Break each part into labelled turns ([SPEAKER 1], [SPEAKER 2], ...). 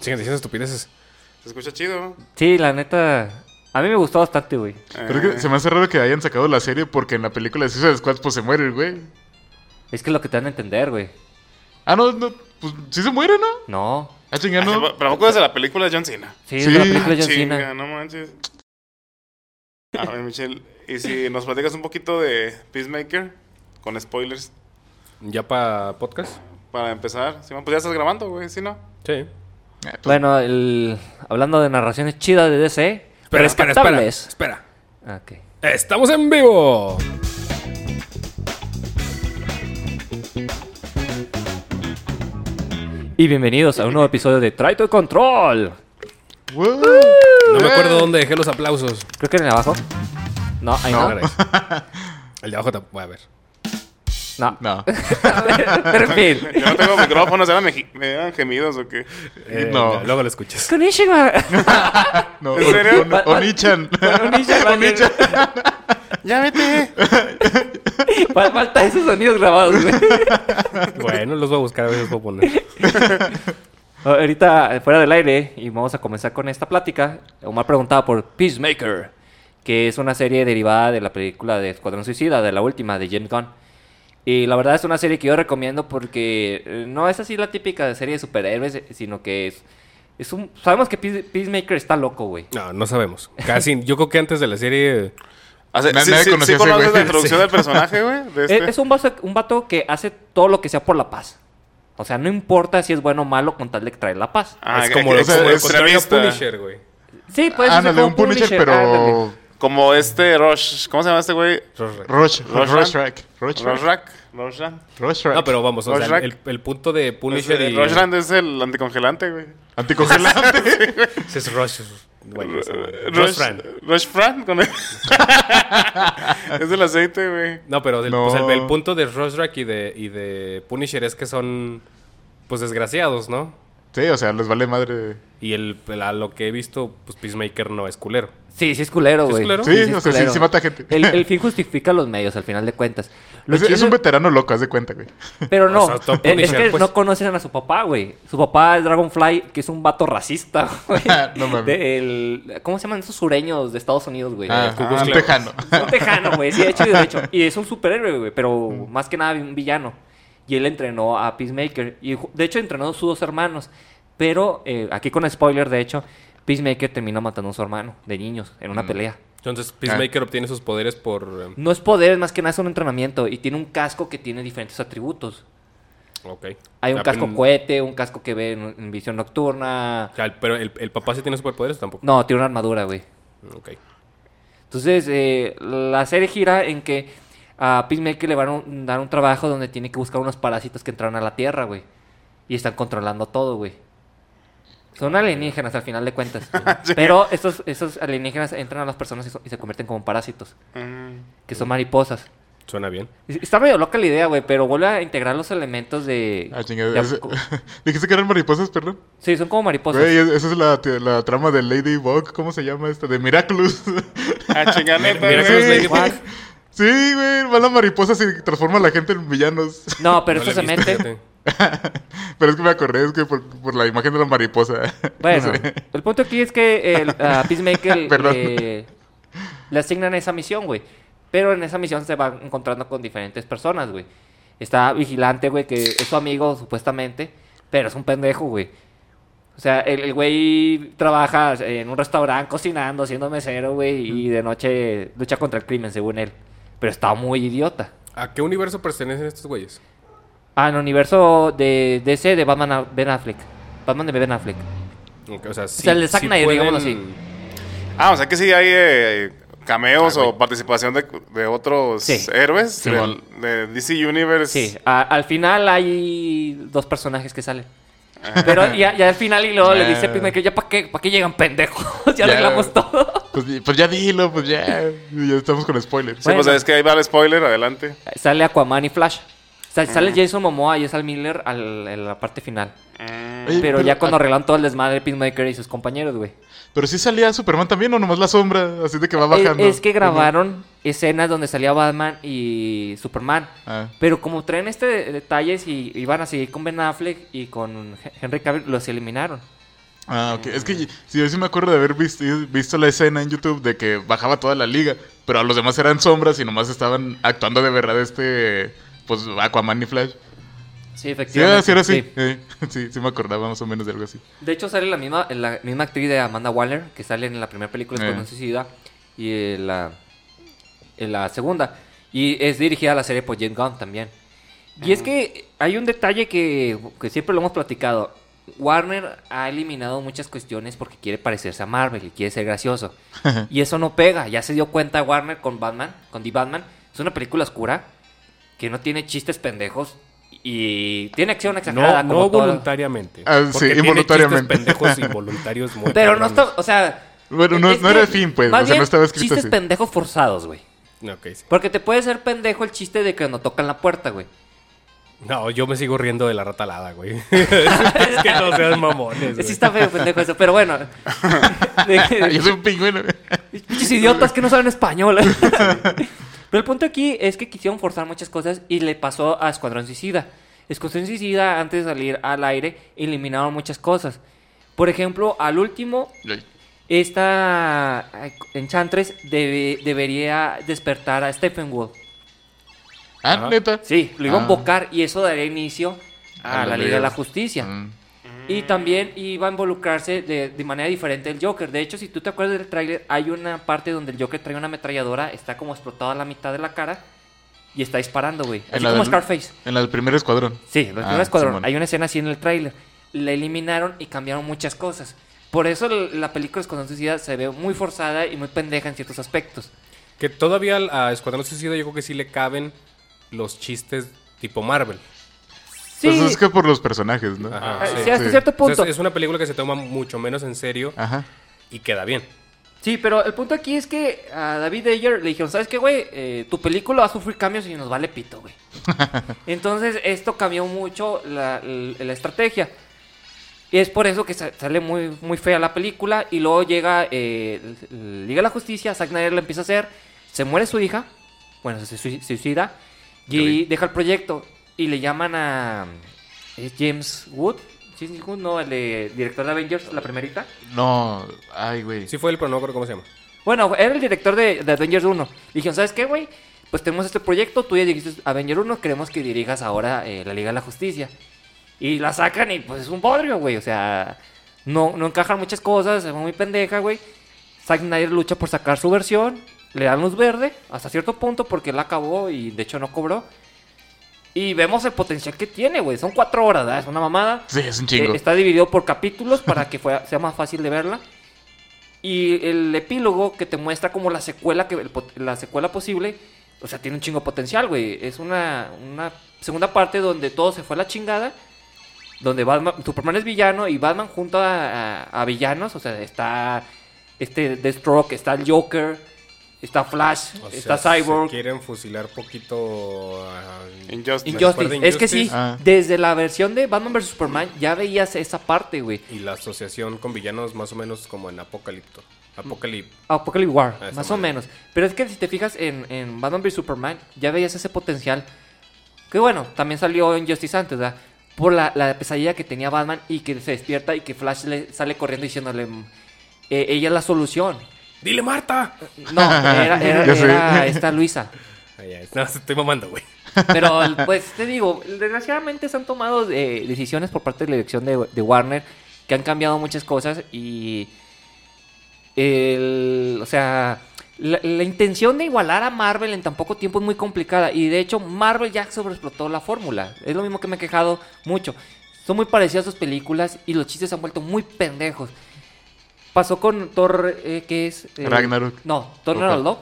[SPEAKER 1] Siguen diciendo estupideces.
[SPEAKER 2] Se escucha chido.
[SPEAKER 3] Sí, la neta. A mí me gustó bastante, güey.
[SPEAKER 2] Eh,
[SPEAKER 4] Pero es que se me hace raro que hayan sacado la serie porque en la película de Suicide Squad pues se muere el güey.
[SPEAKER 3] Es que es lo que te van a entender, güey.
[SPEAKER 4] Ah, no, no, pues sí se muere, ¿no?
[SPEAKER 3] No.
[SPEAKER 4] Ah, chingada,
[SPEAKER 2] ah,
[SPEAKER 4] no.
[SPEAKER 2] ¿Pero poco desde la película de John Cena?
[SPEAKER 3] Sí,
[SPEAKER 4] Sí.
[SPEAKER 3] es la película de John
[SPEAKER 2] Chinga,
[SPEAKER 3] Cena.
[SPEAKER 2] no manches. A ver, Michelle, y si nos platicas un poquito de Peacemaker, con spoilers,
[SPEAKER 1] ¿Ya para podcast?
[SPEAKER 2] para empezar. Simón, pues ya estás grabando, güey, si no.
[SPEAKER 1] Sí.
[SPEAKER 4] Ah, tú-
[SPEAKER 3] Bueno, el- hablando de narraciones chidas de DC.
[SPEAKER 1] Pero espera, espera.
[SPEAKER 3] rescatables.
[SPEAKER 1] Espera.
[SPEAKER 3] Ah, ok.
[SPEAKER 1] ¡Estamos en vivo!
[SPEAKER 3] Y bienvenidos a un nuevo episodio de Traito y Control.
[SPEAKER 4] Wow.
[SPEAKER 1] No me acuerdo dónde dejé los aplausos.
[SPEAKER 3] Creo que en el abajo. No, ahí no.
[SPEAKER 1] Caray. El de abajo te voy a ver.
[SPEAKER 3] No.
[SPEAKER 4] No.
[SPEAKER 3] Pero en fin.
[SPEAKER 2] Yo no tengo micrófonos, ¿eran meji- ¿eran gemidos o qué?
[SPEAKER 1] Eh,
[SPEAKER 4] No.
[SPEAKER 1] Luego lo escuchas.
[SPEAKER 3] Konnichiwa.
[SPEAKER 4] No,
[SPEAKER 2] ¿En serio?
[SPEAKER 4] On- on- Onichan.
[SPEAKER 3] Onichan,
[SPEAKER 4] Onichan.
[SPEAKER 2] ¡Ya vete!
[SPEAKER 3] Fal- Falta esos sonidos grabados, güey.
[SPEAKER 1] Bueno, los voy a buscar, a ver si los puedo poner.
[SPEAKER 3] Ahorita eh, fuera del aire y vamos a comenzar con esta plática. Omar preguntaba por Peacemaker, que es una serie derivada de la película de Escuadrón Suicida, de la última de James Gunn. Y la verdad es una serie que yo recomiendo porque eh, no es así la típica de serie de superhéroes, eh, sino que es, es un... Sabemos que Peace- Peacemaker está loco, güey.
[SPEAKER 1] No, no sabemos. Casi, yo creo que antes de la serie.
[SPEAKER 2] Hace,
[SPEAKER 4] Na-
[SPEAKER 2] Ah, sí,
[SPEAKER 4] nadie
[SPEAKER 2] sí-
[SPEAKER 4] conocía
[SPEAKER 2] sí
[SPEAKER 4] a ese
[SPEAKER 2] conoces
[SPEAKER 4] güey.
[SPEAKER 2] la introducción del personaje, güey? De
[SPEAKER 3] Es,
[SPEAKER 2] este?
[SPEAKER 3] Eh, es un, vato, un vato que hace todo lo que sea por la paz. O sea, no importa si es bueno o malo con tal de traer la paz.
[SPEAKER 2] Ah,
[SPEAKER 1] es
[SPEAKER 2] que-
[SPEAKER 1] como,
[SPEAKER 2] que-
[SPEAKER 1] lo-
[SPEAKER 4] o sea,
[SPEAKER 1] como lo
[SPEAKER 4] es
[SPEAKER 1] contrario a
[SPEAKER 2] revista.
[SPEAKER 1] Punisher, güey.
[SPEAKER 3] Sí, puede ser
[SPEAKER 4] Ah, Ándale,
[SPEAKER 3] como
[SPEAKER 4] un Punisher,
[SPEAKER 1] Ah,
[SPEAKER 3] ándale.
[SPEAKER 4] pero.
[SPEAKER 2] Como este Rush, ¿cómo se llama este güey?
[SPEAKER 4] Rush.
[SPEAKER 2] Rushran.
[SPEAKER 4] Rushrack. Rushrack.
[SPEAKER 2] Rushrack. Rushran.
[SPEAKER 4] Rushrack.
[SPEAKER 1] No, pero vamos, o sea,
[SPEAKER 2] Rorschach.
[SPEAKER 1] el, el punto de Punisher
[SPEAKER 2] Este,
[SPEAKER 1] y.
[SPEAKER 2] Rushran es el anticongelante, güey.
[SPEAKER 4] Anticongelante.
[SPEAKER 1] Ese Es Rush. güey, ese, güey.
[SPEAKER 2] Rush-
[SPEAKER 1] Rushran.
[SPEAKER 2] Rushfran con el... es del aceite, güey.
[SPEAKER 1] No, pero del-
[SPEAKER 4] No.
[SPEAKER 1] pues, el, el punto de Rorschach y de, y de Punisher es que son, pues, desgraciados, ¿no?
[SPEAKER 4] sí, o sea, les vale madre.
[SPEAKER 1] Y el, el- a lo que he visto, pues, Peacemaker no es culero.
[SPEAKER 3] Sí, sí es culero,
[SPEAKER 1] ¿Sí es
[SPEAKER 3] güey.
[SPEAKER 1] culero?
[SPEAKER 4] Sí,
[SPEAKER 3] es
[SPEAKER 4] o sea, sí-
[SPEAKER 3] culero.
[SPEAKER 4] sí mata gente.
[SPEAKER 3] El, el fin justifica los medios, al final de cuentas. Lo
[SPEAKER 4] Es, es
[SPEAKER 3] chido-
[SPEAKER 4] un veterano loco, haz de cuenta, güey.
[SPEAKER 3] Pero no, eh,
[SPEAKER 1] O sea, top
[SPEAKER 3] es, es
[SPEAKER 1] Punisher,
[SPEAKER 3] que
[SPEAKER 1] pues.
[SPEAKER 3] no conocen a su papá, güey. Su papá es Dragonfly, que es un vato racista, güey.
[SPEAKER 4] No mames.
[SPEAKER 3] De el- ¿Cómo se llaman esos sureños de Estados Unidos, güey?
[SPEAKER 4] Ah,
[SPEAKER 1] Ku Klux
[SPEAKER 4] un
[SPEAKER 1] Klan.
[SPEAKER 4] tejano.
[SPEAKER 3] Un tejano, güey, sí, de hecho y derecho. Y es un superhéroe, güey, pero
[SPEAKER 4] Mm.
[SPEAKER 3] más que nada un villano. Y él entrenó a Peacemaker. Y ju- de hecho entrenó a sus dos hermanos. Pero eh, aquí con spoiler, de hecho, Peacemaker terminó matando a su hermano de niños en una
[SPEAKER 4] Mm.
[SPEAKER 3] pelea.
[SPEAKER 1] Entonces, Peacemaker
[SPEAKER 4] Ah.
[SPEAKER 1] obtiene sus poderes por... eh,
[SPEAKER 3] No es poder, es más que nada es un entrenamiento. Y tiene un casco que tiene diferentes atributos.
[SPEAKER 1] ok.
[SPEAKER 3] Hay un
[SPEAKER 1] Ah,
[SPEAKER 3] casco
[SPEAKER 1] pero-
[SPEAKER 3] cohete, un casco que ve en, en visión nocturna.
[SPEAKER 1] o sea, pero el, el papá sí tiene superpoderes tampoco.
[SPEAKER 3] No, tiene una armadura, güey.
[SPEAKER 1] Ok.
[SPEAKER 3] Entonces, eh, la serie gira en que a Peacemaker le van a un- dar un trabajo donde tiene que buscar unos parásitos que entraron a la Tierra, güey. Y están controlando todo, güey. Son alienígenas al final de cuentas. Pero estos, esos alienígenas entran a las personas y, so- y se convierten como parásitos,
[SPEAKER 2] Mm.
[SPEAKER 3] que son mariposas.
[SPEAKER 1] Suena bien.
[SPEAKER 3] Y- Está medio loca la idea, güey, pero vuelve a integrar los elementos de...
[SPEAKER 4] Ah, chingada.
[SPEAKER 3] de-
[SPEAKER 4] es- Dijiste que eran mariposas, perdón.
[SPEAKER 3] Sí, son como mariposas.
[SPEAKER 4] Güey, es- esa es la, la trama de Ladybug, ¿cómo se llama esta? De Miraculous.
[SPEAKER 2] Ah, chinga, neta,
[SPEAKER 1] Mira que
[SPEAKER 2] güey.
[SPEAKER 1] los Ladybug-
[SPEAKER 4] sí, güey, va la mariposa y transforma a la gente en villanos.
[SPEAKER 3] No, pero
[SPEAKER 1] No
[SPEAKER 3] esto
[SPEAKER 1] lo he
[SPEAKER 3] se
[SPEAKER 1] visto,
[SPEAKER 3] mete...
[SPEAKER 1] fíjate.
[SPEAKER 4] Pero es que me acordé, es que por, por la imagen de la mariposa.
[SPEAKER 3] Bueno,
[SPEAKER 4] No sé.
[SPEAKER 3] el punto aquí es que el, a Peacemaker
[SPEAKER 4] Perdón.
[SPEAKER 3] le, le asignan esa misión, güey. Pero en esa misión se va encontrando con diferentes personas, güey. Está Vigilante, güey, que es su amigo, supuestamente, pero es un pendejo, güey. O sea, el, el güey trabaja en un restaurante cocinando, siendo mesero, güey, y de noche lucha contra el crimen, según él. Pero está muy idiota.
[SPEAKER 1] ¿A qué universo pertenecen estos güeyes?
[SPEAKER 3] Al universo de DC de Batman a Ben Affleck. Batman de Ben Affleck.
[SPEAKER 1] Ok, o sea, sí,
[SPEAKER 3] sea, el de Zack
[SPEAKER 1] sí
[SPEAKER 3] Snyder, digámoslo
[SPEAKER 1] pueden-
[SPEAKER 2] Ah, o sea que sí hay eh, cameos
[SPEAKER 1] Ah, güey.
[SPEAKER 2] o participación de, de otros
[SPEAKER 3] Sí.
[SPEAKER 2] héroes del-
[SPEAKER 4] Simón.
[SPEAKER 2] de, DC Universe.
[SPEAKER 3] Sí, a- al final hay dos personajes que salen. Pero ya, ya al final y luego le dice
[SPEAKER 4] Ah.
[SPEAKER 3] Pismaker, que ya para qué, pa' qué llegan pendejos, ya
[SPEAKER 4] Ya.
[SPEAKER 3] arreglamos todo.
[SPEAKER 4] Pues, di- pues ya dilo, pues ya. Ya estamos con spoilers.
[SPEAKER 2] Sí, pues
[SPEAKER 3] Bueno.
[SPEAKER 2] es que ahí va el spoiler, adelante.
[SPEAKER 3] Sale Aquaman y Flash. Sa- Sale Jason Momoa y Ezra Miller al- en la parte final.
[SPEAKER 4] Oye,
[SPEAKER 3] Pero ya cuando
[SPEAKER 4] ah,
[SPEAKER 3] arreglan todo el desmadre Peacemaker y sus compañeros, güey.
[SPEAKER 4] Pero sí salía Superman también, o nomás la sombra, así de que va
[SPEAKER 3] Es,
[SPEAKER 4] bajando.
[SPEAKER 3] es que grabaron escenas donde salía Batman y Superman.
[SPEAKER 4] Ah.
[SPEAKER 3] Pero como traen este de- detalles y iban a seguir con Ben Affleck y con Henry Cavill, los eliminaron.
[SPEAKER 4] Ah, ok. Es que sí, yo sí me acuerdo de haber visto, visto la escena en YouTube de que bajaba toda la liga, pero a los demás eran sombras y nomás estaban actuando de verdad este, pues, Aquaman y Flash.
[SPEAKER 3] Sí,
[SPEAKER 4] Sí, ah,
[SPEAKER 3] efectivamente.
[SPEAKER 4] sí, era así.
[SPEAKER 3] sí.
[SPEAKER 4] Eh, Sí, sí me acordaba más o menos de algo así.
[SPEAKER 3] De hecho, sale la misma, la misma actriz de Amanda Waller, que sale en la primera película
[SPEAKER 4] Eh.
[SPEAKER 3] Escuadrón Suicida y en la, en la segunda. Y es dirigida a la serie por James Gunn también. Y
[SPEAKER 1] Mm.
[SPEAKER 3] es que hay un detalle que, que siempre lo hemos platicado. Warner ha eliminado muchas cuestiones porque quiere parecerse a Marvel y quiere ser gracioso. y eso no pega. Ya se dio cuenta Warner con Batman, con The Batman. Es una película oscura que no tiene chistes pendejos y tiene acción exagerada.
[SPEAKER 1] No,
[SPEAKER 3] como
[SPEAKER 1] no
[SPEAKER 3] todas-
[SPEAKER 1] voluntariamente.
[SPEAKER 4] Ah, sí,
[SPEAKER 1] porque
[SPEAKER 4] involuntariamente.
[SPEAKER 1] Tiene chistes pendejos involuntarios muy
[SPEAKER 3] Pero no
[SPEAKER 1] cabrones.
[SPEAKER 3] está, o sea. e-
[SPEAKER 4] Bueno, no-
[SPEAKER 3] es
[SPEAKER 4] no
[SPEAKER 3] que
[SPEAKER 4] era el fin, pues,
[SPEAKER 3] más
[SPEAKER 4] o sea, no
[SPEAKER 3] bien
[SPEAKER 4] estaba escrito
[SPEAKER 3] Chistes
[SPEAKER 4] así.
[SPEAKER 3] pendejos forzados, güey.
[SPEAKER 1] Ok, sí.
[SPEAKER 3] Porque te puede ser pendejo el chiste de que no tocan la puerta, güey.
[SPEAKER 1] No, yo me sigo riendo de la ratalada, güey. es que no seas mamones, güey.
[SPEAKER 3] Sí está feo pendejo eso, pero bueno. De que-
[SPEAKER 4] Ah, Yo soy un pingüino.
[SPEAKER 3] Pinches idiotas que no saben español. Pero el punto aquí es que quisieron forzar muchas cosas y le pasó a Escuadrón Suicida. Escuadrón Suicida, antes de salir al aire, eliminaron muchas cosas. Por ejemplo, al último, esta ay, Enchantress debe- debería despertar a Stephen Wolf.
[SPEAKER 4] Ah,
[SPEAKER 1] Ajá.
[SPEAKER 4] neta.
[SPEAKER 3] Sí, lo iba a
[SPEAKER 4] Ah.
[SPEAKER 3] invocar y eso daría inicio a,
[SPEAKER 4] A
[SPEAKER 3] la
[SPEAKER 4] la
[SPEAKER 3] Liga de la
[SPEAKER 4] Liga.
[SPEAKER 3] Justicia.
[SPEAKER 4] Mm.
[SPEAKER 3] Y también iba a involucrarse de, de manera diferente el Joker. De hecho, si tú te acuerdas del tráiler, hay una parte donde el Joker trae una ametralladora, está como explotada a la mitad de la cara y está disparando, güey.
[SPEAKER 4] En
[SPEAKER 3] Así
[SPEAKER 4] la
[SPEAKER 3] como
[SPEAKER 4] del-
[SPEAKER 3] Scarface.
[SPEAKER 4] En el primer escuadrón.
[SPEAKER 3] Sí, los
[SPEAKER 4] Ah,
[SPEAKER 3] primeros escuadrón.
[SPEAKER 4] Simón.
[SPEAKER 3] Hay una escena así en el tráiler. La eliminaron y cambiaron muchas cosas. Por eso el- la película Escuadrón Suicida se ve muy forzada y muy pendeja en ciertos aspectos.
[SPEAKER 1] Que todavía al- a Escuadrón Suicida yo creo que sí le caben los chistes tipo Marvel.
[SPEAKER 3] Sí,
[SPEAKER 4] Pues es que por los personajes, ¿no?
[SPEAKER 1] Ajá.
[SPEAKER 3] ah,
[SPEAKER 1] sí,
[SPEAKER 3] sí, hasta
[SPEAKER 4] sí.
[SPEAKER 3] cierto
[SPEAKER 1] O sea,
[SPEAKER 3] punto. Ah.
[SPEAKER 1] es- es una película que se toma mucho menos en serio
[SPEAKER 4] Ajá.
[SPEAKER 1] y queda bien.
[SPEAKER 3] Sí, pero el punto aquí es que a David Ayer le dijeron, ¿sabes qué, güey? Eh, tu película va a sufrir cambios y nos vale pito, güey. Entonces, esto cambió mucho la, l- la estrategia. Y es por eso que sa- sale muy, muy fea la película. Y luego llega eh, l- l- Liga de la Justicia, Zack Snyder la empieza a hacer. Se muere su hija. Bueno, se sui- suicida. Y
[SPEAKER 4] Uy.
[SPEAKER 3] deja el proyecto. Y le llaman a ¿es James Wood. James Wood, no, el de- director de Avengers, la primerita.
[SPEAKER 4] No, ay, güey.
[SPEAKER 1] Sí fue el pronóstico, ¿cómo se llama?
[SPEAKER 3] Bueno, era el director de, de Avengers 1. Le Dijeron, ¿sabes qué, güey? Pues tenemos este proyecto, tú ya dirigiste Avengers 1, queremos que dirijas ahora eh, la Liga de la Justicia. Y la sacan y pues es un bodrio, güey. O sea, no, no encajan muchas cosas, es muy pendeja, güey. Zack Snyder lucha por sacar su versión, le dan luz verde hasta cierto punto porque él acabó y de hecho no cobró. Y vemos el potencial que tiene, güey. Son cuatro horas, ¿verdad? Es una mamada.
[SPEAKER 4] Sí, es un
[SPEAKER 3] Eh,
[SPEAKER 4] chingo.
[SPEAKER 3] está dividido por capítulos para que fuera- sea más fácil de verla. Y el epílogo que te muestra como la secuela, que, el pot- la secuela posible, o sea, tiene un chingo de potencial, güey. Es una, una segunda parte donde todo se fue a la chingada. Donde Batman, Superman es villano y Batman junto a, a- a villanos, o sea, está este Deathstroke, está el Joker, está Flash,
[SPEAKER 1] O
[SPEAKER 3] está
[SPEAKER 1] sea, se
[SPEAKER 3] Cyborg.
[SPEAKER 1] quieren fusilar poquito. ah,
[SPEAKER 2] Injustice.
[SPEAKER 3] Injustice.
[SPEAKER 1] Recuerda
[SPEAKER 3] Es que sí,
[SPEAKER 1] Injustice.
[SPEAKER 4] Ah.
[SPEAKER 3] desde la versión de Batman vs. Superman ya veías esa parte, güey.
[SPEAKER 1] y la asociación con villanos más o menos como en Apocalipto. Apocalipto.
[SPEAKER 3] Apocalypse War,
[SPEAKER 1] Ah, esa
[SPEAKER 3] más o
[SPEAKER 1] madre.
[SPEAKER 3] menos. Pero es que si te fijas en, en Batman vs Superman, ya veías ese potencial. Que bueno, también salió en Justice antes, ¿verdad? Por la, la pesadilla que tenía Batman y que se despierta y que Flash le sale corriendo diciéndole: mm, eh, Ella es la solución.
[SPEAKER 1] ¡Dile Marta!
[SPEAKER 3] No, era, era-
[SPEAKER 4] Ya sé.
[SPEAKER 3] era esta Luisa.
[SPEAKER 1] Ay, ay, no, estoy mamando, güey.
[SPEAKER 3] Pero pues te digo, desgraciadamente se han tomado eh, decisiones por parte de la dirección de, de Warner que han cambiado muchas cosas y... el- o sea, la, la intención de igualar a Marvel en tan poco tiempo es muy complicada y de hecho Marvel ya sobreexplotó la fórmula. Es lo mismo que me he quejado mucho. Son muy parecidas sus películas y los chistes se han vuelto muy pendejos. Pasó con Thor, eh, que es... eh,
[SPEAKER 4] Ragnarok.
[SPEAKER 3] No, Thor
[SPEAKER 4] Ok.
[SPEAKER 3] Ragnarok,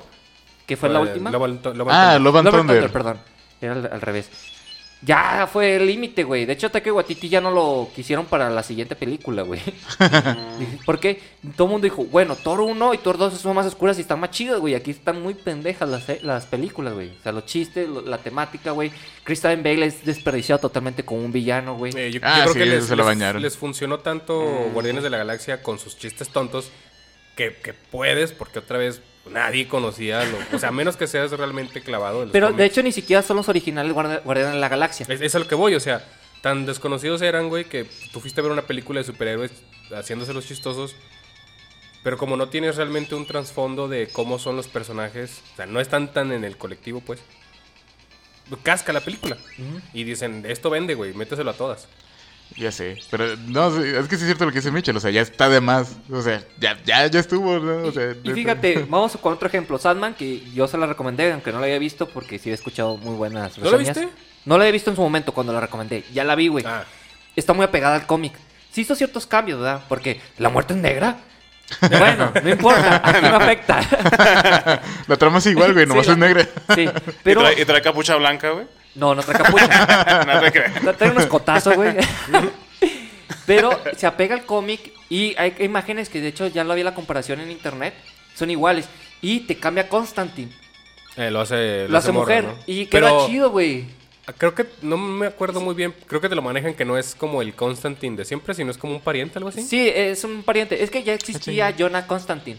[SPEAKER 3] que fue la
[SPEAKER 1] Eh,
[SPEAKER 3] última.
[SPEAKER 1] Love and Th- Love and
[SPEAKER 4] Ah,
[SPEAKER 1] Thunder.
[SPEAKER 4] Love and
[SPEAKER 3] Love and
[SPEAKER 4] Thunder.
[SPEAKER 3] Thunder, perdón. Era al, al revés. Ya fue el límite, güey. De hecho, Taika Waititi ya no lo quisieron para la siguiente película, güey. Porque todo el mundo dijo, bueno, Thor 1 y Thor 2 son más oscuras y están más chidas, güey. Aquí están muy pendejas las, eh, las películas, güey. O sea, los chistes, lo- la temática, güey. Christian Bale es desperdiciado totalmente como un villano, güey.
[SPEAKER 1] Eh, yo, yo
[SPEAKER 4] Ah,
[SPEAKER 1] creo
[SPEAKER 4] sí,
[SPEAKER 1] que les,
[SPEAKER 4] se lo
[SPEAKER 1] les-
[SPEAKER 4] bañaron. Mm.
[SPEAKER 1] les funcionó tanto Guardianes de la Galaxia con sus chistes tontos que, que puedes, porque otra vez nadie conocía. Lo, o sea, a menos que seas realmente clavado. en los
[SPEAKER 3] Pero de
[SPEAKER 1] cómics.
[SPEAKER 3] hecho, ni siquiera son los originales Guardi- Guardianes de la Galaxia.
[SPEAKER 1] Es, es a lo que voy, o sea, Tan desconocidos eran, güey, que tú fuiste a ver una película de superhéroes haciéndose los chistosos. Pero como no tienes realmente un trasfondo de cómo son los personajes, o sea, no están tan en el colectivo, pues. Casca la película. Y dicen, esto vende, güey, méteselo a todas.
[SPEAKER 4] Ya sé, pero no, sí, es que sí es cierto lo que dice Mitchell, o sea, ya está de más, o sea, ya, ya, ya estuvo, ¿no? O sea,
[SPEAKER 3] Y
[SPEAKER 4] neta.
[SPEAKER 3] fíjate, vamos con otro ejemplo. Sandman, que yo se la recomendé, aunque no la había visto porque sí he escuchado muy buenas
[SPEAKER 1] ¿No la
[SPEAKER 3] reseñas.
[SPEAKER 1] viste?
[SPEAKER 3] No la había visto en su momento cuando la recomendé. Ya la vi, güey.
[SPEAKER 1] Ah,
[SPEAKER 3] Está muy apegada al cómic. Sí hizo ciertos cambios, ¿verdad? Porque la muerte es negra. Bueno, no importa, aquí no afecta.
[SPEAKER 4] La trama es igual, güey, nomás
[SPEAKER 3] Sí,
[SPEAKER 4] es
[SPEAKER 3] la-
[SPEAKER 4] negra.
[SPEAKER 3] Sí,
[SPEAKER 2] Pero...
[SPEAKER 3] pero...
[SPEAKER 2] Y, trae, y trae capucha blanca, güey.
[SPEAKER 3] No, no trae capucha.
[SPEAKER 2] No te creas.
[SPEAKER 3] Tra- Trae unos cotazos, güey. Pero se apega al cómic y hay imágenes que de hecho ya lo vi la comparación en internet. Son iguales. Y te cambia Constantine.
[SPEAKER 1] eh, lo hace.
[SPEAKER 3] Lo hace
[SPEAKER 1] morra,
[SPEAKER 3] mujer.
[SPEAKER 1] ¿no?
[SPEAKER 3] Y queda
[SPEAKER 1] Pero
[SPEAKER 3] chido, güey.
[SPEAKER 1] Creo que, no me acuerdo muy bien, creo que te lo manejan que no es como el Constantine de siempre, sino es como un pariente, algo así.
[SPEAKER 3] ¿Sí? es un pariente. Es que ya existía Jonah Constantine.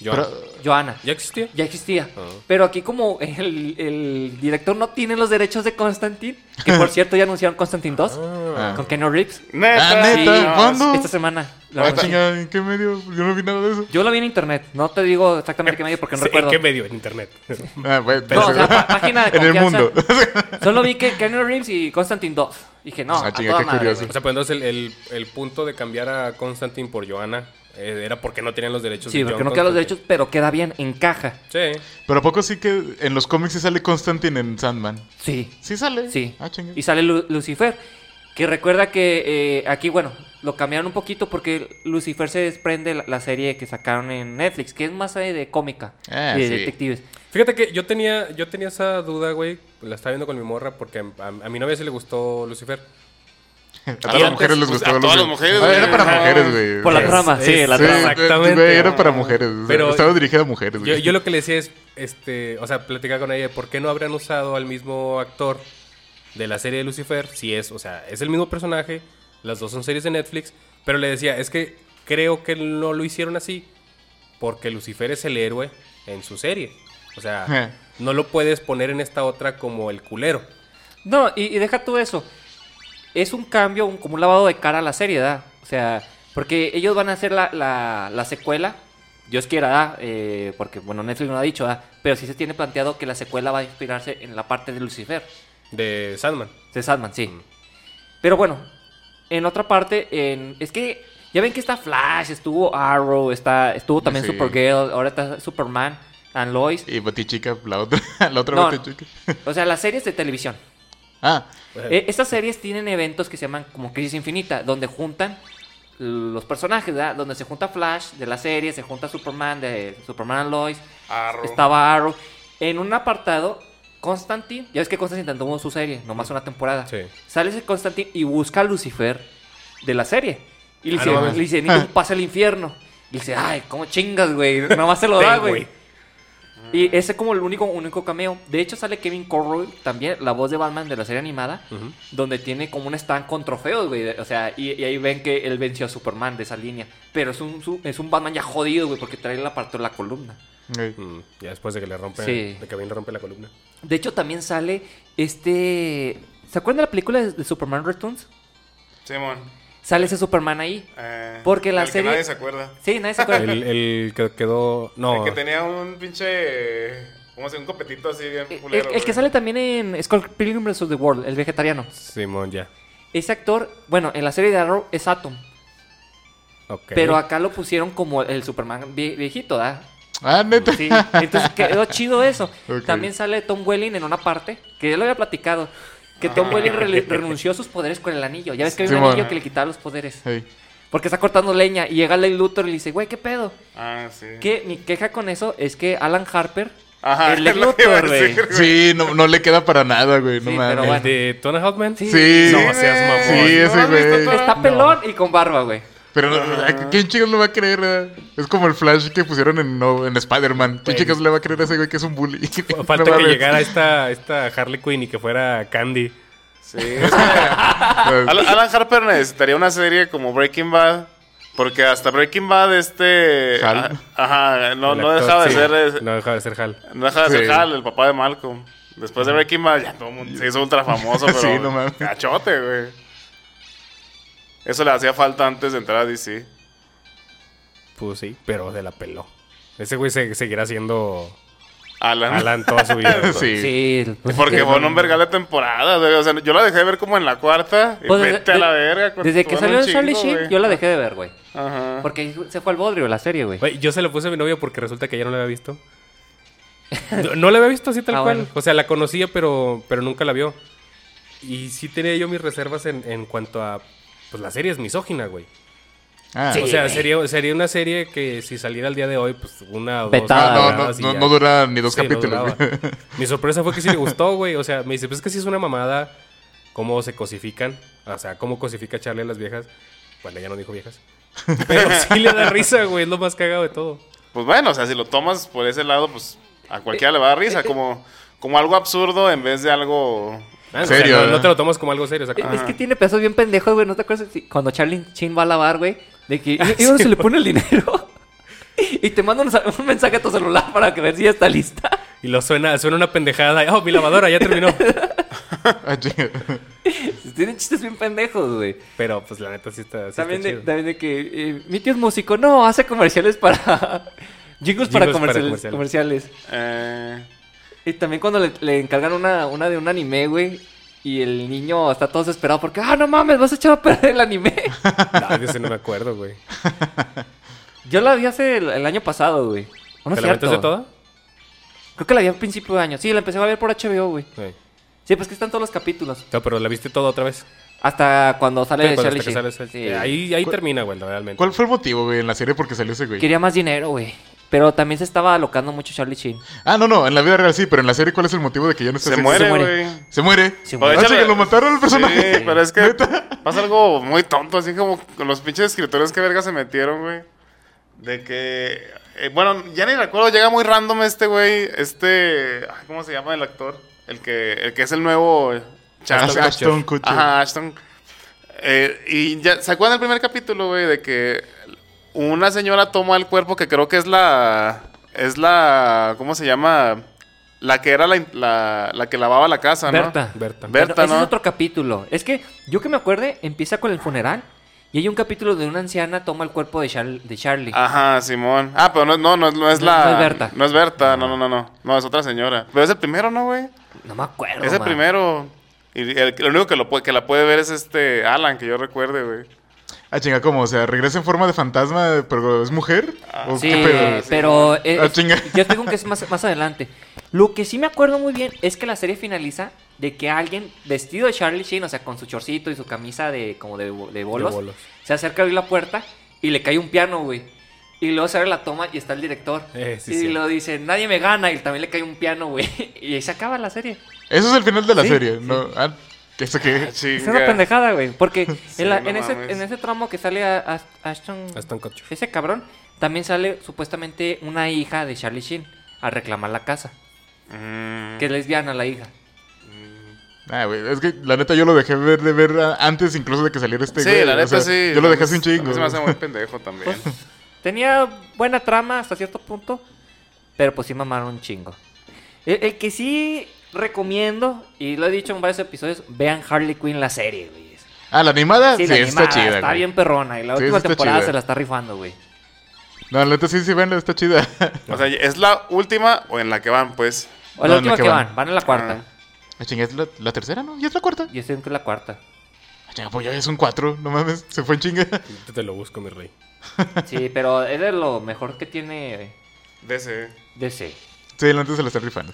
[SPEAKER 1] Yo-
[SPEAKER 4] Ah, Pero-
[SPEAKER 3] Johanna.
[SPEAKER 1] ¿Ya existía?
[SPEAKER 3] Ya existía.
[SPEAKER 1] Ah.
[SPEAKER 3] Pero aquí como el, el director no tiene los derechos de Constantine, que por cierto ya anunciaron Constantine 2,
[SPEAKER 4] Ah.
[SPEAKER 3] con Keanu Reeves,
[SPEAKER 4] Ah, neta,
[SPEAKER 3] Sí.
[SPEAKER 4] ¿cuándo?
[SPEAKER 3] esta semana. la
[SPEAKER 4] Ah,
[SPEAKER 3] verdad.
[SPEAKER 4] chinga, ¿en qué medio? Yo no vi nada de eso.
[SPEAKER 3] Yo lo vi en internet, no te digo exactamente qué medio porque no
[SPEAKER 1] Sí,
[SPEAKER 3] recuerdo.
[SPEAKER 1] ¿En qué medio? En internet.
[SPEAKER 4] Ah, güey,
[SPEAKER 3] No, o sea, pa- página de
[SPEAKER 4] En el
[SPEAKER 3] confianza.
[SPEAKER 4] mundo.
[SPEAKER 3] Solo vi que Keanu Reeves y Constantine 2. Dije, no,
[SPEAKER 4] Ah,
[SPEAKER 3] a
[SPEAKER 4] chinga,
[SPEAKER 3] toda
[SPEAKER 4] qué
[SPEAKER 3] madre,
[SPEAKER 4] curioso.
[SPEAKER 3] güey.
[SPEAKER 1] O sea, pues entonces el, el- el punto de cambiar a Constantine por Johanna eh, era porque no tenían los derechos.
[SPEAKER 3] Sí,
[SPEAKER 1] de
[SPEAKER 3] porque
[SPEAKER 1] John
[SPEAKER 3] no queda los derechos,
[SPEAKER 1] Constantine.
[SPEAKER 3] pero queda bien, encaja.
[SPEAKER 1] Sí.
[SPEAKER 4] Pero ¿a poco sí que en los cómics sí sale Constantine en Sandman?
[SPEAKER 3] Sí.
[SPEAKER 4] Sí sale.
[SPEAKER 3] Sí.
[SPEAKER 4] Ah, chinga.
[SPEAKER 3] y sale Lu- Lucifer. Que recuerda que eh, aquí, bueno, lo cambiaron un poquito porque Lucifer se desprende la, la serie que sacaron en Netflix, que es más eh, de cómica
[SPEAKER 4] Ah,
[SPEAKER 3] y de
[SPEAKER 4] sí.
[SPEAKER 3] detectives.
[SPEAKER 1] Fíjate que yo tenía, yo tenía esa duda, güey. La estaba viendo con mi morra porque a, a mi novia sí le gustó Lucifer.
[SPEAKER 4] A todas las mujeres les
[SPEAKER 2] pues,
[SPEAKER 4] gustaba.
[SPEAKER 2] a todas las
[SPEAKER 4] los-
[SPEAKER 2] mujeres,
[SPEAKER 4] Ah, Era
[SPEAKER 2] güey.
[SPEAKER 4] para
[SPEAKER 2] Ah.
[SPEAKER 4] mujeres, güey.
[SPEAKER 3] Por
[SPEAKER 4] o
[SPEAKER 3] la
[SPEAKER 4] sea,
[SPEAKER 3] trama, sí, la
[SPEAKER 4] sí,
[SPEAKER 3] trama.
[SPEAKER 1] Exactamente.
[SPEAKER 4] güey, era para mujeres. o sea,
[SPEAKER 1] Pero-
[SPEAKER 4] estaba dirigida a mujeres,
[SPEAKER 1] Yo,
[SPEAKER 4] güey.
[SPEAKER 1] yo lo que le decía es, este, o sea, platicar con ella, ¿por qué no habrían usado al mismo actor de la serie de Lucifer? Si es, o sea, es el mismo personaje, las dos son series de Netflix, pero le decía, es que creo que no lo hicieron así, porque Lucifer es el héroe en su serie. O sea, no lo puedes poner en esta otra como el culero.
[SPEAKER 3] No, y, y deja tú eso. Es un cambio, un- como un lavado de cara a la serie, ¿da? O sea, porque ellos van a hacer la, la- la secuela, Dios quiera, ¿da? Eh, porque, bueno, Netflix no lo ha dicho, ¿da? Pero sí se tiene planteado que la secuela va a inspirarse en la parte de Lucifer.
[SPEAKER 1] De Sandman.
[SPEAKER 3] De Sandman, sí. Pero bueno, en otra parte, en... es que ya ven que está Flash, estuvo Arrow, está... estuvo también
[SPEAKER 4] Sí.
[SPEAKER 3] Supergirl, ahora está Superman, and Lois.
[SPEAKER 4] Y Batichica, la otra, la otra
[SPEAKER 3] No,
[SPEAKER 4] Batichica.
[SPEAKER 3] O sea, las series de televisión.
[SPEAKER 4] Ah,
[SPEAKER 3] Eh, estas series tienen eventos que se llaman como Crisis Infinita, donde juntan los personajes, ¿verdad? Donde se junta Flash de la serie, se junta Superman de Superman and Lois,
[SPEAKER 2] Arrow.
[SPEAKER 3] estaba Arrow. En un apartado, Constantine, ya ves que Constantine tuvo su serie, nomás una temporada.
[SPEAKER 1] Mm. Sí.
[SPEAKER 3] Sale ese Constantine y busca a Lucifer de la serie. Y le
[SPEAKER 1] Ah,
[SPEAKER 3] dice,
[SPEAKER 1] no mames.
[SPEAKER 3] le dice, "Necesito un pase al infierno. Y dice, ay, ¿cómo chingas, güey? Nomás se lo da,
[SPEAKER 1] Ten,
[SPEAKER 3] güey. Y ese es como el único, único cameo. De hecho, sale Kevin Conroy, también la voz de Batman de la serie animada,
[SPEAKER 1] Ujú.
[SPEAKER 3] donde tiene como un stand con trofeos, güey. O sea, y, y ahí ven que él venció a Superman de esa línea. Pero es un, su- es un Batman ya jodido, güey, porque trae la parte de la columna.
[SPEAKER 4] güey.
[SPEAKER 1] Mm, ya después de que le rompe,
[SPEAKER 3] Sí.
[SPEAKER 1] de que bien le rompe la columna.
[SPEAKER 3] De hecho, también sale este... ¿Se acuerdan de la película de, de Superman Returns?
[SPEAKER 2] Simón.
[SPEAKER 3] Sale ese Superman ahí.
[SPEAKER 2] Eh,
[SPEAKER 3] Porque la
[SPEAKER 2] del que
[SPEAKER 3] serie-
[SPEAKER 2] nadie se acuerda.
[SPEAKER 3] Sí, nadie se acuerda.
[SPEAKER 1] El, el que quedó.
[SPEAKER 2] El
[SPEAKER 1] No.
[SPEAKER 2] que tenía un pinche. ¿Cómo se Un copetito así bien
[SPEAKER 3] Eh, El,
[SPEAKER 2] culero.
[SPEAKER 3] el que
[SPEAKER 2] güey.
[SPEAKER 3] sale también en Skull Pilgrim vs. The World, el vegetariano.
[SPEAKER 1] Simón, ya.
[SPEAKER 3] Ese actor, bueno, en la serie de Arrow es Atom.
[SPEAKER 1] Ok.
[SPEAKER 3] Pero acá lo pusieron como el Superman vie- viejito, ¿da?
[SPEAKER 4] Ah, neta.
[SPEAKER 3] Sí. Entonces quedó chido eso.
[SPEAKER 4] Ok.
[SPEAKER 3] También sale Tom Welling en una parte, que ya lo había platicado, que Tom
[SPEAKER 2] Ah.
[SPEAKER 3] Welling re- renunció a sus poderes con el anillo. Ya ves que hay un
[SPEAKER 4] Simón.
[SPEAKER 3] anillo que le quitaba los poderes.
[SPEAKER 4] Ey.
[SPEAKER 3] Porque está cortando leña y llega Lex Luthor y le dice, güey, ¿qué pedo?
[SPEAKER 2] Ah, sí.
[SPEAKER 3] Que mi queja con eso es que Alan Harper,
[SPEAKER 2] Ajá,
[SPEAKER 3] el Lex
[SPEAKER 2] es lo que iba a
[SPEAKER 3] Luthor, güey.
[SPEAKER 2] decir.
[SPEAKER 4] Sí, no, no le queda para nada, güey. No
[SPEAKER 3] Sí,
[SPEAKER 4] mames.
[SPEAKER 3] pero
[SPEAKER 1] ¿El
[SPEAKER 3] bueno.
[SPEAKER 1] de Tona Hotman?
[SPEAKER 3] Sí.
[SPEAKER 4] Sí,
[SPEAKER 1] No,
[SPEAKER 2] güey.
[SPEAKER 1] seas mamón.
[SPEAKER 4] Sí,
[SPEAKER 2] ¿No
[SPEAKER 4] ese
[SPEAKER 2] has visto
[SPEAKER 4] güey.
[SPEAKER 2] todo?
[SPEAKER 3] Está
[SPEAKER 1] No.
[SPEAKER 3] pelón y con barba, güey.
[SPEAKER 4] Pero no, no, ¿a ¿quién chicas lo va a creer? eh? Es como el flash que pusieron en, no, en Spider-Man. ¿Quién
[SPEAKER 1] Güey.
[SPEAKER 4] chicas le va a creer a ese güey que es un bully?
[SPEAKER 1] F- Falta
[SPEAKER 4] No
[SPEAKER 1] que
[SPEAKER 4] mames.
[SPEAKER 1] llegara esta, esta Harley Quinn y que fuera Candy.
[SPEAKER 2] Sí, es que-
[SPEAKER 4] Ah,
[SPEAKER 2] Alan, Alan Harper necesitaría una serie como Breaking Bad. Porque hasta Breaking Bad, este.
[SPEAKER 4] Hal.
[SPEAKER 2] a- Ajá, no,
[SPEAKER 1] El
[SPEAKER 2] no
[SPEAKER 1] actor,
[SPEAKER 2] dejaba de
[SPEAKER 1] sí.
[SPEAKER 2] ser. es-
[SPEAKER 1] No dejaba de ser Hal.
[SPEAKER 2] No dejaba de ser
[SPEAKER 4] Sí.
[SPEAKER 2] Hal, el papá de Malcolm. Después de Breaking Bad, ya todo el mundo se hizo ultra famoso, pero.
[SPEAKER 4] Sí, no mames.
[SPEAKER 2] Cachote, güey. Eso le hacía falta antes de entrar a DC.
[SPEAKER 1] Pues sí, pero se la peló. Ese güey se, seguirá siendo
[SPEAKER 2] Alan.
[SPEAKER 1] Alan toda su vida. güey.
[SPEAKER 4] Sí.
[SPEAKER 3] Sí. pues,
[SPEAKER 2] Porque
[SPEAKER 3] que-
[SPEAKER 2] fue un vergal de temporada, güey. O sea, yo la dejé de ver como en la cuarta. Y
[SPEAKER 3] Pues,
[SPEAKER 2] vete
[SPEAKER 3] desde-
[SPEAKER 2] a la verga. con-
[SPEAKER 3] Desde que
[SPEAKER 2] con
[SPEAKER 3] salió
[SPEAKER 2] un
[SPEAKER 3] el Charlie
[SPEAKER 2] chingo,
[SPEAKER 3] Sheen,
[SPEAKER 2] güey. Ah.
[SPEAKER 3] yo la dejé de ver, güey.
[SPEAKER 2] Ajá.
[SPEAKER 3] Porque se fue al bodrio la serie, güey.
[SPEAKER 1] Güey, yo se lo puse a mi novia porque resulta que ya no la había visto. No, no la había visto así tal
[SPEAKER 3] Ah,
[SPEAKER 1] cual.
[SPEAKER 3] bueno.
[SPEAKER 1] O sea, la conocía, pero, pero nunca la vio. Y sí tenía yo mis reservas en, en cuanto a... Pues la serie es misógina, güey.
[SPEAKER 4] Ah,
[SPEAKER 3] Sí.
[SPEAKER 1] o sea,
[SPEAKER 3] güey.
[SPEAKER 1] sería, sería una serie que si saliera el día de hoy, pues una o dos
[SPEAKER 3] Petada,
[SPEAKER 4] No, no, no,
[SPEAKER 1] temporadas y
[SPEAKER 4] no,
[SPEAKER 1] ya.
[SPEAKER 4] no dura ni dos
[SPEAKER 1] Sí, no
[SPEAKER 4] capítulos.
[SPEAKER 1] duraba. Mi sorpresa fue que sí le gustó, güey. O sea, me dice, pues es que sí es una mamada cómo se cosifican. O sea, cómo cosifica Charlie a las viejas. Bueno, ya no dijo viejas. Pero sí le da risa, güey. Es lo más cagado de todo.
[SPEAKER 2] Pues bueno, o sea, si lo tomas por ese lado, pues a cualquiera le va a dar risa. Como, como algo absurdo en vez de algo.
[SPEAKER 1] Ah, o sea,
[SPEAKER 4] Serio,
[SPEAKER 1] no- no,
[SPEAKER 4] ¿verdad?
[SPEAKER 1] te lo tomas como algo serio. O sea,
[SPEAKER 3] Es-
[SPEAKER 1] como-
[SPEAKER 3] Es
[SPEAKER 2] Ah.
[SPEAKER 3] que tiene pedazos bien pendejos, güey. ¿No te acuerdas si- cuando Charlie Chin va a lavar, güey? De que. ¿Y, y dónde se le pone el dinero? y te manda un, sa- un mensaje a tu celular para que ver si ya está lista.
[SPEAKER 1] Y lo suena, suena una pendejada. Oh, mi lavadora ya terminó.
[SPEAKER 4] Ah, chinga.
[SPEAKER 3] Tienen chistes bien pendejos, güey.
[SPEAKER 1] Pero pues la neta sí está. sí
[SPEAKER 3] También
[SPEAKER 1] está
[SPEAKER 3] de,
[SPEAKER 1] chido.
[SPEAKER 3] también de que eh, mi tío es músico, no, hace comerciales para.
[SPEAKER 1] Jingles
[SPEAKER 3] Jingles para
[SPEAKER 1] para
[SPEAKER 3] comerciales,
[SPEAKER 1] comerciales.
[SPEAKER 3] comerciales.
[SPEAKER 2] Eh,
[SPEAKER 3] Y también cuando le, le encargan una, una de un anime, güey. Y el niño está todo desesperado porque, ah, no mames, vas a echar a perder el anime.
[SPEAKER 1] No, de ese no me acuerdo, güey.
[SPEAKER 3] Yo la vi hace el, el año pasado, güey. ¿O no
[SPEAKER 1] ¿Te
[SPEAKER 3] es
[SPEAKER 1] la metes de
[SPEAKER 3] cierto?
[SPEAKER 1] toda?
[SPEAKER 3] Creo que la vi al principio de año. Sí, la empecé a ver por HBO, güey.
[SPEAKER 1] Sí.
[SPEAKER 3] Sí, pues que están todos los capítulos.
[SPEAKER 1] No, pero la viste toda otra vez.
[SPEAKER 3] Hasta cuando sale
[SPEAKER 1] Cuando-
[SPEAKER 3] Charlie
[SPEAKER 1] pues, hasta que
[SPEAKER 3] Sheen.
[SPEAKER 1] sales-
[SPEAKER 3] Sí.
[SPEAKER 1] Ahí, ahí termina, güey, realmente.
[SPEAKER 4] ¿Cuál fue el motivo, güey, en la serie porque salió ese güey?
[SPEAKER 3] Quería más dinero, güey. Pero también se estaba alocando mucho Charlie Sheen.
[SPEAKER 4] Ah, no, no, en la vida real sí, pero en la serie, ¿cuál es el motivo de que ya no esté
[SPEAKER 2] se
[SPEAKER 4] así?
[SPEAKER 2] muere,
[SPEAKER 3] muere.
[SPEAKER 2] güey.
[SPEAKER 4] Se muere.
[SPEAKER 2] Pues
[SPEAKER 3] Se muere.
[SPEAKER 4] Ah,
[SPEAKER 2] échale-
[SPEAKER 4] sí, que lo mataron al personaje.
[SPEAKER 2] Sí, pero es que pasa algo muy tonto, así como con los pinches escritores que verga se metieron, güey. De que. eh, bueno, ya ni recuerdo, llega muy random este güey. Este. ay, ¿Cómo se llama el actor? El que, el que es el nuevo.
[SPEAKER 4] Ashton Ashton Ah, Kutcher.
[SPEAKER 2] Ajá, Ashton. Eh, y ya, ¿se acuerdan del primer capítulo, güey? De que una señora toma el cuerpo que creo que es la. Es la. ¿Cómo se llama? La que era la, la, la que lavaba la casa, ¿no?
[SPEAKER 3] Berta.
[SPEAKER 1] Berta.
[SPEAKER 2] Berta,
[SPEAKER 3] Pero ese
[SPEAKER 2] ¿no?
[SPEAKER 3] es otro capítulo. Es que yo que me acuerde, empieza con el funeral. Y hay un capítulo de una anciana toma el cuerpo de, Char- de Charlie.
[SPEAKER 2] Ajá, Simón. Ah, pero no, no, no, es- no es
[SPEAKER 3] No-
[SPEAKER 2] la.
[SPEAKER 3] no es Berta.
[SPEAKER 2] No es Berta, no, no, no, no. No, es otra señora. Pero es el primero, ¿no, güey?
[SPEAKER 3] No me acuerdo.
[SPEAKER 2] Es el
[SPEAKER 3] man.
[SPEAKER 2] primero. Y el, lo único que, lo, puede- que la puede ver es este Alan, que yo recuerde, güey.
[SPEAKER 4] Ah, chinga, ¿cómo? O sea, regresa en forma de fantasma, pero es mujer. ¿O
[SPEAKER 3] Sí,
[SPEAKER 4] qué pedo?
[SPEAKER 2] Ah, sí.
[SPEAKER 3] pero eh,
[SPEAKER 4] Ah, chinga.
[SPEAKER 3] yo tengo que es más, más adelante. Lo que sí me acuerdo muy bien es que la serie finaliza de que alguien vestido de Charlie Sheen, o sea, con su chorcito y su camisa de como de, bo- de bolos,
[SPEAKER 1] bolos.
[SPEAKER 3] se acerca a abrir la puerta y le cae un piano, güey. Y luego se abre la toma y está el director.
[SPEAKER 1] Eh, sí,
[SPEAKER 3] y
[SPEAKER 1] cierto.
[SPEAKER 3] lo dice, nadie me gana. Y también le cae un piano, güey. Y ahí se acaba la serie.
[SPEAKER 4] Eso es el final de la
[SPEAKER 3] Sí,
[SPEAKER 4] serie, ¿no? Ah, ¿eso qué?
[SPEAKER 2] Sí,
[SPEAKER 3] Es una pendejada, güey. Porque en, la-
[SPEAKER 2] no
[SPEAKER 3] en ese,
[SPEAKER 2] mames.
[SPEAKER 3] en ese tramo que sale a, a- Ashton,
[SPEAKER 1] Ashton Kutcher.
[SPEAKER 3] ese cabrón, también sale supuestamente una hija de Charlie Sheen a reclamar la casa.
[SPEAKER 2] Mm.
[SPEAKER 3] Que es lesbiana la hija.
[SPEAKER 4] Ah, güey, es que la neta yo lo dejé ver de ver ah, antes incluso de que saliera este
[SPEAKER 2] Sí,
[SPEAKER 4] güey.
[SPEAKER 2] la
[SPEAKER 4] o
[SPEAKER 2] neta
[SPEAKER 4] sea,
[SPEAKER 2] sí.
[SPEAKER 4] Yo lo dejé
[SPEAKER 2] A mí-
[SPEAKER 4] hace un chingo.
[SPEAKER 2] a mí Se me hace
[SPEAKER 4] güey.
[SPEAKER 2] muy pendejo también.
[SPEAKER 3] Tenía buena trama hasta cierto punto, pero pues sí mamaron un chingo. El, el que sí recomiendo, y lo he dicho en varios episodios, vean Harley Quinn la serie, güey.
[SPEAKER 4] Ah, la animada, sí,
[SPEAKER 3] Sí, la animada
[SPEAKER 4] está chida.
[SPEAKER 3] está
[SPEAKER 4] güey.
[SPEAKER 3] bien perrona y la
[SPEAKER 4] Sí,
[SPEAKER 3] última
[SPEAKER 4] está
[SPEAKER 3] temporada
[SPEAKER 4] chida.
[SPEAKER 3] se la está rifando, güey.
[SPEAKER 4] No, la neta sí, sí, ven, está chida.
[SPEAKER 2] O sea, ¿es la última o en la que van, pues?
[SPEAKER 3] O la
[SPEAKER 4] No, no,
[SPEAKER 3] última
[SPEAKER 4] que
[SPEAKER 3] que
[SPEAKER 4] van.
[SPEAKER 3] van. van, a la cuarta.
[SPEAKER 4] Ah, chinga, es la, la tercera, ¿no? Y es la cuarta.
[SPEAKER 3] Yo estoy en que es la cuarta.
[SPEAKER 4] Ah, chinga, pues ya es un cuatro, no mames, se fue en chinga.
[SPEAKER 1] Yo te lo busco, mi rey.
[SPEAKER 3] Sí, pero es de lo mejor que tiene
[SPEAKER 2] De ese.
[SPEAKER 3] DC.
[SPEAKER 4] Sí, la neta se la está rifando.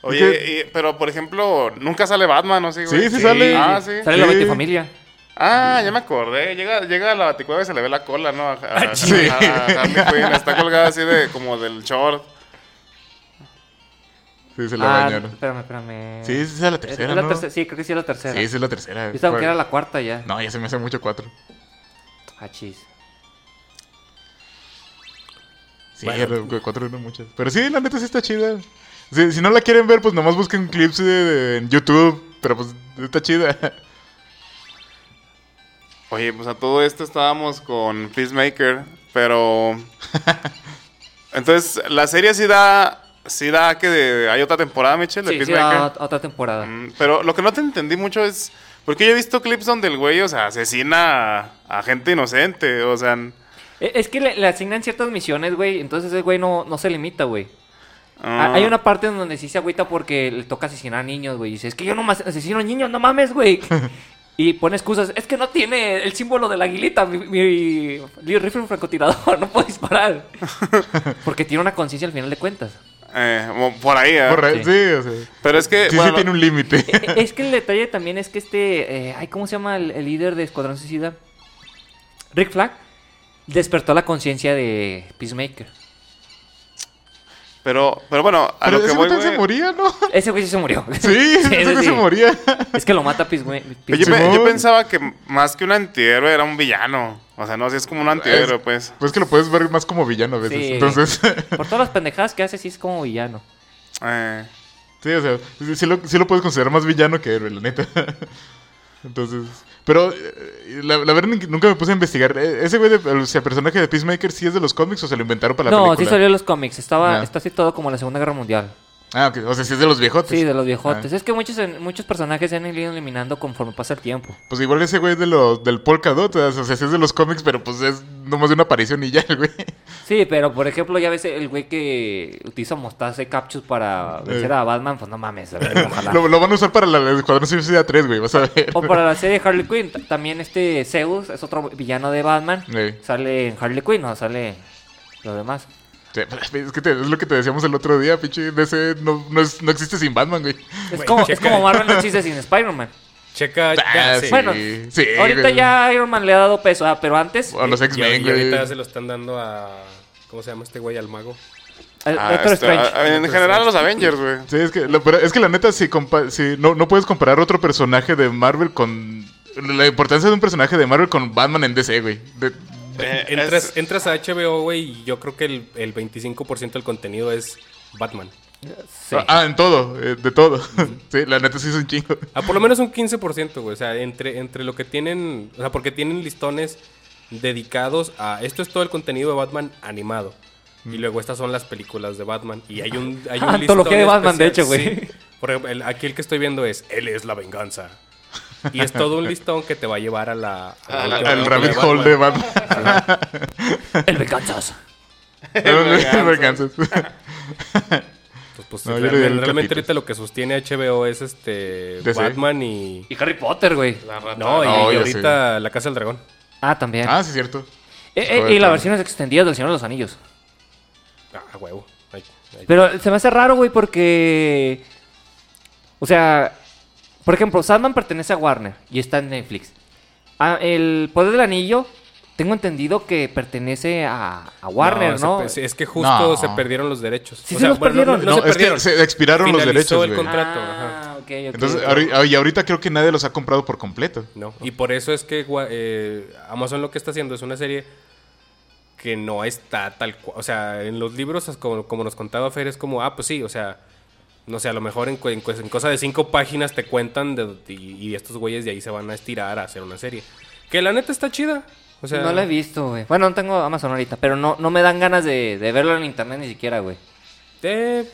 [SPEAKER 2] Oye, y- pero por ejemplo, nunca sale Batman, ¿no? Sí, güey?
[SPEAKER 4] Sí, sí sale.
[SPEAKER 2] Ah, sí.
[SPEAKER 3] Sale la
[SPEAKER 4] Sí.
[SPEAKER 3] Batifamilia.
[SPEAKER 2] Ah, ya me acordé. Llega, llega a la baticueva y se le ve la cola, ¿no? A, a- a-
[SPEAKER 4] Ah, sí.
[SPEAKER 2] a- a Harley Quinn. Está colgada así de como del short.
[SPEAKER 4] Sí, se la
[SPEAKER 3] Ah,
[SPEAKER 4] bañaron.
[SPEAKER 3] espérame, espérame.
[SPEAKER 4] Sí, sí, es la
[SPEAKER 3] Es
[SPEAKER 4] tercera,
[SPEAKER 3] la
[SPEAKER 4] ¿no?
[SPEAKER 3] tercera- Sí, creo que sí es la tercera.
[SPEAKER 4] Sí, sí, es la tercera.
[SPEAKER 3] Yo estaba que
[SPEAKER 4] Fue-
[SPEAKER 3] era la cuarta ya.
[SPEAKER 4] No, ya se me hace mucho cuatro.
[SPEAKER 3] Ah, chis.
[SPEAKER 4] Sí,
[SPEAKER 1] Bueno.
[SPEAKER 4] era- cu- cuatro eran muchas. Pero sí, la neta sí está chida. Si, si no la quieren ver, pues nomás busquen clips de- de- en YouTube. Pero pues está chida.
[SPEAKER 2] Oye, pues a todo esto estábamos con Peacemaker, pero... Entonces, la serie sí da... sí da que de- hay otra temporada, Michelle, de
[SPEAKER 3] Sí, sí,
[SPEAKER 2] Peacemaker.
[SPEAKER 3] a- a otra temporada.
[SPEAKER 2] Mm, Pero lo que no te entendí mucho es. Porque yo he visto clips donde el güey, o sea, asesina a, a gente inocente. O sea. n-
[SPEAKER 3] Eh, Es que le, le asignan ciertas misiones, güey. Entonces ese güey no, no se limita, güey.
[SPEAKER 2] ah,
[SPEAKER 3] Ah, Hay una parte en donde sí se agüita porque le toca asesinar niños, güey. Y dice, es que yo no mas- asesino niños, no mames, güey. y pone excusas, es que no tiene el símbolo de la aguilita, mi, mi- mi rifle francotirador, no puedo disparar. porque tiene una conciencia al final de cuentas.
[SPEAKER 2] eh, mo- por ahí, ¿eh?
[SPEAKER 4] Por re-
[SPEAKER 3] sí.
[SPEAKER 4] sí, o sea.
[SPEAKER 2] Pero es que.
[SPEAKER 4] Sí,
[SPEAKER 2] bueno,
[SPEAKER 4] sí tiene un límite.
[SPEAKER 3] Eh, eh, es que el detalle también es que este, eh, ay, ¿cómo se llama el, el líder de Escuadrón Suicida? Rick Flag despertó la conciencia de Peacemaker.
[SPEAKER 2] Pero, pero bueno, a
[SPEAKER 4] Pero
[SPEAKER 2] lo que
[SPEAKER 4] ese
[SPEAKER 2] voy.
[SPEAKER 4] güey se
[SPEAKER 2] güey,
[SPEAKER 4] moría, ¿no?
[SPEAKER 3] Ese güey sí se murió.
[SPEAKER 4] Sí, ese
[SPEAKER 3] ese
[SPEAKER 4] güey
[SPEAKER 3] sí.
[SPEAKER 4] se moría.
[SPEAKER 3] Es que lo mata Peacemaker.
[SPEAKER 2] Yo, pe- yo
[SPEAKER 4] Simón.
[SPEAKER 2] pensaba que más que un antihéroe era un villano. O sea, no, si es como un antihéroe,
[SPEAKER 4] Es-
[SPEAKER 2] pues.
[SPEAKER 4] Pues que lo puedes ver más como villano a veces.
[SPEAKER 3] Sí.
[SPEAKER 4] Entonces,
[SPEAKER 3] Por todas las pendejadas que hace, sí es como villano.
[SPEAKER 2] eh,
[SPEAKER 4] sí, o sea, sí, sí lo, sí lo puedes considerar más villano que héroe, la neta. Entonces, pero eh, la, la verdad ni- nunca me puse a investigar. Eh, Ese güey, de- o sea, personaje de Peacemaker, ¿sí es de los cómics o se lo inventaron para la
[SPEAKER 3] no, sí
[SPEAKER 4] película?
[SPEAKER 3] salió en los cómics. Estaba,
[SPEAKER 4] Ah.
[SPEAKER 3] Está situado como en la Segunda Guerra Mundial.
[SPEAKER 4] Ah, ok. O sea, sí es de los viejotes.
[SPEAKER 3] Sí, de los viejotes.
[SPEAKER 4] Ah.
[SPEAKER 3] Es que muchos, en- muchos personajes se han ido eliminando conforme pasa el tiempo.
[SPEAKER 4] Pues igual ese güey es de los, del Polka Dot. O sea, sí es de los cómics, pero pues es nomás de una aparición y ya, el güey.
[SPEAKER 3] Sí, pero por ejemplo, ya ves el güey que utiliza mostaza y captures para vencer
[SPEAKER 4] Eh.
[SPEAKER 3] a Batman. Pues no mames, a ver, ojalá.
[SPEAKER 4] Lo, lo van a usar para la, la Escuadrón Suicida 3, güey, vas a ver.
[SPEAKER 3] O para la serie Harley Quinn. ta- También este Zeus es otro villano de Batman.
[SPEAKER 4] Sí.
[SPEAKER 3] Sale en Harley Quinn, no sale lo demás.
[SPEAKER 4] Sí, Es, que te- es lo que te decíamos el otro día, pinche DC no, no, es- no existe sin Batman, güey.
[SPEAKER 3] Es
[SPEAKER 1] Güey,
[SPEAKER 3] como, es
[SPEAKER 1] checa.
[SPEAKER 3] como Marvel no existe sin Spider-Man.
[SPEAKER 1] Checa.
[SPEAKER 4] Ah,
[SPEAKER 1] ya,
[SPEAKER 4] sí.
[SPEAKER 1] sí.
[SPEAKER 3] Bueno,
[SPEAKER 4] sí,
[SPEAKER 3] ahorita
[SPEAKER 4] güey.
[SPEAKER 3] ya Iron Man le ha dado peso, ah, pero antes.
[SPEAKER 4] O a los
[SPEAKER 1] Y- y
[SPEAKER 4] X-Men, güey.
[SPEAKER 1] ahorita se lo están dando a. ¿Cómo se llama este güey? Al mago.
[SPEAKER 3] eh,
[SPEAKER 2] ah,
[SPEAKER 3] Doctor
[SPEAKER 2] este,
[SPEAKER 3] Strange.
[SPEAKER 2] ah, en general, los Avengers, güey.
[SPEAKER 4] Sí, es que, lo- pero es que la neta, si, compa- si no, no puedes comparar otro personaje de Marvel con. La importancia de un personaje de Marvel con Batman en DC, güey. De-
[SPEAKER 2] Eh,
[SPEAKER 1] Entras,
[SPEAKER 2] es-
[SPEAKER 1] entras a HBO, güey, y yo creo que el, el 25% del contenido es Batman.
[SPEAKER 3] Sí.
[SPEAKER 4] Ah, en todo, eh, de todo. sí, la neta sí es un chingo.
[SPEAKER 1] A Ah, por lo menos un 15%, güey. O sea, entre, entre lo que tienen. O sea, porque tienen listones dedicados a. Esto es todo el contenido de Batman animado. Y luego estas son las películas de Batman. Y hay un. Hay un
[SPEAKER 3] Mm. Ah, antología
[SPEAKER 1] listón
[SPEAKER 3] de Batman, de
[SPEAKER 1] especial,
[SPEAKER 3] hecho, güey.
[SPEAKER 1] sí. Por ejemplo, el- aquí el que estoy viendo es. Él es la venganza. Y es todo un listón que te va a llevar a la.
[SPEAKER 2] A la-
[SPEAKER 1] última
[SPEAKER 2] al
[SPEAKER 1] película
[SPEAKER 4] El Ah, rabbit hole de Batman.
[SPEAKER 3] El venganzas.
[SPEAKER 4] No, no,
[SPEAKER 2] Venganzas.
[SPEAKER 4] venganzas.
[SPEAKER 1] Pues, pues,
[SPEAKER 4] No, yo le
[SPEAKER 1] realmente,
[SPEAKER 4] di el
[SPEAKER 1] realmente
[SPEAKER 4] capítulo.
[SPEAKER 1] ahorita lo que sostiene HBO es este
[SPEAKER 4] DC.
[SPEAKER 1] Batman y.
[SPEAKER 3] Y Harry Potter, güey.
[SPEAKER 1] No, y,
[SPEAKER 4] No,
[SPEAKER 1] y
[SPEAKER 4] ya
[SPEAKER 1] ahorita La Casa del Dragón.
[SPEAKER 3] Ah, también.
[SPEAKER 4] Ah, sí, es cierto.
[SPEAKER 3] Eh, eh, y las versiones extendidas del Señor de los Anillos.
[SPEAKER 1] Ah, huevo. Ay, ay.
[SPEAKER 3] Pero se me hace raro, güey, porque. O sea, por ejemplo, Sandman pertenece a Warner y está en Netflix. Ah, el Poder del Anillo, tengo entendido que pertenece a, a Warner, ¿no?
[SPEAKER 1] se- es que justo
[SPEAKER 4] No.
[SPEAKER 1] se perdieron los derechos.
[SPEAKER 3] Sí, se los perdieron.
[SPEAKER 1] no,
[SPEAKER 4] No,
[SPEAKER 1] no se
[SPEAKER 4] es
[SPEAKER 1] perdieron.
[SPEAKER 4] que se expiraron los
[SPEAKER 1] Finalizó
[SPEAKER 4] derechos,
[SPEAKER 1] el
[SPEAKER 4] güey.
[SPEAKER 1] contrato,
[SPEAKER 3] Ah, ok, ok.
[SPEAKER 4] Entonces, ahori- y ahorita creo que nadie los ha comprado por completo.
[SPEAKER 1] No, y por eso es que gua- eh, Amazon lo que está haciendo es una serie que no está tal cual. O sea, en los libros, es como, como nos contaba Fer, es como, ah, pues sí, o sea, no sé, a lo mejor en, cu- en cu- en cosa de cinco páginas te cuentan de- y, y estos güeyes de ahí se van a estirar a hacer una serie. Que la neta está chida. O sea,
[SPEAKER 3] no la he visto, güey. Bueno, no tengo Amazon ahorita, pero no, no me dan ganas de, de verlo en internet ni siquiera, güey.
[SPEAKER 1] eh,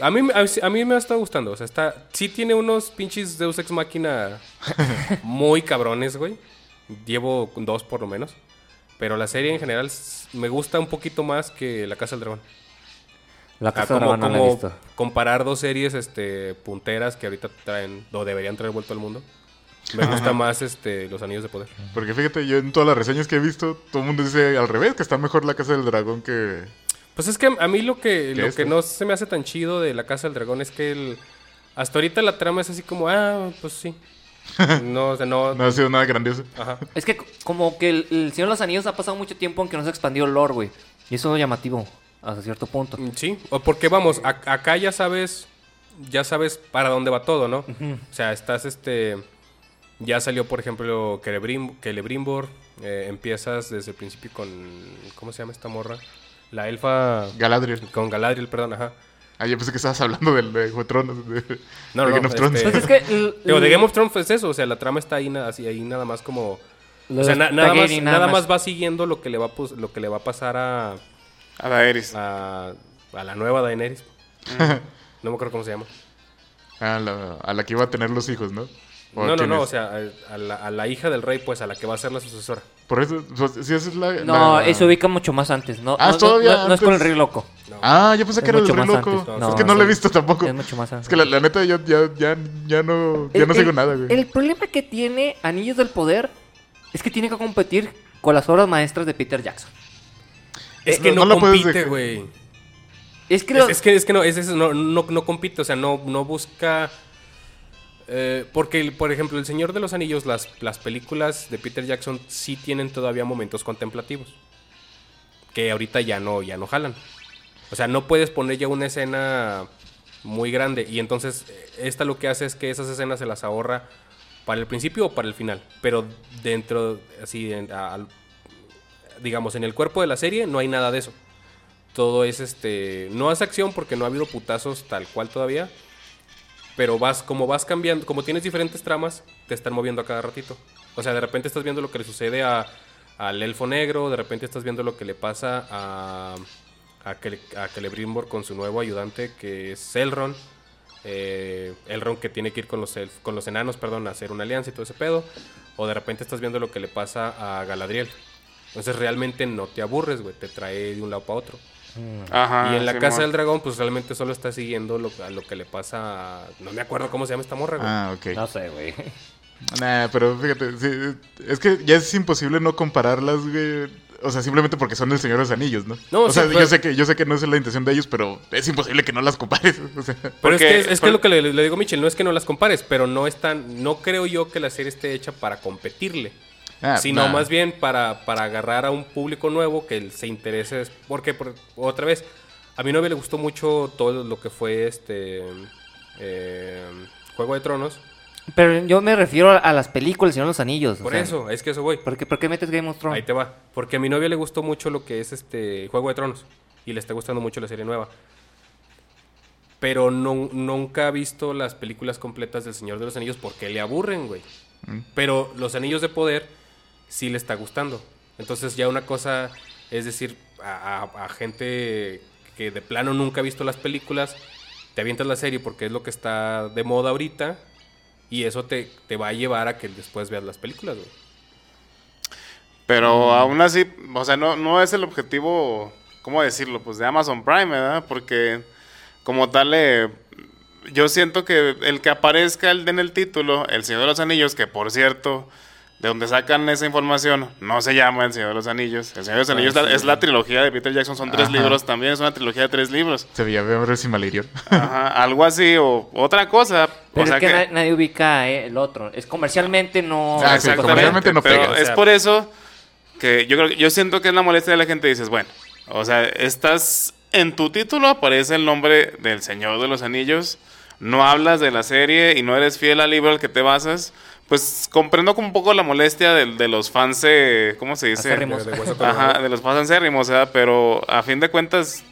[SPEAKER 1] a, mí, a, a mí me ha estado gustando. O sea, está, sí tiene unos pinches Deus Ex Máquina muy cabrones, güey. Llevo dos por lo menos. Pero la serie en general s- me gusta un poquito más que La Casa del Dragón.
[SPEAKER 3] La
[SPEAKER 1] Ah,
[SPEAKER 3] Casa de Dragón no la he
[SPEAKER 1] como
[SPEAKER 3] visto.
[SPEAKER 1] comparar dos series este, punteras que ahorita traen o deberían traer vuelto al mundo. Me gusta más este, Los Anillos de Poder.
[SPEAKER 4] Porque fíjate, yo en todas las reseñas que he visto, todo el mundo dice al revés, que está mejor la casa del dragón que...
[SPEAKER 1] Pues es que a mí lo que, lo
[SPEAKER 4] este?
[SPEAKER 1] que no se me hace tan chido de La Casa del Dragón es que el, hasta ahorita la trama es así como, ah, pues sí. No, o sea, no.
[SPEAKER 4] No ha sido nada grandioso.
[SPEAKER 1] Ajá.
[SPEAKER 3] Es que c- como que el, el Señor de los Anillos ha pasado mucho tiempo en que no se expandió el lore, güey. Y eso es llamativo hasta cierto punto.
[SPEAKER 1] Mm, Sí, o porque vamos, a- acá ya sabes, ya sabes para dónde va todo, ¿no? O sea, estás este, ya salió por ejemplo Celebrim- Celebrimbor, eh, empiezas desde el principio con, ¿cómo se llama esta morra? La elfa,
[SPEAKER 4] Galadriel.
[SPEAKER 1] con Galadriel, perdón, ajá.
[SPEAKER 4] Ah, yo pensé que estabas hablando del de Juego de Tronos. de- de
[SPEAKER 1] No, no,
[SPEAKER 4] Game of
[SPEAKER 1] este-
[SPEAKER 4] Thrones.
[SPEAKER 3] Entonces Pues es que... el-
[SPEAKER 1] Digo, de
[SPEAKER 3] el-
[SPEAKER 1] Game of Thrones es eso, o sea, la trama está ahí, na- así, ahí nada más como...
[SPEAKER 3] Lo
[SPEAKER 1] o sea,
[SPEAKER 3] de
[SPEAKER 1] na- nada, más,
[SPEAKER 3] Targaryen y nada
[SPEAKER 1] nada
[SPEAKER 3] más.
[SPEAKER 1] más va siguiendo lo que le va, a pos- lo que le va a pasar a,
[SPEAKER 2] A la Eris.
[SPEAKER 1] a, a la nueva Daenerys. No me acuerdo cómo se llama.
[SPEAKER 4] A Ah, la, a la que iba a tener los hijos, ¿no? ¿O a
[SPEAKER 1] No, no,
[SPEAKER 4] quién
[SPEAKER 1] no,
[SPEAKER 4] es?
[SPEAKER 1] o sea, a, a la, a la hija del rey, pues, a la que va a ser la sucesora.
[SPEAKER 4] Por eso, pues, sí, esa es la...
[SPEAKER 3] No,
[SPEAKER 4] la-
[SPEAKER 3] eso ubica mucho más antes. No,
[SPEAKER 4] Ah,
[SPEAKER 3] no,
[SPEAKER 4] es todavía
[SPEAKER 3] no- no- no es con el
[SPEAKER 4] antes.
[SPEAKER 3] rey loco.
[SPEAKER 4] Ah, yo pensé
[SPEAKER 3] Es
[SPEAKER 4] que era el
[SPEAKER 3] mucho
[SPEAKER 4] re
[SPEAKER 3] más
[SPEAKER 4] loco.
[SPEAKER 3] antes.
[SPEAKER 1] No,
[SPEAKER 4] es que no
[SPEAKER 3] es-
[SPEAKER 4] lo he visto tampoco.
[SPEAKER 3] Es mucho más antes.
[SPEAKER 4] Es que la, la neta, yo ya, ya, ya no, ya
[SPEAKER 3] El-
[SPEAKER 4] no sigo
[SPEAKER 3] el-
[SPEAKER 4] nada, güey.
[SPEAKER 3] El problema que tiene Anillos del Poder es que tiene que competir con las obras maestras de Peter Jackson.
[SPEAKER 1] Es que
[SPEAKER 4] no
[SPEAKER 1] no,
[SPEAKER 4] la puedes
[SPEAKER 1] compite,
[SPEAKER 4] dejar.
[SPEAKER 1] güey.
[SPEAKER 3] Es que,
[SPEAKER 1] Es,
[SPEAKER 3] lo-
[SPEAKER 1] es que, es que no, es, es- no, no, no compite, o sea, no, no busca... eh, porque, el- por ejemplo, El Señor de los Anillos, las, las películas de Peter Jackson sí tienen todavía momentos contemplativos. Que ahorita ya no, ya no jalan. O sea, no puedes poner ya una escena muy grande. Y entonces, eh, esta lo que hace es que esas escenas se las ahorra para el principio o para el final. Pero dentro, así, en- a- al- digamos, en el cuerpo de la serie no hay nada de eso todo es este. No hace acción porque no ha habido putazos tal cual todavía. Pero vas, como vas cambiando, como tienes diferentes tramas, te están moviendo a cada ratito. O sea, de repente estás viendo lo que le sucede a, al elfo negro, de repente estás viendo lo que le pasa a, a, Cele- a Celebrimbor con su nuevo ayudante que es Elrond. Eh, Elrond que tiene que ir con los, elf- con los enanos, perdón, a hacer una alianza y todo ese pedo. O de repente estás viendo lo que le pasa a Galadriel. Entonces realmente no te aburres, güey, te trae de un lado para otro.
[SPEAKER 2] Ajá.
[SPEAKER 1] Y en la
[SPEAKER 2] Ah, Simón.
[SPEAKER 1] casa del dragón, pues realmente solo está siguiendo lo, a lo que le pasa. a- No me acuerdo cómo se llama esta morra, güey.
[SPEAKER 4] Ah, ok.
[SPEAKER 3] No sé, güey.
[SPEAKER 4] Nah, pero fíjate, sí, es que ya es imposible no compararlas, güey. O sea, simplemente porque son el Señor de los Anillos, ¿no?
[SPEAKER 1] No,
[SPEAKER 4] o
[SPEAKER 1] sí, pues.
[SPEAKER 4] sea,
[SPEAKER 1] pero-
[SPEAKER 4] yo, sé que, yo sé que no es la intención de ellos, pero es imposible que no las compares. O sea,
[SPEAKER 1] pero
[SPEAKER 2] porque-
[SPEAKER 1] es que es, es
[SPEAKER 2] por-
[SPEAKER 1] que lo que le, le digo a Michel, no es que no las compares, pero no están. No creo yo que la serie esté hecha para competirle.
[SPEAKER 4] ah,
[SPEAKER 1] sino
[SPEAKER 4] nah.
[SPEAKER 1] más bien para, para agarrar a un público nuevo que se interese. Porque, por- otra vez, a mi novia le gustó mucho todo lo que fue este. eh, Juego de Tronos.
[SPEAKER 3] Pero yo me refiero a, a las películas, Señor de los Anillos. o
[SPEAKER 1] Por
[SPEAKER 3] sea,
[SPEAKER 1] eso, es que eso voy.
[SPEAKER 3] ¿por qué, por qué metes Game of Thrones?
[SPEAKER 1] Ahí te va. Porque a mi novia le gustó mucho lo que es este Juego de Tronos. Y le está gustando mucho la serie nueva. Pero no, nunca ha visto las películas completas del Señor de los Anillos porque le aburren, güey. Pero los Anillos de Poder sí le está gustando. Entonces ya una cosa es decir a, a- a gente que de plano nunca ha visto las películas, te avientas la serie porque es lo que está de moda ahorita. Y eso te, te va a llevar a que después veas las películas, güey.
[SPEAKER 2] Pero aún así, o sea, no, no es el objetivo, ¿cómo decirlo? Pues de Amazon Prime, ¿verdad? Porque como tal, eh, yo siento que el que aparezca el- en el título, El Señor de los Anillos, que por cierto, de donde sacan esa información, no se llama El Señor de los Anillos. El Señor de los Anillos es la- es la trilogía de Peter Jackson, son tres
[SPEAKER 4] Ajá.
[SPEAKER 2] libros también, es una trilogía de tres libros.
[SPEAKER 4] Se veía ver si malirió.
[SPEAKER 2] Ajá, algo así o otra cosa.
[SPEAKER 3] Pero
[SPEAKER 2] o sea
[SPEAKER 3] es que,
[SPEAKER 2] que-
[SPEAKER 3] na- nadie ubica eh, el otro. Es comercialmente no.
[SPEAKER 4] Ah, sí,
[SPEAKER 2] Exactamente.
[SPEAKER 4] comercialmente no
[SPEAKER 2] pero
[SPEAKER 4] pega.
[SPEAKER 2] Es por eso que yo creo que- yo siento que es la molestia de la gente. Dices, bueno, o sea, estás en tu título aparece el nombre del Señor de los Anillos. No hablas de la serie y no eres fiel al libro al que te basas. Pues comprendo como un poco la molestia de, de los fans, eh, ¿cómo se dice?
[SPEAKER 3] Acérrimos.
[SPEAKER 1] De- de hueso colorado.
[SPEAKER 2] Ajá, de los fans acérrimos, o sea, pero a fin de cuentas,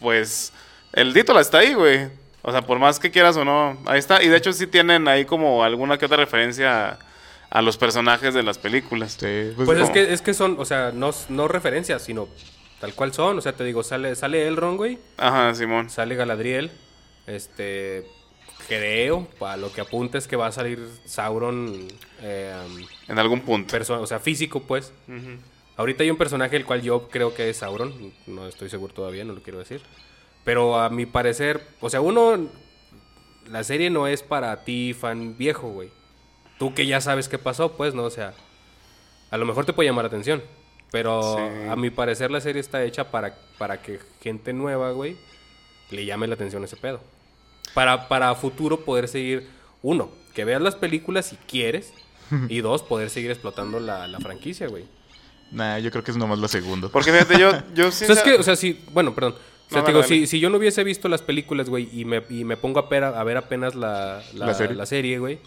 [SPEAKER 2] pues el título está ahí, güey. O sea, por más que quieras o no, ahí está. Y de hecho sí tienen ahí como alguna que otra referencia a, a los personajes de las películas.
[SPEAKER 4] Sí,
[SPEAKER 1] Pues es
[SPEAKER 2] ¿Cómo?
[SPEAKER 1] que, es que son, o sea, no, no referencias, sino tal cual son. O sea, te digo, sale, sale Elrond, güey.
[SPEAKER 2] Ajá, Simón.
[SPEAKER 1] Sale Galadriel. Este. Creo, para lo que apunta es que va a salir Sauron. eh,
[SPEAKER 2] En algún punto.
[SPEAKER 1] perso- o sea, físico, pues.
[SPEAKER 2] Ujú.
[SPEAKER 1] Ahorita hay un personaje el cual yo creo que es Sauron. No estoy seguro todavía, no lo quiero decir. Pero a mi parecer, o sea, uno. La serie no es para ti, fan viejo, güey. Tú que ya sabes qué pasó, pues, ¿no? O sea, a lo mejor te puede llamar la atención. Pero
[SPEAKER 2] Sí.
[SPEAKER 1] a mi parecer la serie está hecha para, para que gente nueva, güey, le llame la atención ese pedo. Para, para futuro poder seguir, uno, que veas las películas si quieres. Y dos, poder seguir explotando la, la franquicia, güey.
[SPEAKER 4] Nah, yo creo que es nomás la segunda.
[SPEAKER 2] Porque fíjate, yo, yo sí.
[SPEAKER 1] O sea, es que, o sea, si, bueno, perdón. O sea,
[SPEAKER 2] No,
[SPEAKER 1] te
[SPEAKER 2] dale,
[SPEAKER 1] digo, si,
[SPEAKER 2] dale.
[SPEAKER 1] si yo no hubiese visto las películas, güey, y me, y me pongo a, pera- a ver apenas la, la,
[SPEAKER 4] La serie.
[SPEAKER 1] la serie, güey.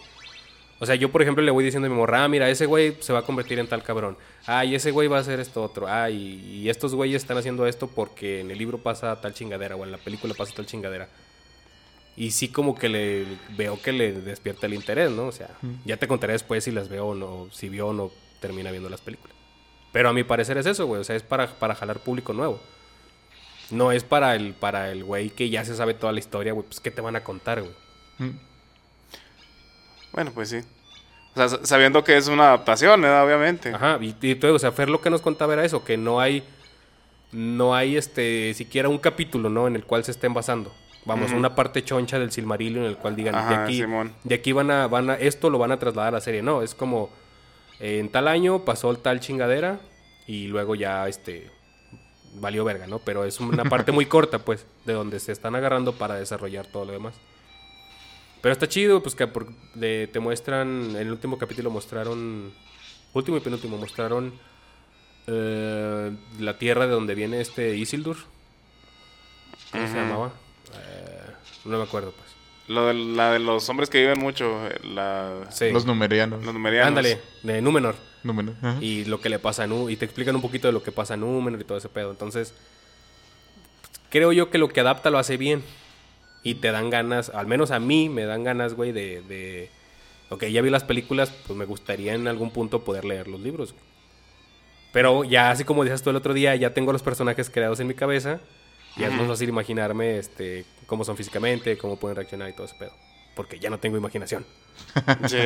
[SPEAKER 1] O sea, yo, por ejemplo, le voy diciendo a mi morra, ah, mira, ese güey se va a convertir en tal cabrón. Ah, y ese güey va a hacer esto otro. Ah, y, y estos güeyes están haciendo esto porque en el libro pasa tal chingadera o en la película pasa tal chingadera. Y sí como que le veo que le despierta el interés, ¿no? O sea, ya te contaré después si las veo o no, si vio o no termina viendo las películas. Pero a mi parecer es eso, güey. O sea, es para, para jalar público nuevo. No es para el para el güey que ya se sabe toda la historia, güey. Pues, ¿qué te van a contar, güey?
[SPEAKER 2] Bueno, pues sí. O sea, sa- sabiendo que es una adaptación, ¿verdad? obviamente.
[SPEAKER 1] Ajá, y, y te digo, o sea, Fer lo que nos contaba era eso, que no hay, no hay este, siquiera un capítulo, ¿no? En el cual se estén basando. Vamos, una parte choncha del Silmarillion en el cual digan, de
[SPEAKER 2] Ajá,
[SPEAKER 1] aquí,
[SPEAKER 2] Simón.
[SPEAKER 1] de aquí van a, van a, esto lo van a trasladar a la serie, no, es como, eh, en tal año pasó el tal chingadera y luego ya, este, valió verga, ¿no? Pero es una parte muy corta, pues, de donde se están agarrando para desarrollar todo lo demás. Pero está chido, pues que por- de- te muestran, en el último capítulo mostraron, último y penúltimo, mostraron eh, la tierra de donde viene este Isildur. ¿Cómo se llamaba? Eh, no me acuerdo, pues.
[SPEAKER 2] Lo de, la de los hombres que viven mucho, eh, la,
[SPEAKER 1] Sí.
[SPEAKER 4] Los numerianos.
[SPEAKER 2] los numerianos.
[SPEAKER 1] Ándale, de Númenor.
[SPEAKER 4] Número. Ajá.
[SPEAKER 1] Y lo que le pasa a Númenor. Y te explican un poquito de lo que pasa a Númenor y todo ese pedo. Entonces, creo yo que lo que adapta lo hace bien. Y te dan ganas, al menos a mí me dan ganas, güey, de, de... Ok, ya vi las películas, pues me gustaría en algún punto poder leer los libros. güey. Pero ya, así como decías tú el otro día, ya tengo los personajes creados en mi cabeza. Y es más fácil imaginarme este, cómo son físicamente, cómo pueden reaccionar y todo ese pedo. Porque ya no tengo imaginación.
[SPEAKER 2] Sí,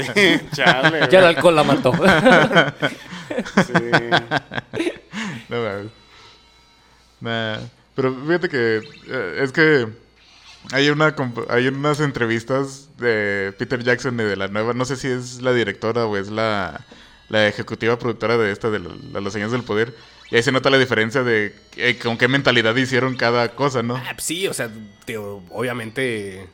[SPEAKER 2] chale. güey.
[SPEAKER 3] Ya el alcohol la mató.
[SPEAKER 2] Sí.
[SPEAKER 4] No mames. Nah, Pero fíjate que eh, es que hay una comp- hay unas entrevistas de Peter Jackson y de la nueva, no sé si es la directora o es la, la ejecutiva productora de esta de, la- la- los señores del poder. Y ahí se nota la diferencia de eh, con qué mentalidad hicieron cada cosa, ¿no?
[SPEAKER 1] Ah, pues sí, o sea, tío, obviamente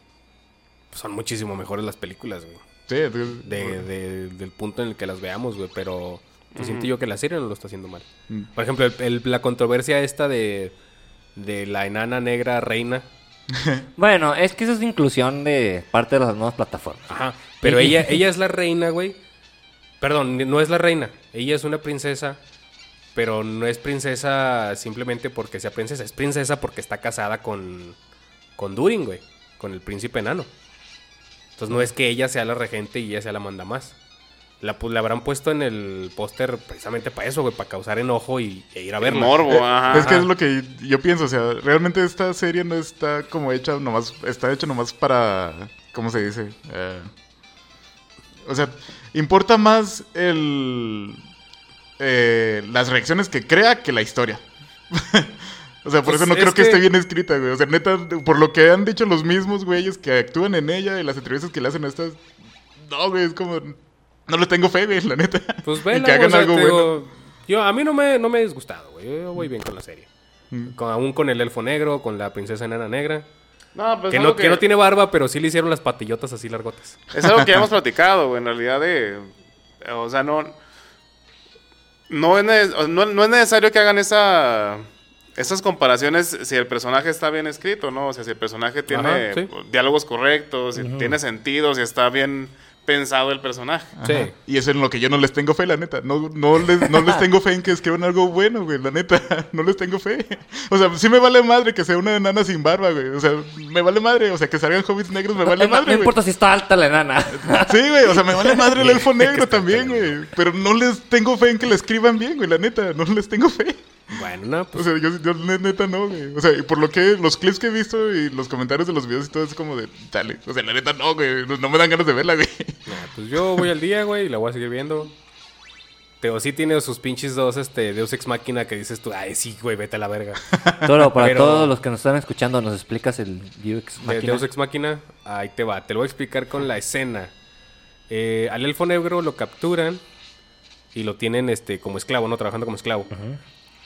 [SPEAKER 1] son muchísimo mejores las películas, güey.
[SPEAKER 4] Sí, entonces-
[SPEAKER 1] De, de- del punto en el que las veamos, güey, pero pues, siento yo que la serie no lo está haciendo mal. Por ejemplo, el- el- la controversia esta de, de la enana negra reina.
[SPEAKER 3] bueno, es que eso es inclusión de parte de las nuevas plataformas.
[SPEAKER 1] Ajá. Pero ella, ella es la reina, güey. Perdón, no es la reina. Ella es una princesa, pero no es princesa simplemente porque sea princesa. Es princesa porque está casada con, con Durin, güey. Con el príncipe enano. Entonces no es que ella sea la regente y ella sea la manda más. La, pu- la habrán puesto en el póster precisamente para eso, güey. Para causar enojo y, e ir a verla.
[SPEAKER 2] Morbo, ajá.
[SPEAKER 4] Es que es lo que yo pienso, o sea, realmente esta serie no está como hecha nomás, está hecha nomás para, ¿cómo se dice? Eh, o sea, importa más el eh, las reacciones que crea que la historia. o sea, por
[SPEAKER 1] Pues
[SPEAKER 4] eso no
[SPEAKER 1] es
[SPEAKER 4] creo que...
[SPEAKER 1] que-
[SPEAKER 4] esté bien escrita, güey. O sea, neta, por lo que han dicho los mismos güeyes que actúan en ella y las entrevistas que le hacen a estas, no, güey, es como, no le tengo fe, güey, la neta.
[SPEAKER 1] Pues
[SPEAKER 4] Y
[SPEAKER 1] vela,
[SPEAKER 4] que hagan
[SPEAKER 1] o sea,
[SPEAKER 4] algo
[SPEAKER 1] te
[SPEAKER 4] bueno.
[SPEAKER 1] digo, yo, a mí no me, no me he disgustado, güey. Yo voy bien con la serie.
[SPEAKER 4] Mm.
[SPEAKER 1] Con- aún con el elfo negro, con la princesa enana negra.
[SPEAKER 2] No, pues
[SPEAKER 1] que,
[SPEAKER 2] es
[SPEAKER 1] no,
[SPEAKER 2] algo
[SPEAKER 1] que no tiene barba, pero sí le hicieron las patillotas así largotas.
[SPEAKER 2] Es algo que ya hemos platicado, güey, en realidad de... O sea, no... No es, ne- o no, no es necesario que hagan esa... Esas comparaciones, si el personaje está bien escrito, ¿no? O sea, si el personaje tiene
[SPEAKER 1] Ajá, sí.
[SPEAKER 2] diálogos correctos, si tiene sentido, si está bien pensado el personaje.
[SPEAKER 4] Ajá. Y eso en lo que yo no les tengo fe, la neta. No, no, les, no les tengo fe en que escriban algo bueno, güey, la neta. No les tengo fe. O sea, sí me vale madre que sea una enana sin barba, güey. O sea, me vale madre. O sea, que salgan hobbits negros me vale
[SPEAKER 3] no, no
[SPEAKER 4] madre, güey.
[SPEAKER 3] importa si está alta la enana.
[SPEAKER 4] Sí, güey. O sea, me vale madre el elfo negro también, güey. Pero no les tengo fe en que la escriban bien, güey, la neta. No les tengo fe.
[SPEAKER 1] Bueno, no,
[SPEAKER 4] O
[SPEAKER 1] pues.
[SPEAKER 4] sea, yo, yo ne- neta no, güey. O sea, y por lo que los clips que he visto y los comentarios de los videos y todo es como de, dale. O sea, la neta no, güey. No, no me dan ganas de verla, güey.
[SPEAKER 1] no, pues yo voy al día, güey, y la voy a seguir viendo. Teo sí tiene sus pinches dos este, Deus Ex Máquina que dices tú, ay, sí, güey, vete a la verga.
[SPEAKER 3] Toro, para
[SPEAKER 1] Pero-
[SPEAKER 3] todos los que nos están escuchando, ¿nos explicas el Vuex
[SPEAKER 1] De
[SPEAKER 3] Máquina?
[SPEAKER 1] Deus Ex Máquina, ahí te va. Te lo voy a explicar con la escena. Eh, al elfo negro lo capturan y lo tienen este, como esclavo, ¿no? Trabajando como esclavo.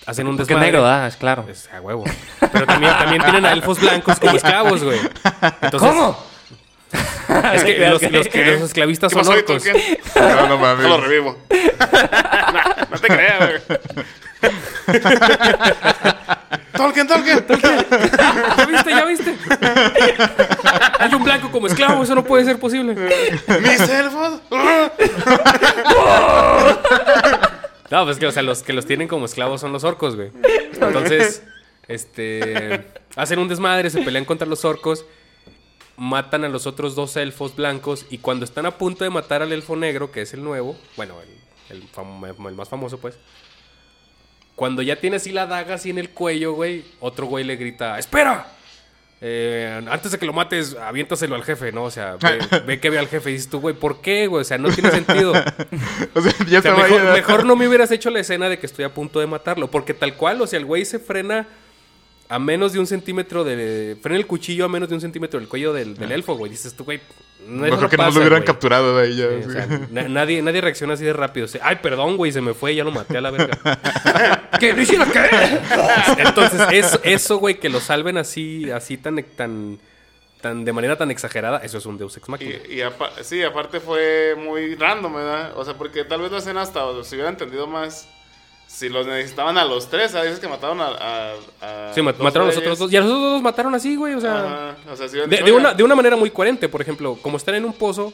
[SPEAKER 1] Hacen un
[SPEAKER 3] Porque
[SPEAKER 1] desmadre.
[SPEAKER 3] negro, ah, es claro.
[SPEAKER 1] Es a huevo. Pero también, también tienen a elfos blancos como esclavos, güey. Entonces,
[SPEAKER 3] ¿Cómo?
[SPEAKER 1] Es que los, los que- los esclavistas
[SPEAKER 2] ¿Qué
[SPEAKER 1] son
[SPEAKER 2] pasó,
[SPEAKER 1] orcos.
[SPEAKER 2] Tolkien?
[SPEAKER 4] No, no
[SPEAKER 2] No lo
[SPEAKER 4] mames.
[SPEAKER 2] revivo. no, no te creas, güey. Tolkien, Tolkien.
[SPEAKER 1] ¿Ya viste? ¿Ya viste? Hay un blanco como esclavo, eso no puede ser posible.
[SPEAKER 2] Mis elfos.
[SPEAKER 1] No, pues que, o sea, los que los tienen como esclavos son los orcos, güey. Entonces, este. Hacen un desmadre, se pelean contra los orcos, matan a los otros dos elfos blancos, y cuando están a punto de matar al elfo negro, que es el nuevo, bueno, el, el fam- el más famoso, pues. Cuando ya tiene así la daga así en el cuello, güey, otro güey le grita, ¡espera! Eh, antes de que lo mates, aviéntaselo al jefe, ¿no? O sea, ve, ve que ve al jefe y dices tú, güey, ¿por qué, güey? O sea, no tiene sentido.
[SPEAKER 4] O sea, ya
[SPEAKER 1] O sea,
[SPEAKER 4] estaba ahí,
[SPEAKER 1] mejor,
[SPEAKER 4] ¿verdad?
[SPEAKER 1] mejor no me hubieras hecho la escena de que estoy a punto de matarlo. Porque tal cual, o sea, el güey se frena a menos de un centímetro de. Frena el cuchillo a menos de un centímetro del cuello del, del elfo, güey. Dices tú, güey. No, eso
[SPEAKER 4] No creo Ah. que no
[SPEAKER 1] pasa,
[SPEAKER 4] lo hubieran
[SPEAKER 1] güey.
[SPEAKER 4] capturado de ahí ya.
[SPEAKER 1] Sí, o sea, na- nadie, nadie reacciona así de rápido. O sea, Ay, perdón, güey, se me fue, ya lo maté a la verga. ¿Qué? ¿No hicieron qué? Entonces, eso, eso, güey, que lo salven así, así tan, tan, tan, de manera tan exagerada, eso es un Deus Ex Machina.
[SPEAKER 2] Y, y apa- sí, aparte fue muy random, ¿verdad? O sea, porque tal vez la escena hasta o se hubiera entendido más si los necesitaban a los tres. A veces que mataron a. a- a
[SPEAKER 1] Sí, ma-
[SPEAKER 2] dos
[SPEAKER 1] mataron a los
[SPEAKER 2] güeyes.
[SPEAKER 1] otros dos. Y a los otros dos mataron así, güey, o sea.
[SPEAKER 2] Ajá, o sea, sí hubieran
[SPEAKER 1] De,
[SPEAKER 2] dicho,
[SPEAKER 1] de
[SPEAKER 2] "Oiga,
[SPEAKER 1] una, de una manera muy coherente, por ejemplo, como están en un pozo,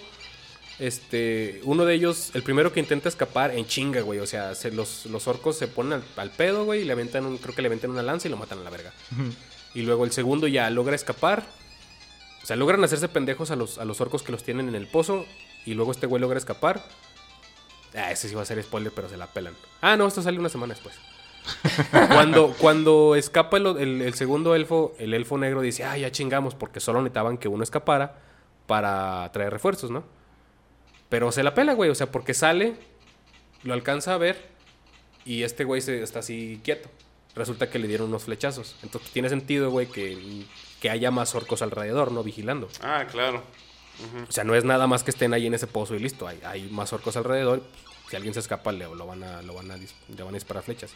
[SPEAKER 1] este, uno de ellos, el primero que intenta escapar, en chinga, güey. O sea, se- los, los orcos se ponen al, al pedo, güey, y le aventan un- creo que le aventan una lanza y lo matan a la verga. Y luego el segundo ya logra escapar. O sea, logran hacerse pendejos a los, a los orcos que los tienen en el pozo. Y luego este güey logra escapar. Ah, ese sí va a ser spoiler, pero se la pelan. Ah, no, esto sale una semana después. cuando, cuando escapa el, el- el segundo elfo, el elfo negro dice, ah, ya chingamos, porque solo necesitaban que uno escapara para traer refuerzos, ¿no? Pero se la pela, güey, o sea, porque sale, lo alcanza a ver y este güey se, está así quieto. Resulta que le dieron unos flechazos. Entonces tiene sentido, güey, que, que haya más orcos alrededor, ¿no? Vigilando.
[SPEAKER 2] Ah, claro.
[SPEAKER 1] O sea, no es nada más que estén ahí en ese pozo y listo. Hay, hay más orcos alrededor. Si alguien se escapa, le, lo van a, lo van a, dis- le van a disparar flechas.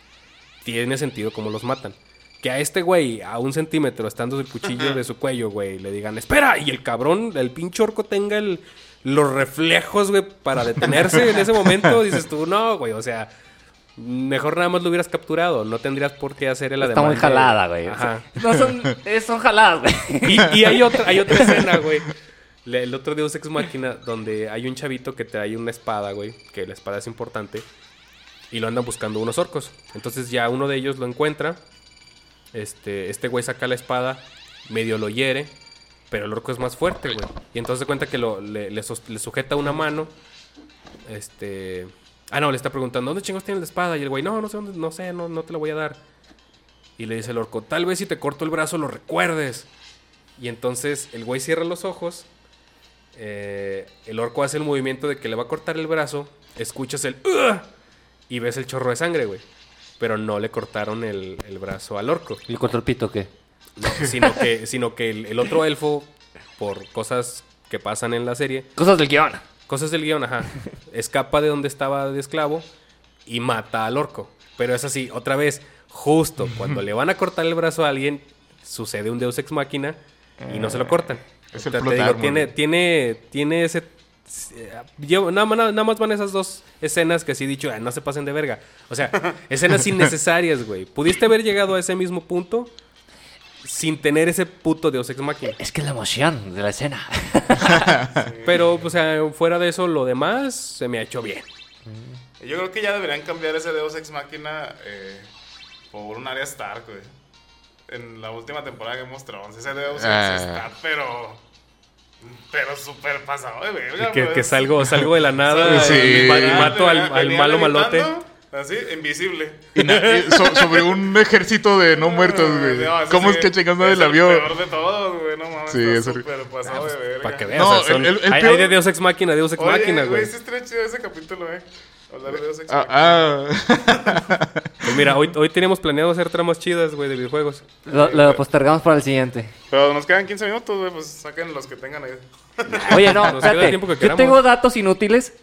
[SPEAKER 1] Tiene sentido cómo los matan. Que a este güey, a un centímetro, estando el cuchillo de su cuello, güey, le digan, espera, y el cabrón, el pinche orco tenga el- los reflejos, güey, para detenerse en ese momento, dices tú, no, güey, o sea, mejor nada más lo hubieras capturado, no tendrías por qué hacer el
[SPEAKER 3] Está muy
[SPEAKER 1] de-
[SPEAKER 3] jalada, güey.
[SPEAKER 1] Ajá.
[SPEAKER 3] No son, eh, son jaladas, güey.
[SPEAKER 1] Y, y hay, otra, hay otra escena, güey. Le- El otro Deus Ex Máquina, donde hay un chavito que trae una espada, güey. Que la espada es importante. Y lo andan buscando unos orcos. Entonces ya uno de ellos lo encuentra. Este, este güey saca la espada, medio lo hiere. Pero el orco es más fuerte, güey. Y entonces se cuenta que lo, le, le sos- le sujeta una mano. Este. Ah, no, le está preguntando, ¿dónde chingos tiene la espada? Y el güey, no, no sé, dónde- no sé, no, no te la voy a dar. Y le dice el orco, tal vez si te corto el brazo lo recuerdes. Y entonces el güey cierra los ojos. eh, el orco hace el movimiento de que le va a cortar el brazo. Escuchas el "Ugh", y ves el chorro de sangre, güey. Pero no le cortaron el, el brazo al orco.
[SPEAKER 3] ¿Y contra el pito qué?
[SPEAKER 1] no, sino que, sino que el, el otro elfo, por cosas que pasan en la serie,
[SPEAKER 3] Cosas del guión.
[SPEAKER 1] cosas del guión, ajá, escapa de donde estaba de esclavo y mata al orco. Pero es así, otra vez, justo cuando le van a cortar el brazo a alguien, sucede un Deus Ex Máquina y no se lo cortan.
[SPEAKER 4] Eh, Es el
[SPEAKER 1] Te- te
[SPEAKER 4] plot
[SPEAKER 1] digo,
[SPEAKER 4] armor.
[SPEAKER 1] tiene, tiene, tiene ese... yo- nada, más- nada más van esas dos escenas que sí he dicho, "Ah, no se pasen de verga. O sea, escenas innecesarias, güey. Pudiste haber llegado a ese mismo punto sin tener ese puto Deus Ex Máquina.
[SPEAKER 3] Es que es la emoción de la escena.
[SPEAKER 1] Pero, o sea, fuera de eso, lo demás se me ha hecho bien.
[SPEAKER 2] Yo creo que ya deberían cambiar ese Deus Ex Máquina por un área Stark, güey. En la última temporada que mostramos, ese Deus Ex
[SPEAKER 4] Ah.
[SPEAKER 2] está, pero. Pero súper pasado de verga,
[SPEAKER 1] Y que,
[SPEAKER 2] pues.
[SPEAKER 1] que salgo, salgo de la nada
[SPEAKER 4] Sí.
[SPEAKER 1] y ma- y
[SPEAKER 2] Venía-
[SPEAKER 1] mato al,
[SPEAKER 2] venía
[SPEAKER 1] al malo malote.
[SPEAKER 2] gritando, Así, invisible.
[SPEAKER 4] Y na- y so- sobre un ejército de no muertos, güey.
[SPEAKER 2] No, ese
[SPEAKER 4] ¿Cómo
[SPEAKER 2] sí
[SPEAKER 4] es que chingados nadie
[SPEAKER 2] es
[SPEAKER 4] la
[SPEAKER 2] el
[SPEAKER 4] vio?
[SPEAKER 2] peor de todos, güey. No mames,
[SPEAKER 4] Sí,
[SPEAKER 2] está
[SPEAKER 4] es horrible.
[SPEAKER 2] súper pasado de verga.
[SPEAKER 1] Para que veas.
[SPEAKER 4] No,
[SPEAKER 1] o sea, son-
[SPEAKER 4] el- el- el
[SPEAKER 1] hay,
[SPEAKER 4] peor-
[SPEAKER 1] hay de Deus Ex Máquina, Deus Ex
[SPEAKER 2] Oye,
[SPEAKER 1] Máquina, güey.
[SPEAKER 2] Sí, está chido ese capítulo, eh. Hablar de Deus Ex
[SPEAKER 4] Ah,
[SPEAKER 2] Máquina.
[SPEAKER 4] ah.
[SPEAKER 1] Pues mira, hoy, hoy teníamos planeado hacer tramas chidas, güey, de videojuegos.
[SPEAKER 3] Lo, lo postergamos para el siguiente.
[SPEAKER 2] Pero nos quedan 15 minutos, güey. Pues saquen los que tengan ahí.
[SPEAKER 3] Oye, no,
[SPEAKER 1] Nos queda el
[SPEAKER 3] espérate.
[SPEAKER 1] tiempo que
[SPEAKER 3] Yo
[SPEAKER 1] queramos.
[SPEAKER 3] tengo datos inútiles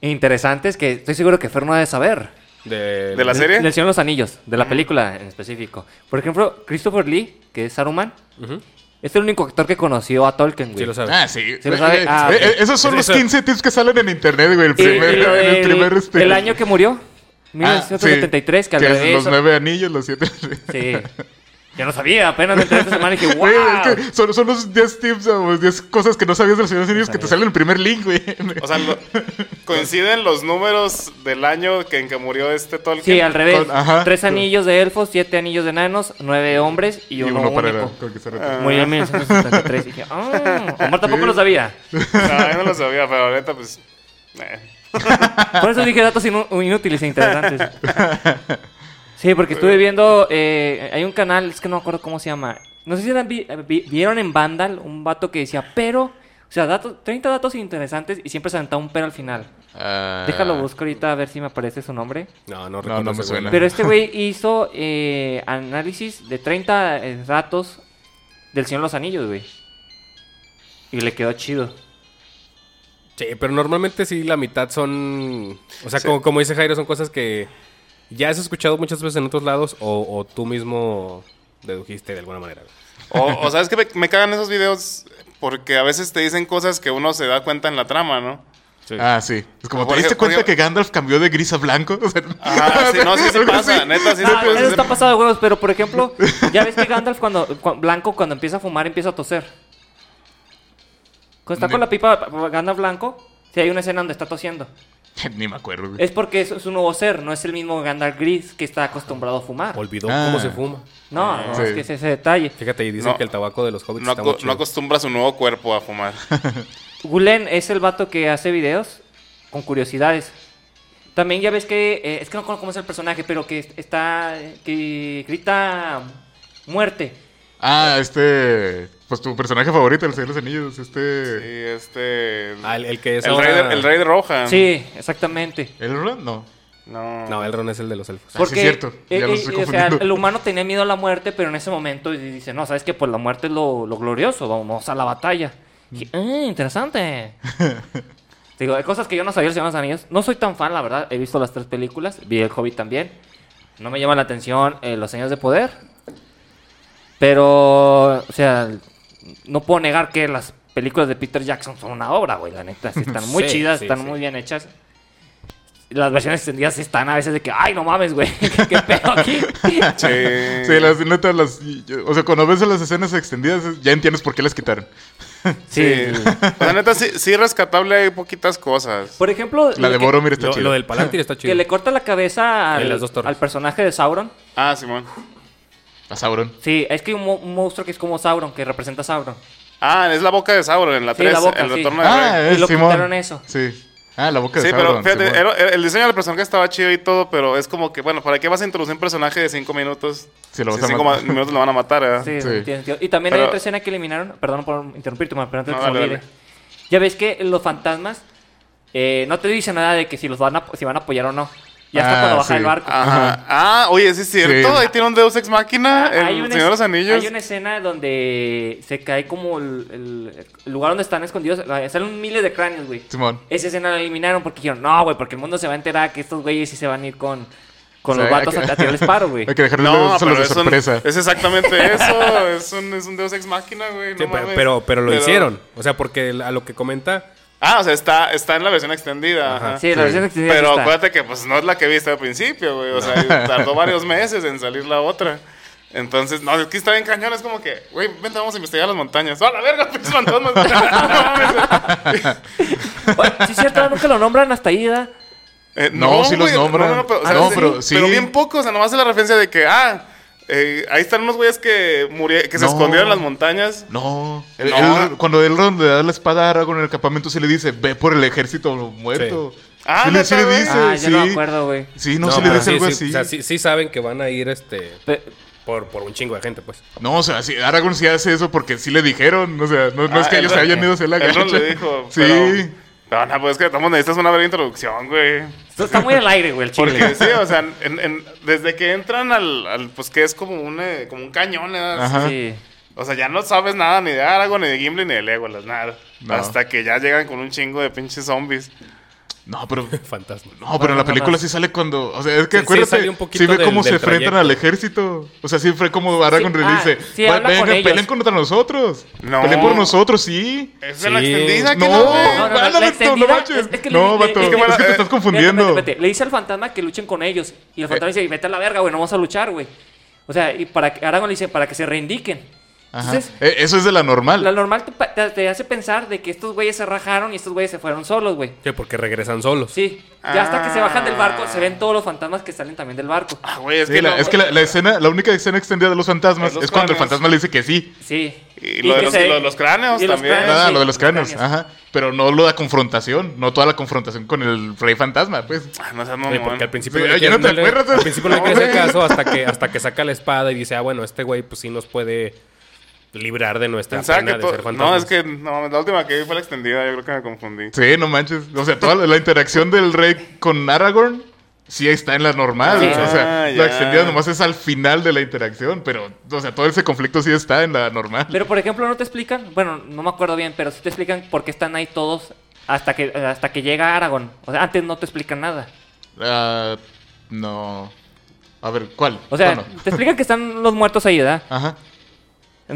[SPEAKER 3] e interesantes que estoy seguro que Fer no ha de saber.
[SPEAKER 1] De,
[SPEAKER 2] De la
[SPEAKER 3] Del-
[SPEAKER 2] serie?
[SPEAKER 3] Del Señor de los Anillos, de la película en específico. Por ejemplo, Christopher Lee, que es Saruman,
[SPEAKER 1] Ujú.
[SPEAKER 3] es el único actor que conoció a Tolkien, güey.
[SPEAKER 1] Sí, lo sabes.
[SPEAKER 4] Ah, sí.
[SPEAKER 3] Se lo sabe.
[SPEAKER 4] Eh,
[SPEAKER 3] Ah,
[SPEAKER 4] eh,
[SPEAKER 3] ok.
[SPEAKER 4] esos son
[SPEAKER 1] Eso-
[SPEAKER 4] los 15 tips que salen en internet, güey. El
[SPEAKER 3] Y- y
[SPEAKER 4] primer,
[SPEAKER 3] lo
[SPEAKER 4] en el
[SPEAKER 3] del-
[SPEAKER 4] primer este-
[SPEAKER 3] el año que murió,
[SPEAKER 4] Ah, sí.
[SPEAKER 3] 1973, que al
[SPEAKER 4] Que es
[SPEAKER 3] revés-
[SPEAKER 4] Los nueve anillos, los siete.
[SPEAKER 3] Sí. Yo no sabía, apenas me enteré esta semana y dije, wow.
[SPEAKER 4] Güey, es que son, son los 10 tips o los 10 cosas que no sabías de los Señor de los Anillos que te salen en el primer link, güey.
[SPEAKER 2] O sea, lo- coinciden los números del año que- en que murió este Tolkien.
[SPEAKER 3] Sí, al revés.
[SPEAKER 4] Con- ajá.
[SPEAKER 3] Tres anillos de elfos, siete anillos de enanos, nueve hombres y, uno, único.
[SPEAKER 4] conquistar
[SPEAKER 2] Ah.
[SPEAKER 3] Murió en 1973. Dije, ah, Omar tampoco
[SPEAKER 4] Sí.
[SPEAKER 3] lo sabía.
[SPEAKER 2] No, yo no lo sabía, pero ahorita pues... eh.
[SPEAKER 3] Por eso dije datos inú- inútiles e interesantes. Sí, porque estuve viendo. eh, hay un canal, es que no me acuerdo cómo se llama. No sé si la vi- eh, vi- vieron en Vandal un vato que decía, pero. O sea, datos, 30 datos interesantes y siempre se aventaba un pero al final.
[SPEAKER 4] Ah,
[SPEAKER 3] Déjalo busco ahorita a ver si me aparece su nombre.
[SPEAKER 1] No, no
[SPEAKER 4] No,
[SPEAKER 1] recuerdo.
[SPEAKER 4] no me
[SPEAKER 1] ese, güey.
[SPEAKER 4] suena.
[SPEAKER 3] Pero este güey hizo eh, análisis de 30 eh, datos del Señor de los Anillos, güey. Y le quedó chido.
[SPEAKER 1] Sí, pero normalmente sí, la mitad son. O sea,
[SPEAKER 2] Sí.
[SPEAKER 1] como, como dice Jairo, son cosas que ya has escuchado muchas veces en otros lados o, o tú mismo dedujiste de alguna manera. güey.
[SPEAKER 2] O, o sabes que me, me cagan esos videos porque a veces te dicen cosas que uno se da cuenta en la trama, ¿no?
[SPEAKER 4] Ah, sí. Es como,
[SPEAKER 2] Por
[SPEAKER 4] ¿te diste
[SPEAKER 2] ejemplo, por
[SPEAKER 4] cuenta que
[SPEAKER 2] ejemplo-
[SPEAKER 4] Gandalf cambió de gris a blanco? O sea,
[SPEAKER 2] Ajá, sí, no, sí se
[SPEAKER 4] algo
[SPEAKER 2] pasa,
[SPEAKER 4] así.
[SPEAKER 2] neta, sí se
[SPEAKER 3] Ah,
[SPEAKER 2] pasa.
[SPEAKER 3] eso está pasado de huevos, pero por ejemplo, ya ves que Gandalf cuando, cu- blanco cuando empieza a fumar empieza a toser. Cuando está con la pipa Gandalf blanco, si hay una escena donde está tosiendo.
[SPEAKER 4] Ni me acuerdo, güey.
[SPEAKER 3] Es porque es, es un nuevo ser, no es el mismo Gandalf gris que está acostumbrado a fumar.
[SPEAKER 1] Olvidó
[SPEAKER 4] Ah.
[SPEAKER 1] cómo se fuma.
[SPEAKER 3] No, no,
[SPEAKER 4] Sí.
[SPEAKER 3] es que es ese detalle.
[SPEAKER 1] Fíjate, y dicen
[SPEAKER 2] No.
[SPEAKER 1] que el tabaco de los hobbits
[SPEAKER 2] No,
[SPEAKER 1] está
[SPEAKER 2] aco-
[SPEAKER 1] muy chido.
[SPEAKER 2] no acostumbra su nuevo cuerpo a fumar.
[SPEAKER 3] Gulen es el vato que hace videos con curiosidades. También ya ves que, eh, es que no conozco cómo es el personaje, pero que est- está, que grita muerte.
[SPEAKER 4] Ah, este. Pues tu personaje favorito, el Señor de los Anillos,
[SPEAKER 2] Sí,
[SPEAKER 4] este.
[SPEAKER 2] este.
[SPEAKER 1] Ah, el, el que es
[SPEAKER 2] el,
[SPEAKER 1] ahora-
[SPEAKER 2] rey de, el rey de Rohan.
[SPEAKER 3] Sí, exactamente.
[SPEAKER 4] ¿Elrond? No.
[SPEAKER 2] No.
[SPEAKER 1] No, Elrond es el de los elfos.
[SPEAKER 4] Ah, sí, es cierto. Ya
[SPEAKER 3] eh, o
[SPEAKER 4] los estoy
[SPEAKER 3] sea,
[SPEAKER 4] confundiendo.
[SPEAKER 3] el humano tenía miedo a la muerte, pero en ese momento dice, no, sabes que pues la muerte es lo, lo glorioso, vamos a la batalla. Y, "Ah, interesante. Digo, hay cosas que yo no sabía del Señor de los Anillos. No soy tan fan, la verdad. He visto las tres películas, vi el Hobbit también. No me llama la atención eh, los Señores de Poder. Pero, o sea, no puedo negar que las películas de Peter Jackson son una obra, güey. La neta, sí están muy
[SPEAKER 1] Sí,
[SPEAKER 3] chidas,
[SPEAKER 1] sí,
[SPEAKER 3] están
[SPEAKER 1] sí.
[SPEAKER 3] muy bien hechas las versiones extendidas sí están a veces de que, ay, no mames, güey, ¿qué, qué pedo aquí?
[SPEAKER 2] Sí.
[SPEAKER 4] Sí, las neta, las. yo- o sea, cuando ves las escenas extendidas, ya entiendes por qué las quitaron.
[SPEAKER 2] Sí. O sea, neta, sí, sí rescatable hay poquitas cosas.
[SPEAKER 3] Por ejemplo,
[SPEAKER 4] La
[SPEAKER 3] lo
[SPEAKER 4] de
[SPEAKER 3] que,
[SPEAKER 4] Boromir está
[SPEAKER 1] Lo,
[SPEAKER 4] chida.
[SPEAKER 1] lo del Palantir está
[SPEAKER 3] que
[SPEAKER 1] chido.
[SPEAKER 3] le corta la cabeza
[SPEAKER 1] En
[SPEAKER 3] al,
[SPEAKER 1] las dos torres.
[SPEAKER 3] al personaje de Sauron.
[SPEAKER 2] Ah, Simón.
[SPEAKER 4] A Sauron.
[SPEAKER 3] Sí, es que hay un, mo- un monstruo que es como Sauron, que representa a Sauron.
[SPEAKER 2] Ah, es la boca de Sauron en la
[SPEAKER 3] Sí,
[SPEAKER 2] 3,
[SPEAKER 3] la boca,
[SPEAKER 2] el
[SPEAKER 3] sí.
[SPEAKER 2] retorno de
[SPEAKER 4] Ah,
[SPEAKER 2] rey.
[SPEAKER 4] es
[SPEAKER 3] Y lo
[SPEAKER 4] Simón.
[SPEAKER 3] quitaron eso.
[SPEAKER 4] Sí. Ah, la boca de
[SPEAKER 2] Sí, pero
[SPEAKER 4] Sauron.
[SPEAKER 2] fíjate,
[SPEAKER 4] Simón.
[SPEAKER 2] era- era- el diseño del personaje estaba chido y todo, pero es como que, bueno, ¿para qué vas a introducir un personaje de 5 minutos?
[SPEAKER 4] Si lo vas a
[SPEAKER 2] cinco
[SPEAKER 4] matar.
[SPEAKER 2] ma- minutos lo van a matar, ¿verdad?
[SPEAKER 3] Sí,
[SPEAKER 4] Sí.
[SPEAKER 3] no tiene sentido. Y también hay
[SPEAKER 2] Ah, Pero-
[SPEAKER 3] otra escena que eliminaron, perdón por interrumpirte, Omar, pero antes
[SPEAKER 2] No,
[SPEAKER 3] que se me
[SPEAKER 2] dale,
[SPEAKER 3] olvide.
[SPEAKER 2] dale.
[SPEAKER 3] Ya ves que los fantasmas eh, no te dicen nada de que si los van a, si van a apoyar o no. Ya está
[SPEAKER 4] Ah,
[SPEAKER 3] cuando baja
[SPEAKER 4] sí.
[SPEAKER 3] el barco.
[SPEAKER 2] Ajá. Ah, oye, sí es cierto.
[SPEAKER 4] Sí.
[SPEAKER 2] Ahí tiene un Deus Ex
[SPEAKER 1] Ah,
[SPEAKER 2] Máquina, Ah, el
[SPEAKER 3] una
[SPEAKER 2] Señor de los
[SPEAKER 3] es-
[SPEAKER 2] Anillos.
[SPEAKER 3] hay una escena donde se cae como el, el- el lugar donde están escondidos. la- Salen miles de cráneos, güey.
[SPEAKER 4] Simón.
[SPEAKER 3] Esa escena la eliminaron porque dijeron, no, güey, porque el mundo se va a enterar que estos güeyes sí se van a ir con, con
[SPEAKER 4] O sea,
[SPEAKER 3] los vatos
[SPEAKER 4] hay que-
[SPEAKER 3] a, a tirarles paro, güey.
[SPEAKER 4] Hay que dejarle
[SPEAKER 2] No,
[SPEAKER 4] los
[SPEAKER 2] pero
[SPEAKER 4] de
[SPEAKER 2] es, un-
[SPEAKER 4] sorpresa.
[SPEAKER 2] es exactamente eso. es, un, es un Deus Ex Máquina, güey.
[SPEAKER 1] Sí,
[SPEAKER 2] no
[SPEAKER 1] pero,
[SPEAKER 2] mames.
[SPEAKER 1] pero, pero lo hicieron. O sea, porque el- a lo que comenta.
[SPEAKER 2] Ah, o sea, está, está en la versión extendida. Ajá.
[SPEAKER 3] Sí, la versión extendida sí
[SPEAKER 2] Pero
[SPEAKER 3] está.
[SPEAKER 2] acuérdate que pues no es la que viste al principio, güey. O sea, tardó varios meses en salir la otra. Entonces, no, es que está bien cañón. Es como que, güey, vente, vamos a investigar las montañas. ¡Ah, la verga! Pues, fantasmas!
[SPEAKER 3] Oye, sí, es cierto, nunca lo nombran hasta ahí, ¿verdad?
[SPEAKER 2] Eh,
[SPEAKER 4] No, sí los
[SPEAKER 2] güey,
[SPEAKER 4] nombran.
[SPEAKER 2] pero, o
[SPEAKER 4] Ah,
[SPEAKER 2] sea,
[SPEAKER 4] no,
[SPEAKER 2] sí,
[SPEAKER 4] pero sí.
[SPEAKER 2] pero bien pocos. O sea, nomás es la referencia de que, ah, eh, ahí están unos güeyes que, murie- que se
[SPEAKER 4] No.
[SPEAKER 2] escondieron en las montañas.
[SPEAKER 4] No. El-
[SPEAKER 2] No.
[SPEAKER 4] el- cuando Elrond le da la espada a Aragorn en el campamento, sí le dice, ve por el ejército muerto.
[SPEAKER 2] Ah,
[SPEAKER 4] sí, le, sí le
[SPEAKER 2] neta, güey.
[SPEAKER 4] dice,
[SPEAKER 3] Ah,
[SPEAKER 4] sí.
[SPEAKER 3] yo no me acuerdo, güey.
[SPEAKER 4] Sí, no, sí le
[SPEAKER 1] pero
[SPEAKER 4] dice algo
[SPEAKER 1] sí,
[SPEAKER 4] así.
[SPEAKER 1] O sea, sí, sí saben que van a ir este
[SPEAKER 3] Pe-
[SPEAKER 1] por, por un chingo de gente, pues.
[SPEAKER 4] No, o sea, sí, Aragorn sí hace eso porque sí le dijeron. O sea, no, no es
[SPEAKER 2] Ah,
[SPEAKER 4] que ellos
[SPEAKER 2] Elrond-
[SPEAKER 4] hayan ido a hacer la
[SPEAKER 2] Elrond
[SPEAKER 4] gacha.
[SPEAKER 2] le dijo.
[SPEAKER 4] Sí.
[SPEAKER 2] pero- No, no, pues es que estamos necesitas una breve introducción, güey.
[SPEAKER 3] Esto está muy al aire, güey, el chile.
[SPEAKER 2] Porque sí, o sea, en- en- desde que entran al, al- pues que es como un, eh, como un cañón, ¿eh?
[SPEAKER 4] Ajá.
[SPEAKER 3] Sí.
[SPEAKER 2] o sea, ya no sabes nada ni de Aragorn, ni de Gimli, ni de Legolas, nada.
[SPEAKER 4] No.
[SPEAKER 2] Hasta que ya llegan con un chingo de pinches zombies.
[SPEAKER 4] No, pero.
[SPEAKER 1] Fantasma.
[SPEAKER 4] No, pero en
[SPEAKER 3] no,
[SPEAKER 4] la
[SPEAKER 3] no,
[SPEAKER 4] película
[SPEAKER 3] no.
[SPEAKER 4] sí sale cuando. O sea, es que
[SPEAKER 1] Sí, sí
[SPEAKER 4] acuérdate.
[SPEAKER 1] sale un
[SPEAKER 4] Sí,
[SPEAKER 1] poquito
[SPEAKER 4] ve
[SPEAKER 1] del-
[SPEAKER 4] cómo se
[SPEAKER 1] del
[SPEAKER 4] enfrentan al ejército. O sea, sí fue como Aragorn
[SPEAKER 3] Sí,
[SPEAKER 4] le
[SPEAKER 3] ah,
[SPEAKER 4] dice:
[SPEAKER 3] sí,
[SPEAKER 4] "Va-
[SPEAKER 3] habla con
[SPEAKER 4] Vengan,
[SPEAKER 3] ellos".
[SPEAKER 4] peleen contra nosotros.
[SPEAKER 2] No.
[SPEAKER 4] Peleen por nosotros, sí.
[SPEAKER 2] Es de la
[SPEAKER 1] Sí.
[SPEAKER 2] extendida que
[SPEAKER 4] No,
[SPEAKER 2] no, güey.
[SPEAKER 3] No, no, no,
[SPEAKER 4] ándale,
[SPEAKER 3] la
[SPEAKER 4] no
[SPEAKER 3] extendida
[SPEAKER 4] manches.
[SPEAKER 3] es- es que le-
[SPEAKER 4] No,
[SPEAKER 3] le-
[SPEAKER 4] vato,
[SPEAKER 3] es
[SPEAKER 4] es
[SPEAKER 3] que bueno,
[SPEAKER 4] que te
[SPEAKER 2] eh,
[SPEAKER 4] estás
[SPEAKER 3] Espérate,
[SPEAKER 4] confundiendo.
[SPEAKER 3] espérate, espérate. Le dice al fantasma que luchen con ellos. Y el fantasma dice, vete a la verga, güey, no vamos a luchar, güey. O sea, y para que Aragorn le dice, para que se reindiquen.
[SPEAKER 4] Ajá.
[SPEAKER 3] Entonces,
[SPEAKER 4] Eh, Eso es de la normal.
[SPEAKER 3] la normal te, pa- te- te hace pensar de que estos güeyes se rajaron y estos güeyes se fueron solos, güey.
[SPEAKER 1] Sí, porque regresan solos.
[SPEAKER 3] Sí, ya hasta que se bajan del barco,
[SPEAKER 2] Ah.
[SPEAKER 3] se ven todos los fantasmas que salen también del barco.
[SPEAKER 2] Ah, güey, es
[SPEAKER 4] Sí,
[SPEAKER 2] que,
[SPEAKER 4] la-
[SPEAKER 2] no-
[SPEAKER 4] es que la, la escena, la única escena extendida de los fantasmas
[SPEAKER 2] Es los
[SPEAKER 4] es cuando el
[SPEAKER 2] cuernos.
[SPEAKER 4] fantasma le dice que sí.
[SPEAKER 3] Sí.
[SPEAKER 2] Y lo de
[SPEAKER 3] que
[SPEAKER 2] los- y lo de los cráneos
[SPEAKER 3] y los
[SPEAKER 2] también.
[SPEAKER 3] cráneos,
[SPEAKER 4] Nada,
[SPEAKER 3] Ah, sí,
[SPEAKER 4] lo de los cráneos,
[SPEAKER 3] cráneos.
[SPEAKER 4] ajá. Pero no lo da confrontación, no toda la confrontación con el rey fantasma, pues.
[SPEAKER 2] Ah, no seas
[SPEAKER 1] Sí,
[SPEAKER 2] mamón.
[SPEAKER 1] porque al principio,
[SPEAKER 4] Sí,
[SPEAKER 1] no le
[SPEAKER 4] ya no
[SPEAKER 1] quieren-
[SPEAKER 4] te
[SPEAKER 1] no le-
[SPEAKER 4] acuerdas.
[SPEAKER 1] al principio no le
[SPEAKER 2] No,
[SPEAKER 1] quieren hacer
[SPEAKER 2] güey.
[SPEAKER 1] caso hasta que, hasta que saca la espada y dice, ah, bueno, este güey pues sí nos puede librar de nuestra
[SPEAKER 2] Pensaba
[SPEAKER 1] pena
[SPEAKER 2] que
[SPEAKER 1] de
[SPEAKER 2] todo-
[SPEAKER 1] ser
[SPEAKER 2] No,
[SPEAKER 1] fantasmas.
[SPEAKER 2] es que no, la última que vi fue la extendida, yo creo que me confundí.
[SPEAKER 4] Sí, no manches. O sea, toda la, la interacción del rey con Aragorn sí está en la normal.
[SPEAKER 3] Sí.
[SPEAKER 4] O sea,
[SPEAKER 2] Ah,
[SPEAKER 4] la
[SPEAKER 2] ya.
[SPEAKER 4] extendida nomás es al final de la interacción, pero, o sea, todo ese conflicto sí está en la normal.
[SPEAKER 3] Pero por ejemplo, ¿no te explican? Bueno, no me acuerdo bien, pero sí te explican por qué están ahí todos hasta que hasta que llega Aragón. O sea, antes no te explican nada.
[SPEAKER 4] Ah, no. A ver, ¿cuál?
[SPEAKER 3] O sea,
[SPEAKER 4] ¿Cuál no?
[SPEAKER 3] te explican que están los muertos ahí, ¿verdad?
[SPEAKER 4] Ajá.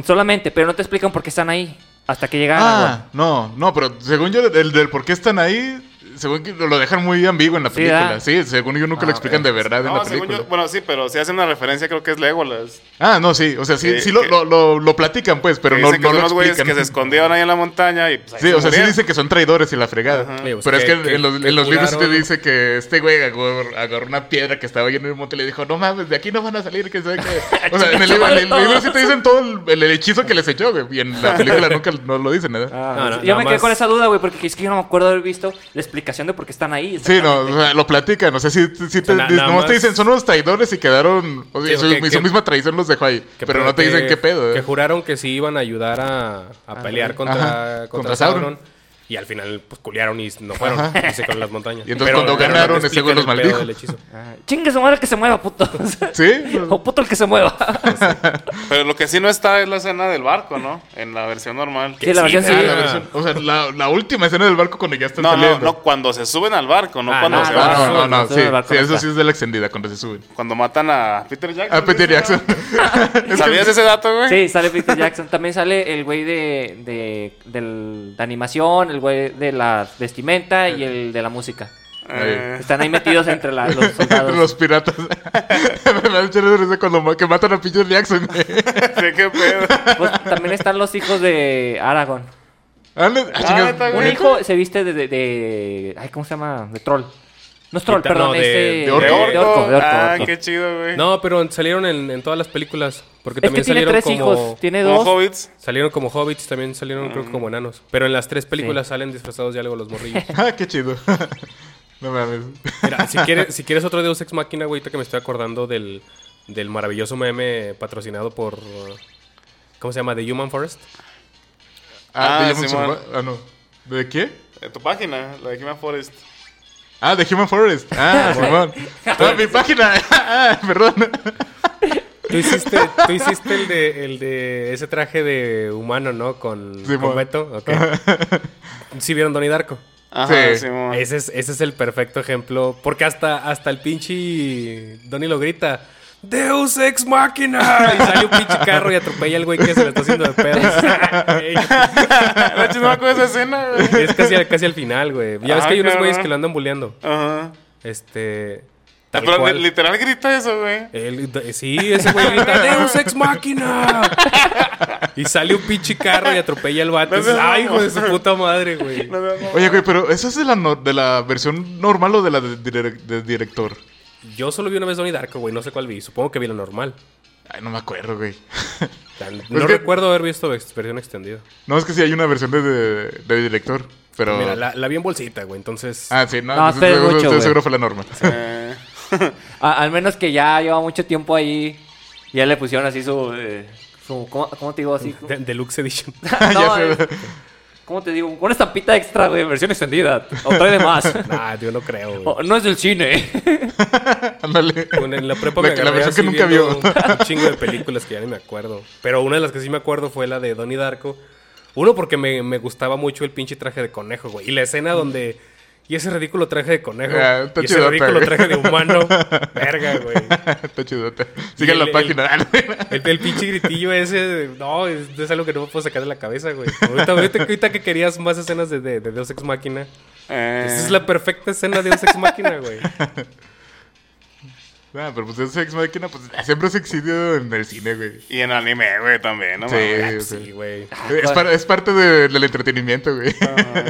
[SPEAKER 3] Solamente, pero no te explican por qué están ahí hasta que llega Aragón.
[SPEAKER 4] Ah, no, no, pero según yo, el del por qué están ahí, según que lo dejan muy ambiguo en la
[SPEAKER 3] Sí,
[SPEAKER 4] película.
[SPEAKER 3] ¿verdad?
[SPEAKER 4] Sí, según yo nunca lo
[SPEAKER 2] Ah,
[SPEAKER 4] explican de verdad en
[SPEAKER 2] No,
[SPEAKER 4] la
[SPEAKER 2] según
[SPEAKER 4] película.
[SPEAKER 2] yo, bueno, sí, pero si hacen una referencia creo que es Legolas.
[SPEAKER 4] Ah, no, sí, o sea, sí,
[SPEAKER 2] Eh,
[SPEAKER 4] sí lo,
[SPEAKER 2] que-
[SPEAKER 4] lo, lo, lo platican, pues, pero
[SPEAKER 2] Que
[SPEAKER 4] no,
[SPEAKER 2] dicen que
[SPEAKER 4] no
[SPEAKER 2] son
[SPEAKER 4] lo
[SPEAKER 2] unos güeyes
[SPEAKER 4] explican.
[SPEAKER 2] que se escondieron ahí en la montaña y pues, ahí
[SPEAKER 4] Sí,
[SPEAKER 2] se
[SPEAKER 4] o sea, sí
[SPEAKER 2] murieron.
[SPEAKER 4] dicen que son traidores y la fregada.
[SPEAKER 1] Oye, pues,
[SPEAKER 4] pero es
[SPEAKER 1] que-
[SPEAKER 4] que, en-
[SPEAKER 1] que-
[SPEAKER 4] en los,
[SPEAKER 1] que
[SPEAKER 4] en los libros sí te
[SPEAKER 1] curaron-
[SPEAKER 4] dice que este güey agor- agarró una piedra que estaba ahí en el monte y le dijo, no mames, de aquí no van a salir, que se ve que... O sea, en el, libro- en el libro sí te dicen todo el, el hechizo que les echó, güey, y en la película nunca no lo dicen, ¿verdad?
[SPEAKER 3] Ah,
[SPEAKER 1] No, no,
[SPEAKER 3] yo
[SPEAKER 1] nada
[SPEAKER 3] me quedé
[SPEAKER 1] más-
[SPEAKER 3] con esa duda, güey, porque es que yo no me acuerdo haber visto la explicación de por qué están ahí.
[SPEAKER 4] Sí, no,
[SPEAKER 3] exactamente.
[SPEAKER 4] o sea, lo platican, o sea, sí, sí te,
[SPEAKER 1] na-
[SPEAKER 4] dic-
[SPEAKER 1] nada
[SPEAKER 4] nomás te
[SPEAKER 1] más-
[SPEAKER 4] dicen, son unos traidores y quedaron, o sea,
[SPEAKER 1] Sí,
[SPEAKER 4] su,
[SPEAKER 1] o que-
[SPEAKER 4] su
[SPEAKER 1] que-
[SPEAKER 4] misma traición los dejó ahí,
[SPEAKER 1] Que-
[SPEAKER 4] pero no te dicen
[SPEAKER 1] que-
[SPEAKER 4] qué pedo.
[SPEAKER 1] Que
[SPEAKER 4] ¿eh?
[SPEAKER 1] juraron que sí iban a ayudar a, a pelear contra,
[SPEAKER 4] Ajá,
[SPEAKER 1] contra,
[SPEAKER 4] contra
[SPEAKER 1] Sauron.
[SPEAKER 4] Sauron.
[SPEAKER 1] Y al final, pues, culiaron y no fueron.
[SPEAKER 4] Ajá.
[SPEAKER 1] Y se fueron a las montañas.
[SPEAKER 4] Y entonces cuando ganaron,
[SPEAKER 1] te
[SPEAKER 4] ese güey los
[SPEAKER 1] explican el pedo
[SPEAKER 4] maldijo.
[SPEAKER 1] del hechizo.
[SPEAKER 3] Ah, Chingue su madre que se mueva, puto.
[SPEAKER 4] Sí,
[SPEAKER 3] o puto el que se mueva.
[SPEAKER 2] Pero lo que sí no está es la escena del barco, ¿no? En la versión normal.
[SPEAKER 3] sí, la versión
[SPEAKER 1] sí,
[SPEAKER 3] sí.
[SPEAKER 1] ah,
[SPEAKER 4] la versión- o sea, la, la última escena del barco cuando ya están
[SPEAKER 2] No, no,
[SPEAKER 4] saliendo.
[SPEAKER 2] no, cuando se suben al barco, no
[SPEAKER 1] Ah,
[SPEAKER 2] cuando
[SPEAKER 1] no,
[SPEAKER 2] se
[SPEAKER 4] Ah,
[SPEAKER 2] van.
[SPEAKER 4] no, no,
[SPEAKER 3] no,
[SPEAKER 4] no,
[SPEAKER 3] no,
[SPEAKER 4] sí,
[SPEAKER 3] el barco
[SPEAKER 4] sí,
[SPEAKER 3] no
[SPEAKER 4] eso
[SPEAKER 3] está.
[SPEAKER 4] sí es de la extendida cuando se suben.
[SPEAKER 2] Cuando matan a Peter Jackson.
[SPEAKER 4] Ah, Peter
[SPEAKER 2] ¿sí?
[SPEAKER 4] Jackson.
[SPEAKER 2] ¿Sabías ese dato, güey?
[SPEAKER 3] Sí, sale Peter Jackson. También sale el güey de, de, del- de animación, el güey de la vestimenta y el de la música.
[SPEAKER 2] Eh,
[SPEAKER 3] Están ahí metidos entre la- los soldados.
[SPEAKER 4] Entre los piratas. Me da mucha risa cuando ma- que matan a Peter Jackson. güey.
[SPEAKER 2] sí, qué pedo.
[SPEAKER 3] Pues, también están los hijos de Aragorn.
[SPEAKER 4] Ah, no, ah, chingas,
[SPEAKER 2] neta,
[SPEAKER 3] Un
[SPEAKER 2] güey.
[SPEAKER 3] hijo se viste de, de, de- Ay, ¿cómo se llama? De troll. No es troll,
[SPEAKER 1] Quita-
[SPEAKER 3] perdón,
[SPEAKER 1] no,
[SPEAKER 3] es
[SPEAKER 1] de-
[SPEAKER 3] eh,
[SPEAKER 4] de orco.
[SPEAKER 2] De orco.
[SPEAKER 3] De orco, de orco,
[SPEAKER 2] ah,
[SPEAKER 3] orco.
[SPEAKER 2] qué chido, güey.
[SPEAKER 1] No, pero salieron en, en todas las películas. Porque
[SPEAKER 3] Es que
[SPEAKER 1] también
[SPEAKER 3] tiene
[SPEAKER 1] salieron
[SPEAKER 3] tres
[SPEAKER 1] como...
[SPEAKER 3] hijos. Tiene Mm.
[SPEAKER 2] Como
[SPEAKER 3] dos.
[SPEAKER 2] hobbits.
[SPEAKER 1] Salieron como hobbits, también salieron creo que como enanos. Pero en las tres películas salen disfrazados de algo los morrillos.
[SPEAKER 4] Ah, qué chido. No mames.
[SPEAKER 1] Mira, si quieres, si quieres otro Deus Ex Máquina, güey, ahorita que me estoy acordando del, del maravilloso meme patrocinado por... uh, ¿Cómo se llama? The Human Forest.
[SPEAKER 4] Ah,
[SPEAKER 2] Ah,
[SPEAKER 4] de Human
[SPEAKER 2] Simón.
[SPEAKER 4] Survi- Ah, no. ¿De qué?
[SPEAKER 2] De Eh, tu página, la de Human Forest.
[SPEAKER 4] Ah, de Human Forest. Ah, Simón. Ah, mi página. Ah, perdón.
[SPEAKER 1] Tú hiciste, tú hiciste el, de, el de ese traje de humano, ¿no? Con,
[SPEAKER 4] Sí,
[SPEAKER 1] con
[SPEAKER 4] mo.
[SPEAKER 1] Beto. ok. ¿Sí vieron Donnie Darko?
[SPEAKER 2] Ajá,
[SPEAKER 4] Sí.
[SPEAKER 2] Simón.
[SPEAKER 1] Ese es, ese es el perfecto ejemplo. Porque hasta, hasta el pinche Donnie lo grita. Deus ex máquina. Y sale un pinche carro y atropella al güey que se le está haciendo de pedos.
[SPEAKER 2] La chis- no me acuerdo de esa escena, güey.
[SPEAKER 1] es casi, al- casi al final, güey. Ya ves
[SPEAKER 2] Ah,
[SPEAKER 1] que hay unos
[SPEAKER 2] cabrón.
[SPEAKER 1] güeyes que lo andan bulleando.
[SPEAKER 2] Ajá.
[SPEAKER 1] Este. Tal
[SPEAKER 2] Pero li-
[SPEAKER 1] cual.
[SPEAKER 2] literal grita eso, güey.
[SPEAKER 1] El- d- eh, sí, ese güey grita Deus ex máquina. y sale un pinche carro y atropella al vato.
[SPEAKER 2] No seas
[SPEAKER 1] Ay,
[SPEAKER 2] mamón.
[SPEAKER 1] hijo de su puta madre, güey.
[SPEAKER 2] No, no, no.
[SPEAKER 4] Oye, güey, pero ¿eso es de la, no- de la versión normal o de la de, direc- de director?
[SPEAKER 1] Yo solo vi una vez Donnie Darko, güey. No sé cuál vi. Supongo que vi la normal.
[SPEAKER 4] Ay, no me acuerdo, güey.
[SPEAKER 1] O sea, no
[SPEAKER 2] Pues
[SPEAKER 4] que-
[SPEAKER 1] recuerdo haber visto ex- versión extendida.
[SPEAKER 4] No, es que sí hay una versión de, de- de director, pero...
[SPEAKER 1] Mira, la, la vi en bolsita, güey. Entonces.
[SPEAKER 4] Ah, sí, no,
[SPEAKER 3] No,
[SPEAKER 4] no
[SPEAKER 3] espera
[SPEAKER 4] seguro,
[SPEAKER 3] mucho,
[SPEAKER 4] seguro-
[SPEAKER 3] güey.
[SPEAKER 4] seguro fue la norma.
[SPEAKER 2] Eh,
[SPEAKER 3] A- al menos que ya lleva mucho tiempo ahí. Ya le pusieron así su. eh, su ¿cómo, cómo te digo así?
[SPEAKER 1] de- Deluxe Edition.
[SPEAKER 3] No,
[SPEAKER 4] sé.
[SPEAKER 3] es- ¿Cómo te digo? Una estampita extra, güey, versión extendida. O trae de más.
[SPEAKER 1] nah, yo no creo, güey.
[SPEAKER 3] O- no es del cine.
[SPEAKER 4] Ándale.
[SPEAKER 1] Bueno, en la prepa
[SPEAKER 4] La
[SPEAKER 1] me
[SPEAKER 4] que- la
[SPEAKER 1] agarré
[SPEAKER 4] versión
[SPEAKER 1] así
[SPEAKER 4] que nunca
[SPEAKER 1] viendo
[SPEAKER 4] vio.
[SPEAKER 1] Un chingo de películas que ya ni me acuerdo. Pero una de las que sí me acuerdo fue la de Donnie Darko. Uno, porque me, me gustaba mucho el pinche traje de conejo, güey. Y la escena donde. Y ese ridículo traje de conejo.
[SPEAKER 4] Ah, está
[SPEAKER 1] y ese
[SPEAKER 4] chidota,
[SPEAKER 1] ridículo
[SPEAKER 4] güey.
[SPEAKER 1] traje de humano. Verga, güey.
[SPEAKER 4] Está chidote. Sigue
[SPEAKER 1] Y
[SPEAKER 4] la
[SPEAKER 1] el-
[SPEAKER 4] página. Ah,
[SPEAKER 1] El, el pinche gritillo ese. de- No, es, es algo que no me puedo sacar de la cabeza, güey. Ahorita, ahorita- ahorita que querías más escenas de, de, de Deus Ex Máquina.
[SPEAKER 2] eh.
[SPEAKER 1] Esa es la perfecta escena de Deus Ex Máquina, güey.
[SPEAKER 4] Ah, pero pues es Ex Máquina, pues siempre es exilio en el cine, güey.
[SPEAKER 2] Y en anime, güey, también, ¿no?
[SPEAKER 4] Sí,
[SPEAKER 2] mames.
[SPEAKER 1] Ah, pues
[SPEAKER 4] sí.
[SPEAKER 1] Sí, güey.
[SPEAKER 4] Es, par- es parte de- del entretenimiento, güey.
[SPEAKER 3] Ah,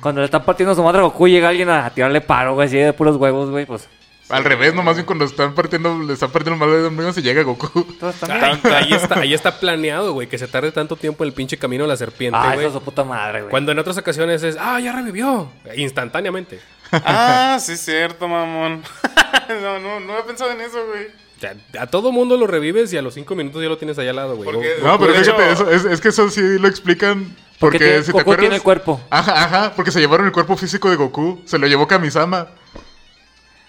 [SPEAKER 3] Cuando le están partiendo su madre a Goku, llega alguien a tirarle paro, güey, así de puros huevos, güey, pues.
[SPEAKER 4] Al revés, nomás bien cuando están partiendo, le están partiendo mal de ombligo, se llega Goku.
[SPEAKER 3] Todos están bien.
[SPEAKER 1] Ah, Ahí está, ahí está planeado, güey, que se tarde tanto tiempo el pinche camino de la serpiente,
[SPEAKER 3] Ah,
[SPEAKER 1] güey.
[SPEAKER 3] eso es su puta madre, güey.
[SPEAKER 1] Cuando en otras ocasiones es, ah, ya revivió. Instantáneamente.
[SPEAKER 2] Ah, sí, cierto, mamón. no, no, no había pensado en eso, güey.
[SPEAKER 1] O sea, a todo mundo lo revives y a los cinco minutos ya lo tienes allá al lado, güey. Oh,
[SPEAKER 2] Porque-
[SPEAKER 1] O-
[SPEAKER 4] No, pero
[SPEAKER 2] De hecho-
[SPEAKER 4] fíjate, eso, es, es que eso sí lo explican.
[SPEAKER 3] Porque
[SPEAKER 4] Porque
[SPEAKER 3] tiene-
[SPEAKER 4] si te
[SPEAKER 3] Goku
[SPEAKER 4] acuerdas.
[SPEAKER 3] tiene el cuerpo.
[SPEAKER 4] Ajá, ajá, porque se llevaron el cuerpo físico de Goku. Se lo llevó Kamisama.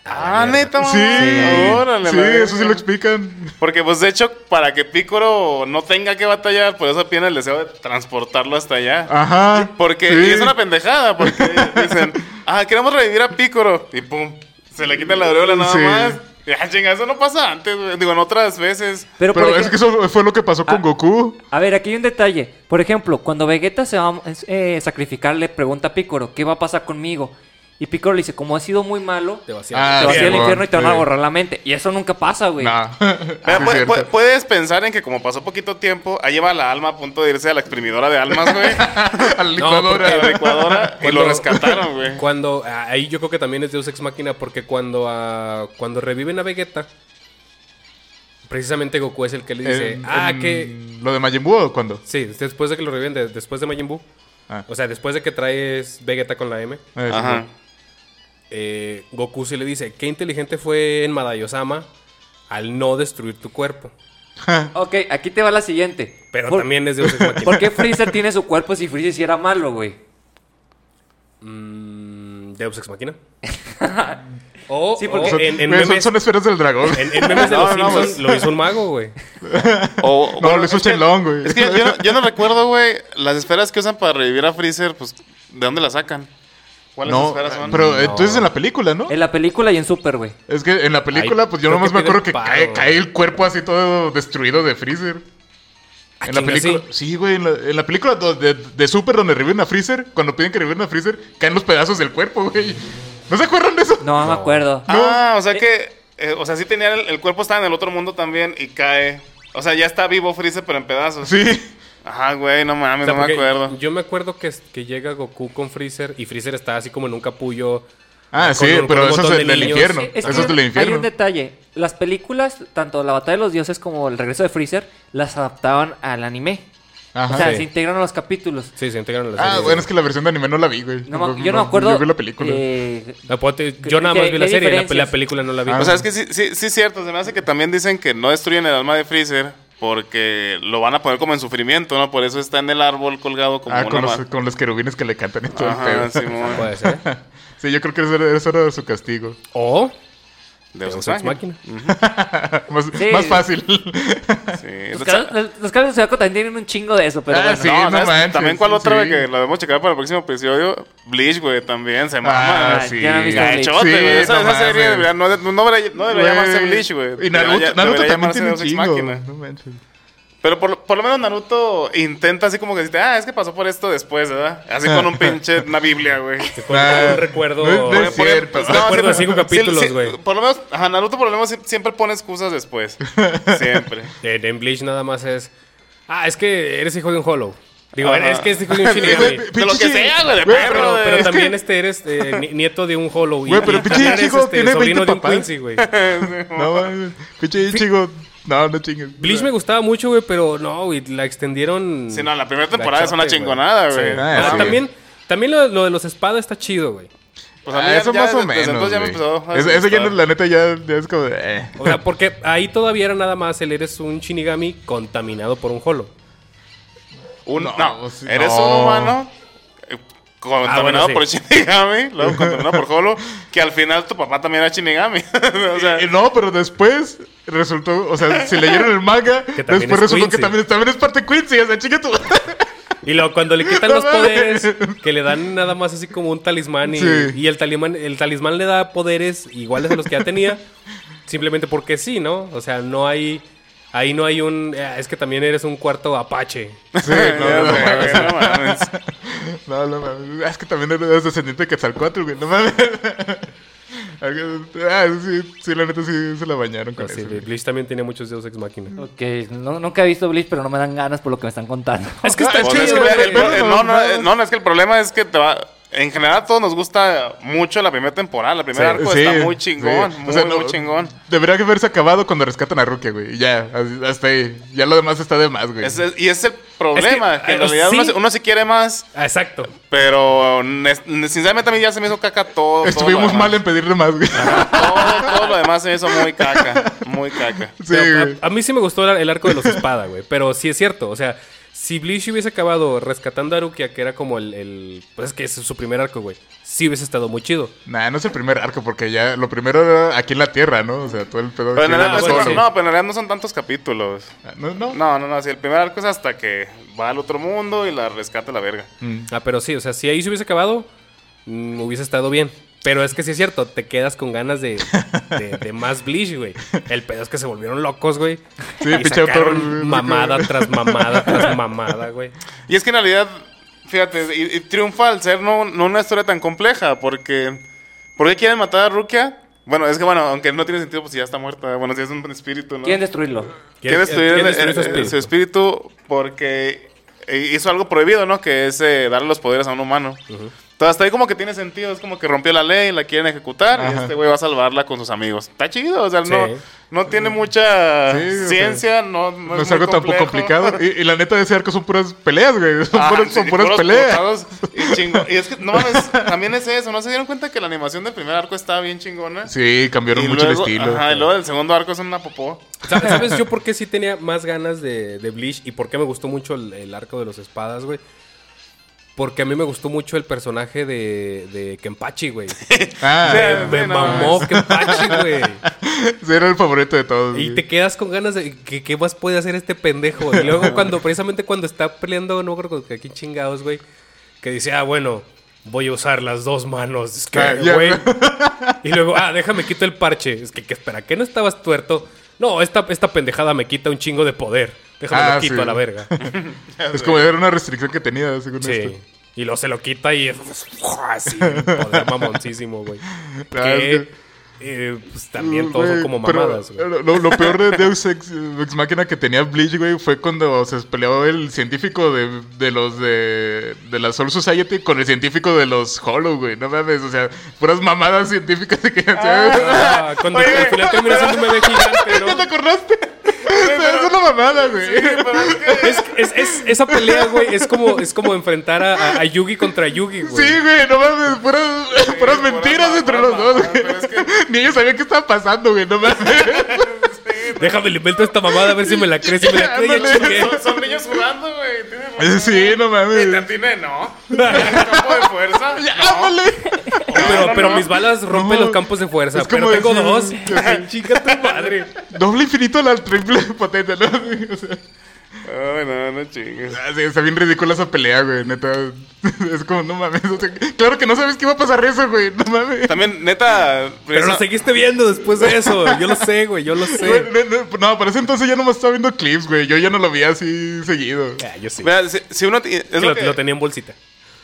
[SPEAKER 2] Ah, neta, mamón.
[SPEAKER 4] Sí,
[SPEAKER 2] Órale,
[SPEAKER 4] sí,
[SPEAKER 2] la verga.
[SPEAKER 4] eso sí lo explican.
[SPEAKER 2] Porque, pues, de hecho, para que Picoro no tenga que batallar, por eso tiene el deseo de transportarlo hasta allá.
[SPEAKER 4] Ajá.
[SPEAKER 2] Porque
[SPEAKER 4] sí.
[SPEAKER 2] y es una pendejada, porque dicen, ah, queremos revivir a Picoro. Y pum, se le quita la aureola nada
[SPEAKER 4] Sí.
[SPEAKER 2] más. Y, ah, chinga, eso no pasa antes, güey. Digo, en otras veces.
[SPEAKER 3] Pero,
[SPEAKER 4] Pero,
[SPEAKER 3] por
[SPEAKER 4] es
[SPEAKER 3] ej-
[SPEAKER 4] que eso fue lo que pasó con
[SPEAKER 3] Ah.
[SPEAKER 4] Goku.
[SPEAKER 3] A ver, aquí hay un detalle. Por ejemplo, cuando Vegeta se va a eh, sacrificar, le pregunta a Piccolo, ¿qué va a pasar conmigo? Y Piccolo le dice, como ha sido muy malo,
[SPEAKER 1] Te
[SPEAKER 3] te
[SPEAKER 1] vacía.
[SPEAKER 4] Ah,
[SPEAKER 3] vas a ir al
[SPEAKER 4] Simón,
[SPEAKER 3] infierno y te van a
[SPEAKER 4] sí.
[SPEAKER 3] borrar la mente. Y eso nunca pasa, güey.
[SPEAKER 4] Nah.
[SPEAKER 2] Pero
[SPEAKER 4] Ah, Sí,
[SPEAKER 2] pu-
[SPEAKER 4] es cierto.
[SPEAKER 2] pu- puedes pensar en que como pasó poquito tiempo, ahí lleva la alma a punto de irse a la exprimidora de almas, güey.
[SPEAKER 4] A la
[SPEAKER 2] a la
[SPEAKER 4] licuadora.
[SPEAKER 2] licuadora y lo
[SPEAKER 1] Cuando-
[SPEAKER 2] rescataron, güey.
[SPEAKER 1] Cuando ah, ahí yo creo que también es Deus Ex Máquina porque cuando ah, cuando reviven a Vegeta precisamente Goku es el que le dice,
[SPEAKER 4] En-
[SPEAKER 1] "Ah,
[SPEAKER 4] en-
[SPEAKER 1] que
[SPEAKER 4] ¿Lo de Majin Buu o cuándo?
[SPEAKER 1] sí, después de que lo reviven de- después de Majin Buu,
[SPEAKER 4] Ah.
[SPEAKER 1] o sea, después de que traes Vegeta con la M,
[SPEAKER 4] Ah, sí,
[SPEAKER 2] Ajá.
[SPEAKER 1] eh, Goku sí le dice, "Qué inteligente fue en Madayosama al no destruir tu cuerpo."
[SPEAKER 3] Ok, aquí te va la siguiente.
[SPEAKER 1] Pero
[SPEAKER 3] Por-
[SPEAKER 1] también es Deus Ex Máquina.
[SPEAKER 3] ¿Por qué Freezer tiene su cuerpo si Freezer sí era malo, güey?
[SPEAKER 1] Mm, Deus Ex Máquina. o
[SPEAKER 3] Sí, porque-
[SPEAKER 1] o
[SPEAKER 4] pues, Son,
[SPEAKER 1] en, en
[SPEAKER 4] güey, son-
[SPEAKER 1] memes,
[SPEAKER 4] son esferas del dragón.
[SPEAKER 1] en- en memes de
[SPEAKER 2] No,
[SPEAKER 1] los
[SPEAKER 2] no,
[SPEAKER 1] Simpsons
[SPEAKER 2] pues.
[SPEAKER 1] lo hizo un mago, güey.
[SPEAKER 2] O-
[SPEAKER 4] No,
[SPEAKER 2] bueno,
[SPEAKER 4] lo hizo
[SPEAKER 2] es que-
[SPEAKER 4] Chelón, güey.
[SPEAKER 2] Es que yo no, yo no recuerdo, güey, las esferas que usan para revivir a Freezer, pues, ¿de dónde las sacan? ¿Cuáles
[SPEAKER 4] No, eh,
[SPEAKER 2] esferas son?
[SPEAKER 4] pero entonces en la película, ¿no?
[SPEAKER 3] En la película y en Super, güey.
[SPEAKER 4] Es que en la película,
[SPEAKER 1] Ay,
[SPEAKER 4] pues yo
[SPEAKER 1] creo
[SPEAKER 4] nomás
[SPEAKER 1] que
[SPEAKER 4] me
[SPEAKER 1] pide
[SPEAKER 4] acuerdo que
[SPEAKER 1] paro,
[SPEAKER 4] cae,
[SPEAKER 1] güey.
[SPEAKER 4] cae el cuerpo así todo destruido de Freezer.
[SPEAKER 1] Ah,
[SPEAKER 4] En la
[SPEAKER 1] chinga,
[SPEAKER 4] película,
[SPEAKER 1] sí.
[SPEAKER 4] sí, güey, en la, en la película do- de, de Super donde reviven a Freezer, cuando piden que reviven a Freezer, caen los pedazos del cuerpo, güey. ¿No se acuerdan de eso?
[SPEAKER 3] No, no me acuerdo.
[SPEAKER 2] Ah, o sea que. eh, o sea, sí tenía el, el cuerpo, estaba en el otro mundo también y cae. O sea, ya está vivo Freezer, pero en pedazos.
[SPEAKER 4] Sí.
[SPEAKER 2] Ajá, güey, no mames,
[SPEAKER 1] O sea,
[SPEAKER 2] no me
[SPEAKER 1] porque
[SPEAKER 2] acuerdo.
[SPEAKER 1] Yo me acuerdo que, que llega Goku con Freezer y Freezer está así como en un capullo.
[SPEAKER 4] Ah,
[SPEAKER 1] con
[SPEAKER 4] sí,
[SPEAKER 1] un- con
[SPEAKER 4] pero
[SPEAKER 1] un
[SPEAKER 4] eso es
[SPEAKER 1] montón
[SPEAKER 4] en
[SPEAKER 1] de
[SPEAKER 4] el
[SPEAKER 1] niños.
[SPEAKER 4] infierno.
[SPEAKER 1] Sí,
[SPEAKER 4] eso es del
[SPEAKER 3] Hay
[SPEAKER 4] infierno.
[SPEAKER 3] un detalle. Las películas, tanto La Batalla de los Dioses como El Regreso de Freezer, las adaptaban al anime.
[SPEAKER 4] Ajá.
[SPEAKER 3] o sea,
[SPEAKER 1] sí.
[SPEAKER 3] se integran a los capítulos.
[SPEAKER 1] Sí, se integran en la
[SPEAKER 4] Ah,
[SPEAKER 1] serie.
[SPEAKER 4] bueno, es que la versión de anime no la vi, güey.
[SPEAKER 3] No, me- yo no me acuerdo.
[SPEAKER 4] Yo vi la película.
[SPEAKER 3] eh,
[SPEAKER 1] La puedo te- yo nada
[SPEAKER 3] ¿Qué-
[SPEAKER 1] más vi la
[SPEAKER 3] qué
[SPEAKER 1] serie, la,
[SPEAKER 3] diferencias?
[SPEAKER 1] la película no la vi.
[SPEAKER 4] Ah.
[SPEAKER 2] O sea, es que sí, sí, sí, es cierto. Se me hace que también dicen que no destruyen el alma de Freezer porque lo van a poner como en sufrimiento, ¿no? Por eso está en el árbol colgado como
[SPEAKER 4] ah,
[SPEAKER 2] una
[SPEAKER 4] con los,
[SPEAKER 2] ma-
[SPEAKER 4] con los querubines que le cantan y todo el
[SPEAKER 2] Ajá,
[SPEAKER 4] pedo. Sí.
[SPEAKER 2] Simón.
[SPEAKER 1] Puede ser.
[SPEAKER 4] yo creo que eso era, eso era su castigo.
[SPEAKER 1] O
[SPEAKER 2] Deus
[SPEAKER 1] Deus
[SPEAKER 2] Ex
[SPEAKER 1] Pues, Ex
[SPEAKER 2] Machina.
[SPEAKER 1] Máquina.
[SPEAKER 4] más,
[SPEAKER 3] Sí.
[SPEAKER 4] más fácil.
[SPEAKER 2] Sí.
[SPEAKER 3] los,
[SPEAKER 2] Entonces,
[SPEAKER 3] caras- los- los caras de Zodiaco también tienen un chingo de eso, pero
[SPEAKER 4] Ah,
[SPEAKER 3] bueno.
[SPEAKER 4] sí,
[SPEAKER 2] Pues no,
[SPEAKER 4] no
[SPEAKER 2] ¿sabes?
[SPEAKER 4] manches,
[SPEAKER 2] También cuál otra, güey,
[SPEAKER 4] sí.
[SPEAKER 2] que la debemos checar para el próximo episodio. Bleach, güey, también se mama.
[SPEAKER 4] ah,
[SPEAKER 3] ya
[SPEAKER 4] sí.
[SPEAKER 3] no he visto
[SPEAKER 2] Ya,
[SPEAKER 3] Bleach.
[SPEAKER 2] chote,
[SPEAKER 4] Sí,
[SPEAKER 2] güey. Esa,
[SPEAKER 4] no
[SPEAKER 2] esa serie
[SPEAKER 4] mames.
[SPEAKER 2] debería, no, de- no debería, no debería
[SPEAKER 4] Güey.
[SPEAKER 2] llamarse Bleach, güey.
[SPEAKER 4] Y Naruto,
[SPEAKER 2] Debería-
[SPEAKER 4] Naruto
[SPEAKER 2] debería
[SPEAKER 4] también
[SPEAKER 2] llamarse
[SPEAKER 4] tiene un
[SPEAKER 2] Deus Ex
[SPEAKER 4] chingo.
[SPEAKER 2] Machina.
[SPEAKER 4] No manches.
[SPEAKER 2] Pero por, por lo menos Naruto intenta así como que dice, ah, es que pasó por esto después, ¿verdad? Así con un pinche, una biblia, güey.
[SPEAKER 1] Con
[SPEAKER 4] Ah,
[SPEAKER 1] un recuerdo.
[SPEAKER 4] no es-
[SPEAKER 2] Por- por-
[SPEAKER 4] cierto.
[SPEAKER 2] no,
[SPEAKER 1] Recuerdo
[SPEAKER 2] siempre-
[SPEAKER 1] de cinco
[SPEAKER 2] sí,
[SPEAKER 1] capítulos,
[SPEAKER 2] sí,
[SPEAKER 1] güey.
[SPEAKER 2] Por lo menos, ajá, Naruto por lo menos sie- siempre pone excusas después. Siempre.
[SPEAKER 1] En, en Bleach nada más es. Ah, es que eres hijo de un Hollow. Digo,
[SPEAKER 2] Ajá.
[SPEAKER 1] es que es hijo de un
[SPEAKER 4] Güey,
[SPEAKER 1] Shinigami.
[SPEAKER 4] güey,
[SPEAKER 2] De lo que
[SPEAKER 4] pinche-
[SPEAKER 2] sea, güey, de
[SPEAKER 4] güey,
[SPEAKER 2] perro,
[SPEAKER 1] Pero,
[SPEAKER 2] de-
[SPEAKER 1] pero
[SPEAKER 4] es
[SPEAKER 1] también
[SPEAKER 4] que-
[SPEAKER 1] este eres eh, ni- nieto de un Hollow. y-
[SPEAKER 4] Güey, pero
[SPEAKER 1] y
[SPEAKER 4] pinche
[SPEAKER 1] también eres, este,
[SPEAKER 4] Ichigo tiene
[SPEAKER 1] sobrino
[SPEAKER 4] 20
[SPEAKER 1] de un
[SPEAKER 4] papás.
[SPEAKER 1] Quincy, güey.
[SPEAKER 4] No, mames. pinche Ichigo. No, no chingues.
[SPEAKER 1] Bleach me gustaba mucho, güey, pero no, güey, la extendieron.
[SPEAKER 2] Sí, no, la primera temporada es una
[SPEAKER 1] chote,
[SPEAKER 2] chingonada, güey.
[SPEAKER 1] Sí.
[SPEAKER 4] Ah,
[SPEAKER 1] O sea,
[SPEAKER 4] sí.
[SPEAKER 1] También, también lo, lo de los espadas está chido, güey.
[SPEAKER 2] Pues a mí
[SPEAKER 4] Ah,
[SPEAKER 2] ya-
[SPEAKER 4] eso
[SPEAKER 2] ya
[SPEAKER 4] más o
[SPEAKER 2] desde- desde
[SPEAKER 4] menos.
[SPEAKER 2] entonces ya me
[SPEAKER 4] güey.
[SPEAKER 2] empezó a
[SPEAKER 4] Es- Eso ya,
[SPEAKER 2] gustar.
[SPEAKER 4] no- la neta, ya, ya es como. de, eh.
[SPEAKER 1] O sea, porque ahí todavía era nada más el eres un Shinigami contaminado por un Hollow.
[SPEAKER 2] Un, no,
[SPEAKER 4] No, sí,
[SPEAKER 2] eres
[SPEAKER 4] no.
[SPEAKER 2] un humano eh, contaminado
[SPEAKER 1] Ah, bueno, sí.
[SPEAKER 2] por Shinigami, luego contaminado por Holo, que al final tu papá también era Shinigami. o sea,
[SPEAKER 4] Eh, No, pero después resultó, o sea, si leyeron el manga,
[SPEAKER 1] Que también
[SPEAKER 4] después
[SPEAKER 1] es
[SPEAKER 4] resultó que
[SPEAKER 1] Quincy.
[SPEAKER 4] también, es- también es parte de Quincy, o sea, chica tú.
[SPEAKER 1] Y luego cuando le quitan
[SPEAKER 4] No
[SPEAKER 1] los
[SPEAKER 4] mames.
[SPEAKER 1] poderes, que le dan nada más así como un talismán y,
[SPEAKER 4] Sí.
[SPEAKER 1] y el talismán, el talismán le da poderes iguales a los que ya tenía, simplemente porque sí, ¿no? O sea, no hay, ahí no hay un, "Ah, es que también eres un cuarto apache.
[SPEAKER 4] Sí, no,
[SPEAKER 2] ya
[SPEAKER 4] no,
[SPEAKER 2] sé,
[SPEAKER 4] mames.
[SPEAKER 2] güey, no mames.
[SPEAKER 4] No, no mames. Es que también eres descendiente de Quetzalcóatl, güey, no mames. Ah, sí, sí, la neta sí se la bañaron con
[SPEAKER 1] Así,
[SPEAKER 4] eso.
[SPEAKER 1] güey.
[SPEAKER 4] güey.
[SPEAKER 1] Bleach también tiene muchos Deus Ex Máquina.
[SPEAKER 3] Ok, no- nunca he visto Bleach, pero no me dan ganas por lo que me están contando.
[SPEAKER 1] Es que
[SPEAKER 2] Pues
[SPEAKER 1] está
[SPEAKER 2] es
[SPEAKER 1] chido,
[SPEAKER 2] que
[SPEAKER 1] güey.
[SPEAKER 2] el- el-
[SPEAKER 4] pero-
[SPEAKER 2] el- No, no, eh, no, no, es que el problema es que te va. En general, a todos nos gusta mucho la primera temporada. La primera arco
[SPEAKER 4] Sí,
[SPEAKER 2] está muy chingón.
[SPEAKER 4] sí.
[SPEAKER 2] Muy,
[SPEAKER 4] O sea, no-
[SPEAKER 2] muy chingón.
[SPEAKER 4] Debería haberse acabado cuando rescatan a Rukia, güey. Y ya, así- hasta ahí. Ya lo demás está de más, güey.
[SPEAKER 2] Ese es- y ese es el problema.
[SPEAKER 1] Es que,
[SPEAKER 2] que, en
[SPEAKER 1] eh,
[SPEAKER 2] realidad
[SPEAKER 1] sí.
[SPEAKER 2] uno, se- uno se quiere más.
[SPEAKER 1] Ah, exacto.
[SPEAKER 2] Pero ne- sinceramente a mí ya se me hizo caca todo. Ah, todo lo
[SPEAKER 4] Estuvimos
[SPEAKER 2] demás.
[SPEAKER 4] mal en pedirle más, güey.
[SPEAKER 2] Todo, todo lo demás se me hizo muy caca. Muy caca.
[SPEAKER 4] Sí,
[SPEAKER 1] Pero
[SPEAKER 4] güey.
[SPEAKER 1] a, a mí sí me gustó la- el arco de los espada, güey. Pero sí es cierto. O sea, si Bleach hubiese acabado rescatando a Arukia, que era como el, el- Pues es que es su primer arco, güey. Sí hubiese estado muy chido.
[SPEAKER 4] Nah, no es el primer arco, porque ya lo primero era aquí en la Tierra, ¿no? O sea, todo el pedo.
[SPEAKER 2] Pero en
[SPEAKER 4] aquí
[SPEAKER 2] realidad,
[SPEAKER 4] era
[SPEAKER 1] bueno,
[SPEAKER 2] no es-
[SPEAKER 1] sí.
[SPEAKER 2] no, pero en realidad no son tantos capítulos.
[SPEAKER 4] Ah, No, no.
[SPEAKER 2] No, no, no. Si el primer arco es hasta que va al otro mundo y la rescata la verga.
[SPEAKER 1] Ah, pero sí, o sea, si ahí se hubiese acabado, mm, hubiese estado bien. Pero es que sí es cierto, te quedas con ganas de, de- de más Bleach, güey. El pedo es que se volvieron locos, güey.
[SPEAKER 4] Sí,
[SPEAKER 1] y
[SPEAKER 4] pinche
[SPEAKER 1] sacaron
[SPEAKER 4] autor- eh,
[SPEAKER 1] mamada tras mamada tras mamada, güey.
[SPEAKER 2] Y es que en realidad, fíjate, y, y triunfa al ser no, no una historia tan compleja, porque ¿por qué quieren matar a Rukia? Bueno, es que bueno, aunque no tiene sentido, pues si ya está muerta, bueno, si es un espíritu, ¿no?
[SPEAKER 3] Quieren destruirlo.
[SPEAKER 2] Quieren destruir
[SPEAKER 1] quieren
[SPEAKER 2] el-
[SPEAKER 1] destruir su
[SPEAKER 2] el-
[SPEAKER 1] espíritu?
[SPEAKER 2] su espíritu porque eh, hizo algo prohibido, ¿no? Que es eh, darle los poderes a un humano. Entonces, hasta ahí como que tiene sentido, es como que rompió la ley, la quieren ejecutar y
[SPEAKER 4] Ajá.
[SPEAKER 2] este güey va a salvarla con sus amigos. Está chido, o sea, no,
[SPEAKER 1] Sí.
[SPEAKER 2] no tiene mucha
[SPEAKER 4] Sí, o sea,
[SPEAKER 2] ciencia, no, no,
[SPEAKER 4] No es
[SPEAKER 2] muy
[SPEAKER 4] algo tampoco
[SPEAKER 2] complejo.
[SPEAKER 4] complicado. Y, y la neta de ese arco son puras peleas, güey. Son
[SPEAKER 2] Ah,
[SPEAKER 4] puras, son
[SPEAKER 2] sí,
[SPEAKER 4] puras
[SPEAKER 2] puros
[SPEAKER 4] peleas.
[SPEAKER 2] putazos Y, chingo- y es que, no mames, también es eso. ¿No se dieron cuenta que la animación del primer arco estaba bien chingona?
[SPEAKER 4] Sí, cambiaron
[SPEAKER 2] Y
[SPEAKER 4] mucho
[SPEAKER 2] luego-
[SPEAKER 4] el estilo.
[SPEAKER 2] Ajá, y luego del segundo arco es una popó.
[SPEAKER 1] Sa- ¿Sabes yo por qué sí tenía más ganas de, de Bleach y por qué me gustó mucho el, el arco de los espadas, güey? Porque a mí me gustó mucho el personaje de, de Kenpachi, güey.
[SPEAKER 4] Ah,
[SPEAKER 2] Sí.
[SPEAKER 1] Me, me
[SPEAKER 2] no,
[SPEAKER 1] mamó Kenpachi, güey.
[SPEAKER 4] sí, era el favorito de todos.
[SPEAKER 1] Y
[SPEAKER 4] güey.
[SPEAKER 1] te quedas con ganas de que qué más puede hacer este pendejo. Y luego cuando, precisamente cuando está peleando, no creo que aquí chingados, güey. Que dice, ah, bueno, voy a usar las dos manos. Es que,
[SPEAKER 4] Ah, ya.
[SPEAKER 1] güey. Y luego, ah, déjame quito el parche. Es que, que espera, ¿qué no estabas tuerto? No, esta, esta pendejada me quita un chingo de poder. Déjame
[SPEAKER 4] Ah,
[SPEAKER 1] lo quito
[SPEAKER 4] sí.
[SPEAKER 1] a la verga.
[SPEAKER 4] Es como era una restricción que tenía, según
[SPEAKER 1] Sí.
[SPEAKER 4] esto.
[SPEAKER 1] Y luego se lo quita y es así, poder mamoncísimo, güey.
[SPEAKER 4] Ah,
[SPEAKER 1] Que,
[SPEAKER 4] es que-
[SPEAKER 1] eh, pues, también todos son
[SPEAKER 4] Güey,
[SPEAKER 1] como
[SPEAKER 4] pero
[SPEAKER 1] mamadas, güey.
[SPEAKER 4] lo- Lo, lo peor de Deus Ex, Ex Máquina que tenía Bleach, güey, fue cuando se peleó el científico de, de los de, de la Soul Society con el científico de los Hollow, güey. No mames, o sea, puras mamadas científicas de que...
[SPEAKER 1] Ah, cuando
[SPEAKER 2] Oye,
[SPEAKER 1] al final termina siendo un bebé gigante,
[SPEAKER 4] ¿Qué te
[SPEAKER 1] ¿no?
[SPEAKER 4] acordaste? es una mamada, güey.
[SPEAKER 1] Es, es- es- esa pelea, güey, es como, es como enfrentar a, a- a Yugi contra Yugi, güey.
[SPEAKER 4] Sí, güey, no mames, puras, puras
[SPEAKER 2] puras
[SPEAKER 4] mentiras
[SPEAKER 2] mamadas,
[SPEAKER 4] entre los dos, güey.
[SPEAKER 2] pero es que-
[SPEAKER 4] Ni ellos sabían qué estaba pasando, güey, no mames.
[SPEAKER 1] Déjame le invento esta mamada a ver si me la crees. Si me la crees, ya
[SPEAKER 4] Ándale.
[SPEAKER 1] chingué.
[SPEAKER 2] Son, son niños jugando, güey. tiene razón.
[SPEAKER 4] Sí, no
[SPEAKER 2] Y
[SPEAKER 4] mames.
[SPEAKER 2] Tantine, no. ¿El campo de fuerza?
[SPEAKER 4] Ya,
[SPEAKER 2] No.
[SPEAKER 4] ándale.
[SPEAKER 1] Pero, pero mis balas rompen
[SPEAKER 4] No.
[SPEAKER 1] los campos de fuerza.
[SPEAKER 4] Es
[SPEAKER 1] pero
[SPEAKER 4] como
[SPEAKER 1] tengo
[SPEAKER 4] decir-
[SPEAKER 1] dos.
[SPEAKER 4] decir-
[SPEAKER 1] Chica tu madre.
[SPEAKER 4] Doble infinito a la triple potencia, ¿no? O sea,
[SPEAKER 2] Ay, no, no chingues.
[SPEAKER 4] ah, sí, está bien ridícula esa pelea, güey, neta. Es como, no mames. o sea, claro que no sabes qué iba a pasar eso, güey, no mames.
[SPEAKER 2] También, neta.
[SPEAKER 1] Pero lo
[SPEAKER 2] esa-
[SPEAKER 1] seguiste viendo después de eso. Yo lo sé, güey. Yo lo
[SPEAKER 4] Güey,
[SPEAKER 1] sé.
[SPEAKER 4] No, no, no, para ese entonces ya nomás estaba viendo clips, güey. Yo ya no lo vi así seguido.
[SPEAKER 1] Ah, yo sí.
[SPEAKER 2] Vea, si, si uno. ti- es
[SPEAKER 1] Que
[SPEAKER 2] lo
[SPEAKER 1] lo,
[SPEAKER 2] que-
[SPEAKER 1] lo tenía en bolsita.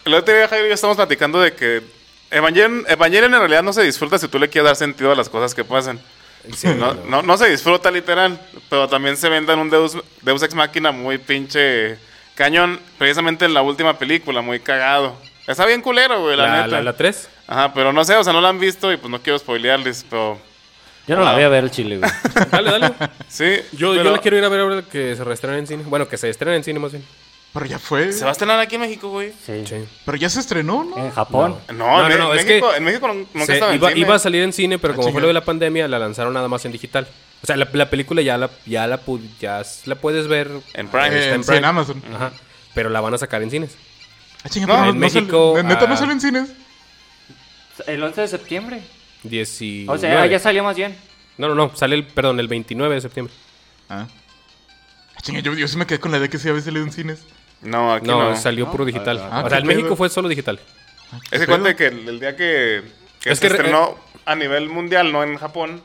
[SPEAKER 2] El otro día, Jairo y yo estamos platicando de que Evangelion, Evangelion en realidad no se disfruta si tú le quieres dar sentido a las cosas que pasan. no, no, no se disfruta literal, pero también se vendan un Deus, Deus Ex Máquina muy pinche cañón, precisamente en la última película, muy cagado. Está bien culero, güey, la,
[SPEAKER 1] La,
[SPEAKER 2] neta.
[SPEAKER 1] la, la 3.
[SPEAKER 2] Ajá, pero no sé, o sea, no la han visto y pues no quiero spoilearles, pero
[SPEAKER 3] Yo
[SPEAKER 4] Ah.
[SPEAKER 3] no la voy a ver el chile, güey.
[SPEAKER 1] Dale, dale.
[SPEAKER 2] sí.
[SPEAKER 1] Yo, yo
[SPEAKER 2] pero
[SPEAKER 1] la quiero ir a ver ahora que se reestrenan en cine. Bueno, que se estrenan en cine más bien.
[SPEAKER 4] Pero ya fue.
[SPEAKER 2] ¿Se va Eh, a estrenar aquí en México, güey?
[SPEAKER 3] Sí.
[SPEAKER 1] Sí.
[SPEAKER 4] Pero ya se estrenó, ¿no?
[SPEAKER 3] En Japón.
[SPEAKER 2] No,
[SPEAKER 1] No,
[SPEAKER 2] en,
[SPEAKER 1] no, no,
[SPEAKER 2] en
[SPEAKER 1] es
[SPEAKER 2] México,
[SPEAKER 1] que
[SPEAKER 2] en México nun- nunca
[SPEAKER 1] Se-
[SPEAKER 2] estaba en
[SPEAKER 1] iba,
[SPEAKER 2] cine.
[SPEAKER 1] iba a salir en cine,
[SPEAKER 3] Ah,
[SPEAKER 1] pero como fue
[SPEAKER 4] chinga.
[SPEAKER 1] lo de la pandemia, la lanzaron nada más en digital. O sea, la, la película ya la, ya, la, pu- ya s- la puedes ver.
[SPEAKER 2] En Prime.
[SPEAKER 1] Está
[SPEAKER 4] Eh,
[SPEAKER 1] en
[SPEAKER 4] sí,
[SPEAKER 1] Prime.
[SPEAKER 4] en Amazon.
[SPEAKER 1] Ajá. Pero la van a sacar en cines.
[SPEAKER 4] Ah, chinga,
[SPEAKER 2] No,
[SPEAKER 4] pero
[SPEAKER 1] en
[SPEAKER 4] sale-
[SPEAKER 1] México,
[SPEAKER 4] neta, no
[SPEAKER 1] ah.
[SPEAKER 4] sale en cines.
[SPEAKER 3] El 11 de septiembre.
[SPEAKER 1] Dieci-
[SPEAKER 3] O sea,
[SPEAKER 1] nueve.
[SPEAKER 3] ya salió más bien.
[SPEAKER 1] No, no, no. Sale el, perdón, el 29 de septiembre.
[SPEAKER 4] Ah. Ah, chinga, yo, yo sí me quedé con la idea que sí había salido en cines.
[SPEAKER 2] No, aquí no.
[SPEAKER 1] No, salió puro digital.
[SPEAKER 4] ah,
[SPEAKER 1] o sea,
[SPEAKER 4] qué
[SPEAKER 1] en México
[SPEAKER 4] pedo.
[SPEAKER 1] fue solo digital.
[SPEAKER 2] Ese
[SPEAKER 4] pedo?
[SPEAKER 2] cuate que el, el día que, que
[SPEAKER 1] Es
[SPEAKER 2] se
[SPEAKER 1] que re-
[SPEAKER 2] estrenó a nivel mundial, no en Japón,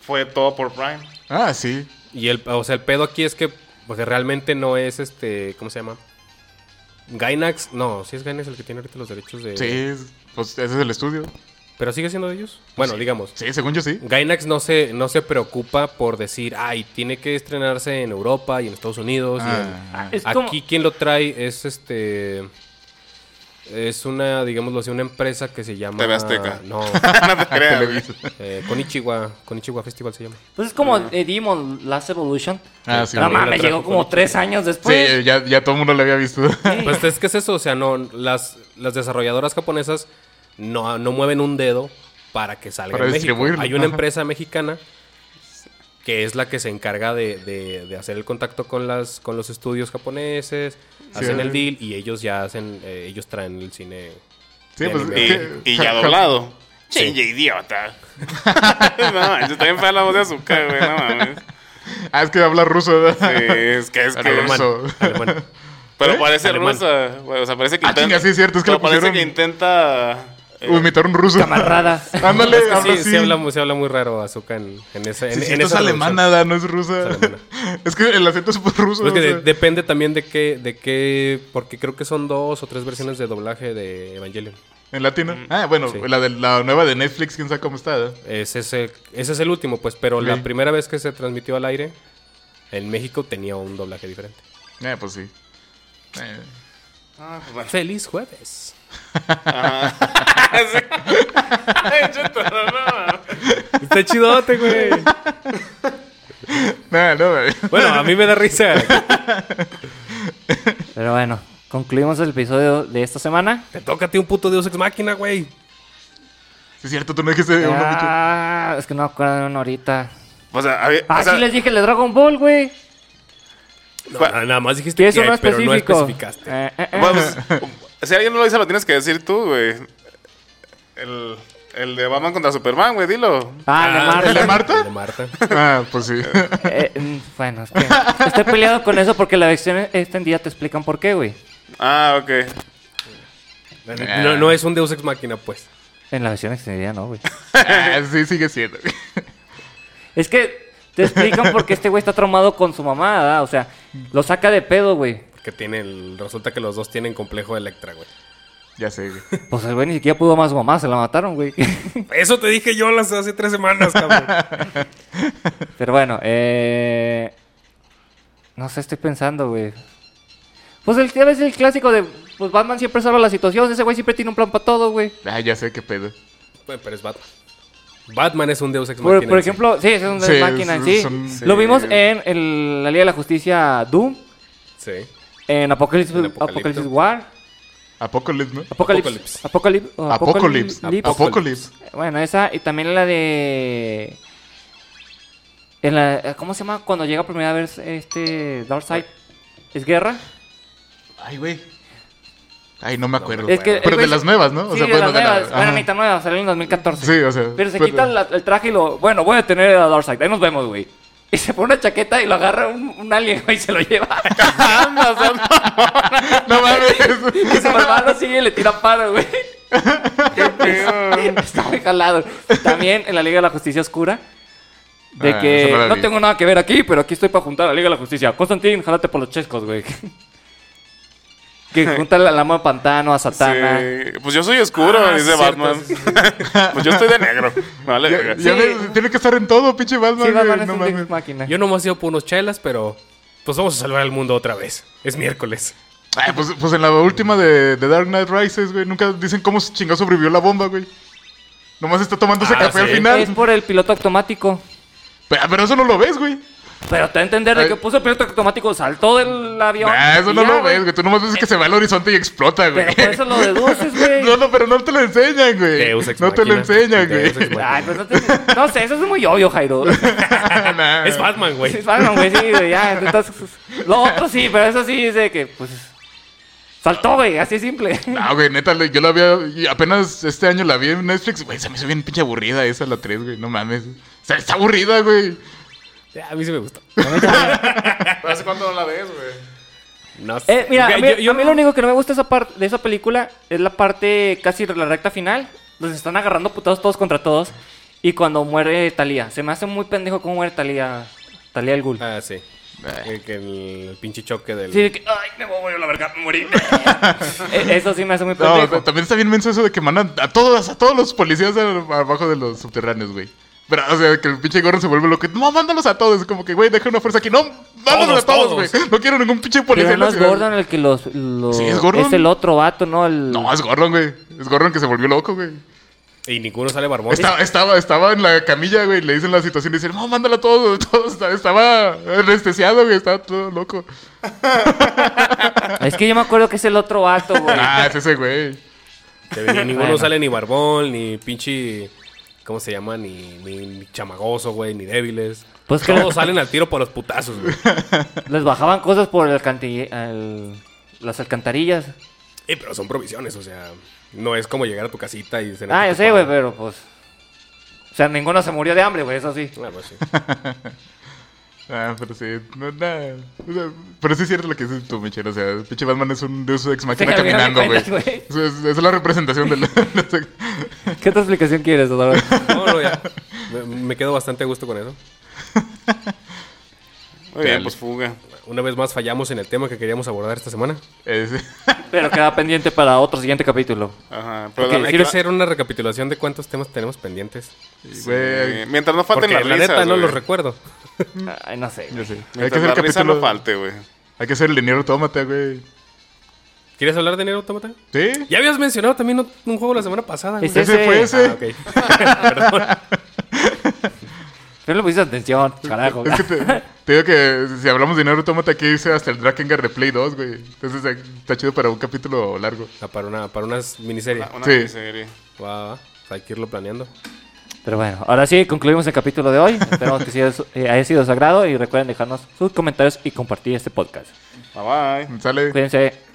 [SPEAKER 2] fue todo por Prime.
[SPEAKER 4] Ah, sí.
[SPEAKER 1] Y el, o sea, el pedo aquí es que pues, realmente no es este. ¿Cómo se llama? Gainax. No, sí es Gainax el que tiene ahorita los derechos de.
[SPEAKER 4] Sí, es- pues ese es el estudio.
[SPEAKER 1] ¿Pero sigue siendo de ellos? Bueno, digamos.
[SPEAKER 4] Sí, según yo sí.
[SPEAKER 1] Gainax no se, no se preocupa por decir, ay, tiene que estrenarse en Europa y en Estados Unidos. y en-
[SPEAKER 4] Ah,
[SPEAKER 3] Es como-
[SPEAKER 1] Aquí quien lo trae es este... Es una, digámoslo así, una empresa que se llama...
[SPEAKER 2] TV Azteca.
[SPEAKER 1] No,
[SPEAKER 2] no
[SPEAKER 1] Ah,
[SPEAKER 2] te creas. güey.
[SPEAKER 4] Televisa.
[SPEAKER 1] eh, Konichiwa, Konichiwa Festival se llama.
[SPEAKER 3] Pues es como eh, Demon Last Evolution.
[SPEAKER 4] Ah, sí,
[SPEAKER 3] no
[SPEAKER 4] güey.
[SPEAKER 1] la
[SPEAKER 3] mames,
[SPEAKER 1] trajo
[SPEAKER 3] llegó como
[SPEAKER 1] con-
[SPEAKER 3] tres años después.
[SPEAKER 4] Sí, ya, ya todo el mundo lo había visto.
[SPEAKER 1] Pues es que es eso, o sea, no, las, las desarrolladoras japonesas no, no mueven un dedo para que salga
[SPEAKER 4] Para
[SPEAKER 1] en México.
[SPEAKER 4] distribuirlo,
[SPEAKER 1] Hay una
[SPEAKER 4] ajá.
[SPEAKER 1] empresa mexicana que es la que se encarga de, de- de hacer el contacto con las con los estudios japoneses, hacen
[SPEAKER 4] eh.
[SPEAKER 1] el deal y ellos ya hacen, eh, ellos traen el cine.
[SPEAKER 4] Sí,
[SPEAKER 1] de
[SPEAKER 4] pues,
[SPEAKER 1] anime. Eh,
[SPEAKER 4] es que-
[SPEAKER 2] Y, y ya doblado. Chingue idiota. no, mames, está bien fea la voz de azúcar, güey. No mames.
[SPEAKER 4] Ah, es que habla ruso, ¿verdad?
[SPEAKER 2] Sí, es que es que.
[SPEAKER 1] Alemán,
[SPEAKER 4] eso.
[SPEAKER 1] alemán.
[SPEAKER 2] Pero parece
[SPEAKER 1] Alemán.
[SPEAKER 2] rusa. güey, O sea, parece que
[SPEAKER 4] ¿Eh? Ah, chinga, sí, es cierto, es que
[SPEAKER 2] pero
[SPEAKER 4] lo
[SPEAKER 2] parece
[SPEAKER 4] pusieron-
[SPEAKER 2] que intenta. eh,
[SPEAKER 4] O imitar un ruso.
[SPEAKER 3] Camarada.
[SPEAKER 4] Ándale,
[SPEAKER 1] Es que
[SPEAKER 4] habla
[SPEAKER 1] sí,
[SPEAKER 4] así.
[SPEAKER 1] se habla, mu- se habla muy raro Azúcar en, en esa en,
[SPEAKER 4] Sí, sí,
[SPEAKER 1] en
[SPEAKER 4] esto
[SPEAKER 1] esa
[SPEAKER 4] es
[SPEAKER 1] traducción.
[SPEAKER 4] alemana, da, no es rusa.
[SPEAKER 1] Es alemana.
[SPEAKER 4] Es que el acento es súper ruso.
[SPEAKER 1] Pues
[SPEAKER 4] o
[SPEAKER 1] que de-
[SPEAKER 4] sea.
[SPEAKER 1] depende también de qué, de qué, porque creo que son dos o tres versiones de doblaje de Evangelion.
[SPEAKER 4] En latino. Ah, bueno,
[SPEAKER 1] Sí.
[SPEAKER 4] la, de, la nueva de Netflix, quién sabe cómo está. ¿eh?
[SPEAKER 1] Ese es el, ese es el último, pues, pero
[SPEAKER 4] Sí.
[SPEAKER 1] la primera vez que se transmitió al aire, en México tenía un doblaje diferente.
[SPEAKER 4] Eh, pues sí. Eh,
[SPEAKER 2] ah, pues, bueno.
[SPEAKER 1] Feliz jueves.
[SPEAKER 2] Ajá. Sí. Ay, chuta, no, no.
[SPEAKER 1] Está chidote, güey.
[SPEAKER 4] no, no, güey.
[SPEAKER 1] Bueno, a mí me da risa.
[SPEAKER 3] Pero bueno, concluimos el episodio de esta semana.
[SPEAKER 1] Te toca a ti un puto Dios ex máquina, güey.
[SPEAKER 4] Sí, es cierto, tú no dijiste uno mucho.
[SPEAKER 3] Ah, es que no me acuerdo de uno ahorita.
[SPEAKER 2] O sea, había- o
[SPEAKER 3] Ah,
[SPEAKER 2] sea,
[SPEAKER 3] sí les dije el de Dragon Ball, güey.
[SPEAKER 1] No,
[SPEAKER 2] Bueno,
[SPEAKER 1] nada más dijiste
[SPEAKER 3] Que
[SPEAKER 1] que
[SPEAKER 3] eso
[SPEAKER 1] hay,
[SPEAKER 3] no es
[SPEAKER 1] pero no
[SPEAKER 3] específico.
[SPEAKER 1] especificaste.
[SPEAKER 3] Eh, eh, eh.
[SPEAKER 2] Bueno, pues, si alguien no lo dice, lo tienes que decir tú, güey. El, el de Batman contra Superman, güey, dilo.
[SPEAKER 3] Ah, el de Marvel.
[SPEAKER 4] ¿el de Marta?
[SPEAKER 1] El de Marta.
[SPEAKER 4] Ah, pues sí.
[SPEAKER 3] Eh, mm, bueno, es que estoy peleado con eso porque la versión extendida te explican por qué, güey.
[SPEAKER 2] Ah, ok.
[SPEAKER 3] Ah.
[SPEAKER 1] No, no es un Deus ex máquina, pues.
[SPEAKER 3] En la versión extendida no, güey.
[SPEAKER 4] Ah, sí, sigue siendo.
[SPEAKER 3] Es que te explican por qué este güey está traumado con su mamá, ¿verdad? O sea, lo saca de pedo, güey.
[SPEAKER 1] Porque tiene el, resulta que los dos tienen complejo de Electra, güey.
[SPEAKER 4] ya sé. güey.
[SPEAKER 3] Pues el güey ni siquiera pudo más su mamá, se la mataron, güey.
[SPEAKER 1] Eso te dije yo las hace tres semanas, cabrón.
[SPEAKER 3] Pero bueno, eh... No sé, estoy pensando, güey. Pues el es el clásico de... Pues Batman siempre salva la situación, ese güey siempre tiene un plan para todo, güey.
[SPEAKER 4] Ah, ya sé qué pedo.
[SPEAKER 1] Güey, pero es Batman. Batman es un Deus ex máquina.
[SPEAKER 3] Por, por
[SPEAKER 1] en sí.
[SPEAKER 3] ejemplo, sí, es una
[SPEAKER 4] Sí,
[SPEAKER 3] máquina en
[SPEAKER 4] es-
[SPEAKER 3] sí.
[SPEAKER 4] son-
[SPEAKER 3] Lo
[SPEAKER 2] sí.
[SPEAKER 3] vimos en el- la Liga de la Justicia Doom,
[SPEAKER 1] Sí.
[SPEAKER 3] en Apocalypse,
[SPEAKER 1] En Apocalipto.
[SPEAKER 3] Apocalypse War,
[SPEAKER 4] Apocalypse, ¿no?
[SPEAKER 3] Apocalypse. Apocalypse. o
[SPEAKER 4] Apocalypse.
[SPEAKER 3] Apocalypse.
[SPEAKER 4] Apocalypse.
[SPEAKER 3] Bueno, esa y también la de. En la, ¿Cómo se llama cuando llega por primera vez este Darkseid? ¿Es guerra?
[SPEAKER 4] Ay, güey. Ay, no me acuerdo.
[SPEAKER 3] Es que el
[SPEAKER 4] pero de
[SPEAKER 3] güey-
[SPEAKER 4] las nuevas, ¿no?
[SPEAKER 3] sí, de las
[SPEAKER 4] bueno,
[SPEAKER 3] nuevas.
[SPEAKER 4] la-
[SPEAKER 3] Bueno,
[SPEAKER 4] ajá.
[SPEAKER 3] ni tan nueva, salió en 2014.
[SPEAKER 4] Sí, o sea. pues,
[SPEAKER 3] Pero se quita la- el traje y lo. Bueno, voy a tener a Darkseid, ahí nos vemos, güey. Y se pone una chaqueta y lo agarra un, un alien, güey, y se lo lleva.
[SPEAKER 2] Anda, o sea,
[SPEAKER 4] No mames.
[SPEAKER 3] Y Superman lo sigue y le tira paro, güey.
[SPEAKER 2] qué pedo.
[SPEAKER 3] Está muy jalado. También en la Liga de la Justicia Oscura. De
[SPEAKER 4] Ah,
[SPEAKER 3] que
[SPEAKER 4] esa no la
[SPEAKER 3] no
[SPEAKER 4] vi.
[SPEAKER 3] tengo nada que ver aquí, pero aquí estoy para juntar a la Liga de la Justicia. Constantín, jálate por los chescos, güey. que junta al amo de pantano, a Satana.
[SPEAKER 2] Sí. Pues yo soy oscuro,
[SPEAKER 1] Ah,
[SPEAKER 2] dice
[SPEAKER 1] sí, cierto,
[SPEAKER 2] Batman.
[SPEAKER 1] sí,
[SPEAKER 2] pues yo estoy de negro. No, vale,
[SPEAKER 4] Ya,
[SPEAKER 2] verga.
[SPEAKER 4] ya
[SPEAKER 3] Sí.
[SPEAKER 4] ves, tiene que estar en todo, pinche Batman.
[SPEAKER 3] Sí,
[SPEAKER 4] güey,
[SPEAKER 3] Batman es
[SPEAKER 4] no
[SPEAKER 3] un
[SPEAKER 4] mames.
[SPEAKER 3] Dios máquina.
[SPEAKER 1] Yo nomás he ido por unos chelas, pero pues vamos a salvar al mundo otra vez. Es miércoles.
[SPEAKER 4] Ay, pues, pues en la última de, de Dark Knight Rises, güey, nunca dicen cómo se chingó sobrevivió la bomba, güey. Nomás está tomando ese
[SPEAKER 1] Ah,
[SPEAKER 4] café
[SPEAKER 1] sí.
[SPEAKER 4] al final.
[SPEAKER 3] Es por el piloto automático.
[SPEAKER 4] Pero, pero eso no lo ves, güey.
[SPEAKER 3] Pero te va a entender de
[SPEAKER 4] Ay.
[SPEAKER 3] que puso el piloto automático, saltó del avión.
[SPEAKER 4] Ah, eso
[SPEAKER 3] y
[SPEAKER 4] no
[SPEAKER 3] ya,
[SPEAKER 4] lo ves, güey. Tú nomás ves que se va al horizonte y explota, güey.
[SPEAKER 3] Pero por eso lo deduces, güey.
[SPEAKER 4] No, no, pero no te lo enseñan, güey.
[SPEAKER 1] Deus ex
[SPEAKER 4] no te lo
[SPEAKER 1] machina. Deus
[SPEAKER 4] enseñan, güey.
[SPEAKER 1] ex machina.
[SPEAKER 3] Ay, pues no, te- no sé, eso es muy obvio, Jairo. Ah.
[SPEAKER 4] Nah.
[SPEAKER 1] Es Batman, güey.
[SPEAKER 3] Sí, Batman, güey, sí, güey, ya, tú estás- Lo otro sí, pero eso sí es de que, pues. Saltó, güey, así de simple.
[SPEAKER 4] No, güey, neta, yo la había. y Apenas este año la vi en Netflix, güey. Se me hizo bien pinche aburrida esa, la 3, güey. No mames. O sea, está aburrida, güey.
[SPEAKER 1] A mí sí me gustó.
[SPEAKER 2] ¿Hace cuánto no la ves, güey?
[SPEAKER 1] No sé.
[SPEAKER 3] Eh, mira, a
[SPEAKER 1] Güey,
[SPEAKER 3] mí,
[SPEAKER 1] yo- yo
[SPEAKER 3] a mí
[SPEAKER 1] no-
[SPEAKER 3] lo único que no me gusta esa parte de esa película es la parte casi de la recta final, donde se están agarrando putados todos contra todos. Y cuando muere Talía, se me hace muy pendejo cómo muere Talía. Talía el Ghul.
[SPEAKER 1] Ah, sí. El, que el pinche choque del.
[SPEAKER 3] Eh. Sí, de que, ay, me voy a morir a la verga, me morí. Eh, Eso sí me hace muy
[SPEAKER 4] No,
[SPEAKER 3] pendejo.
[SPEAKER 4] pero también está bien menso eso de que mandan a todos, a todos los policías a- abajo de los subterráneos, güey. Pero, o sea, que el pinche gorro se vuelve loco. No, mándalos a todos. Como que, güey, deja una fuerza aquí. No,
[SPEAKER 1] Todos,
[SPEAKER 4] mándalos a todos, güey.
[SPEAKER 1] todos.
[SPEAKER 4] No quiero ningún pinche
[SPEAKER 3] Pero
[SPEAKER 4] policía. en
[SPEAKER 3] no
[SPEAKER 4] la
[SPEAKER 3] es
[SPEAKER 4] ciudad.
[SPEAKER 3] Gordon el que los, los-
[SPEAKER 4] Sí, es Gordon.
[SPEAKER 3] el otro vato, ¿no? El...
[SPEAKER 4] No, es Gordon, güey. Es Gordon que se volvió loco, güey.
[SPEAKER 1] Y ninguno sale barbón.
[SPEAKER 4] Estaba, estaba, estaba en la camilla, güey. Le dicen la situación y dicen, no, mándalo a todos, todos. Estaba anestesiado, güey. Estaba todo loco.
[SPEAKER 3] Es que yo me acuerdo que es el otro vato, güey.
[SPEAKER 4] Ah, es ese, güey.
[SPEAKER 1] Que ni- ninguno
[SPEAKER 3] Bueno.
[SPEAKER 1] sale ni barbón, ni pinche. ¿Cómo se llama? Ni, ni, ni chamagoso, güey, ni débiles.
[SPEAKER 3] Pues que-
[SPEAKER 1] Todos salen al tiro por los putazos, güey.
[SPEAKER 3] Les bajaban cosas por el alcanti- al- las alcantarillas.
[SPEAKER 1] Eh, pero son provisiones, o sea. No es como llegar a tu casita y cenar.
[SPEAKER 3] Ah,
[SPEAKER 1] con
[SPEAKER 3] yo
[SPEAKER 1] tu
[SPEAKER 3] sé, güey,
[SPEAKER 1] padre.
[SPEAKER 3] pero pues. O sea, ninguno se murió de hambre, güey, eso sí.
[SPEAKER 1] Ah, pues sí.
[SPEAKER 4] Ah, pero sí, no, nada. O sea, pero sí es cierto lo que dices tú, Michelle. O sea, pinche Batman es un Deus Ex Máquina
[SPEAKER 3] Sí, al final de
[SPEAKER 4] caminando, güey.
[SPEAKER 3] cuentas, güey.
[SPEAKER 4] O sea, Es, es la representación del...
[SPEAKER 3] ¿Qué otra explicación quieres, Odoro?
[SPEAKER 1] No, no, ya. Me, me quedo bastante a gusto con eso.
[SPEAKER 2] Muy bien,
[SPEAKER 4] Dale.
[SPEAKER 2] pues fuga.
[SPEAKER 1] Una vez más fallamos en el tema que queríamos abordar esta semana.
[SPEAKER 4] Es-
[SPEAKER 3] Pero queda pendiente para otro siguiente capítulo.
[SPEAKER 2] Ajá. Pero
[SPEAKER 3] Ok,
[SPEAKER 2] la-
[SPEAKER 1] Hay que hacer una recapitulación de cuántos temas tenemos pendientes.
[SPEAKER 2] Sí,
[SPEAKER 4] Güey,
[SPEAKER 2] eh, Mientras no
[SPEAKER 1] Porque
[SPEAKER 2] falten
[SPEAKER 1] la
[SPEAKER 2] las risas,
[SPEAKER 1] neta no
[SPEAKER 2] güey.
[SPEAKER 1] los recuerdo.
[SPEAKER 3] Ay, no sé.
[SPEAKER 4] Mm. yo sé. Hay que
[SPEAKER 2] Mientras
[SPEAKER 4] hacer
[SPEAKER 2] la
[SPEAKER 4] el
[SPEAKER 2] risa no
[SPEAKER 4] capítulo...
[SPEAKER 2] falte, güey.
[SPEAKER 4] hay que hacer el dinero autómata, güey.
[SPEAKER 1] ¿Quieres hablar de Nier Automata?
[SPEAKER 4] ¿Sí?
[SPEAKER 1] Ya habías mencionado también un, un juego la semana pasada. güey.
[SPEAKER 3] Ese-
[SPEAKER 4] Ese fue ese.
[SPEAKER 1] Ah, ok. Perdón.
[SPEAKER 3] Pero le pusiste atención, carajo.
[SPEAKER 4] Es que te, te digo que si hablamos de dinero autómata hay que irse hasta el Drakengard de Play 2, güey. Entonces eh, está chido para un capítulo largo.
[SPEAKER 1] Ah, para una, para unas miniseries.
[SPEAKER 2] Una
[SPEAKER 4] Sí.
[SPEAKER 2] miniserie.
[SPEAKER 1] Va, va, va. O sea, Hay que irlo planeando.
[SPEAKER 3] Pero bueno, ahora sí, concluimos el capítulo de hoy. Esperamos que sí os- eh, haya sido sagrado y recuerden dejarnos sus comentarios y compartir este podcast.
[SPEAKER 2] Bye bye.
[SPEAKER 4] Sale...
[SPEAKER 3] Cuídense.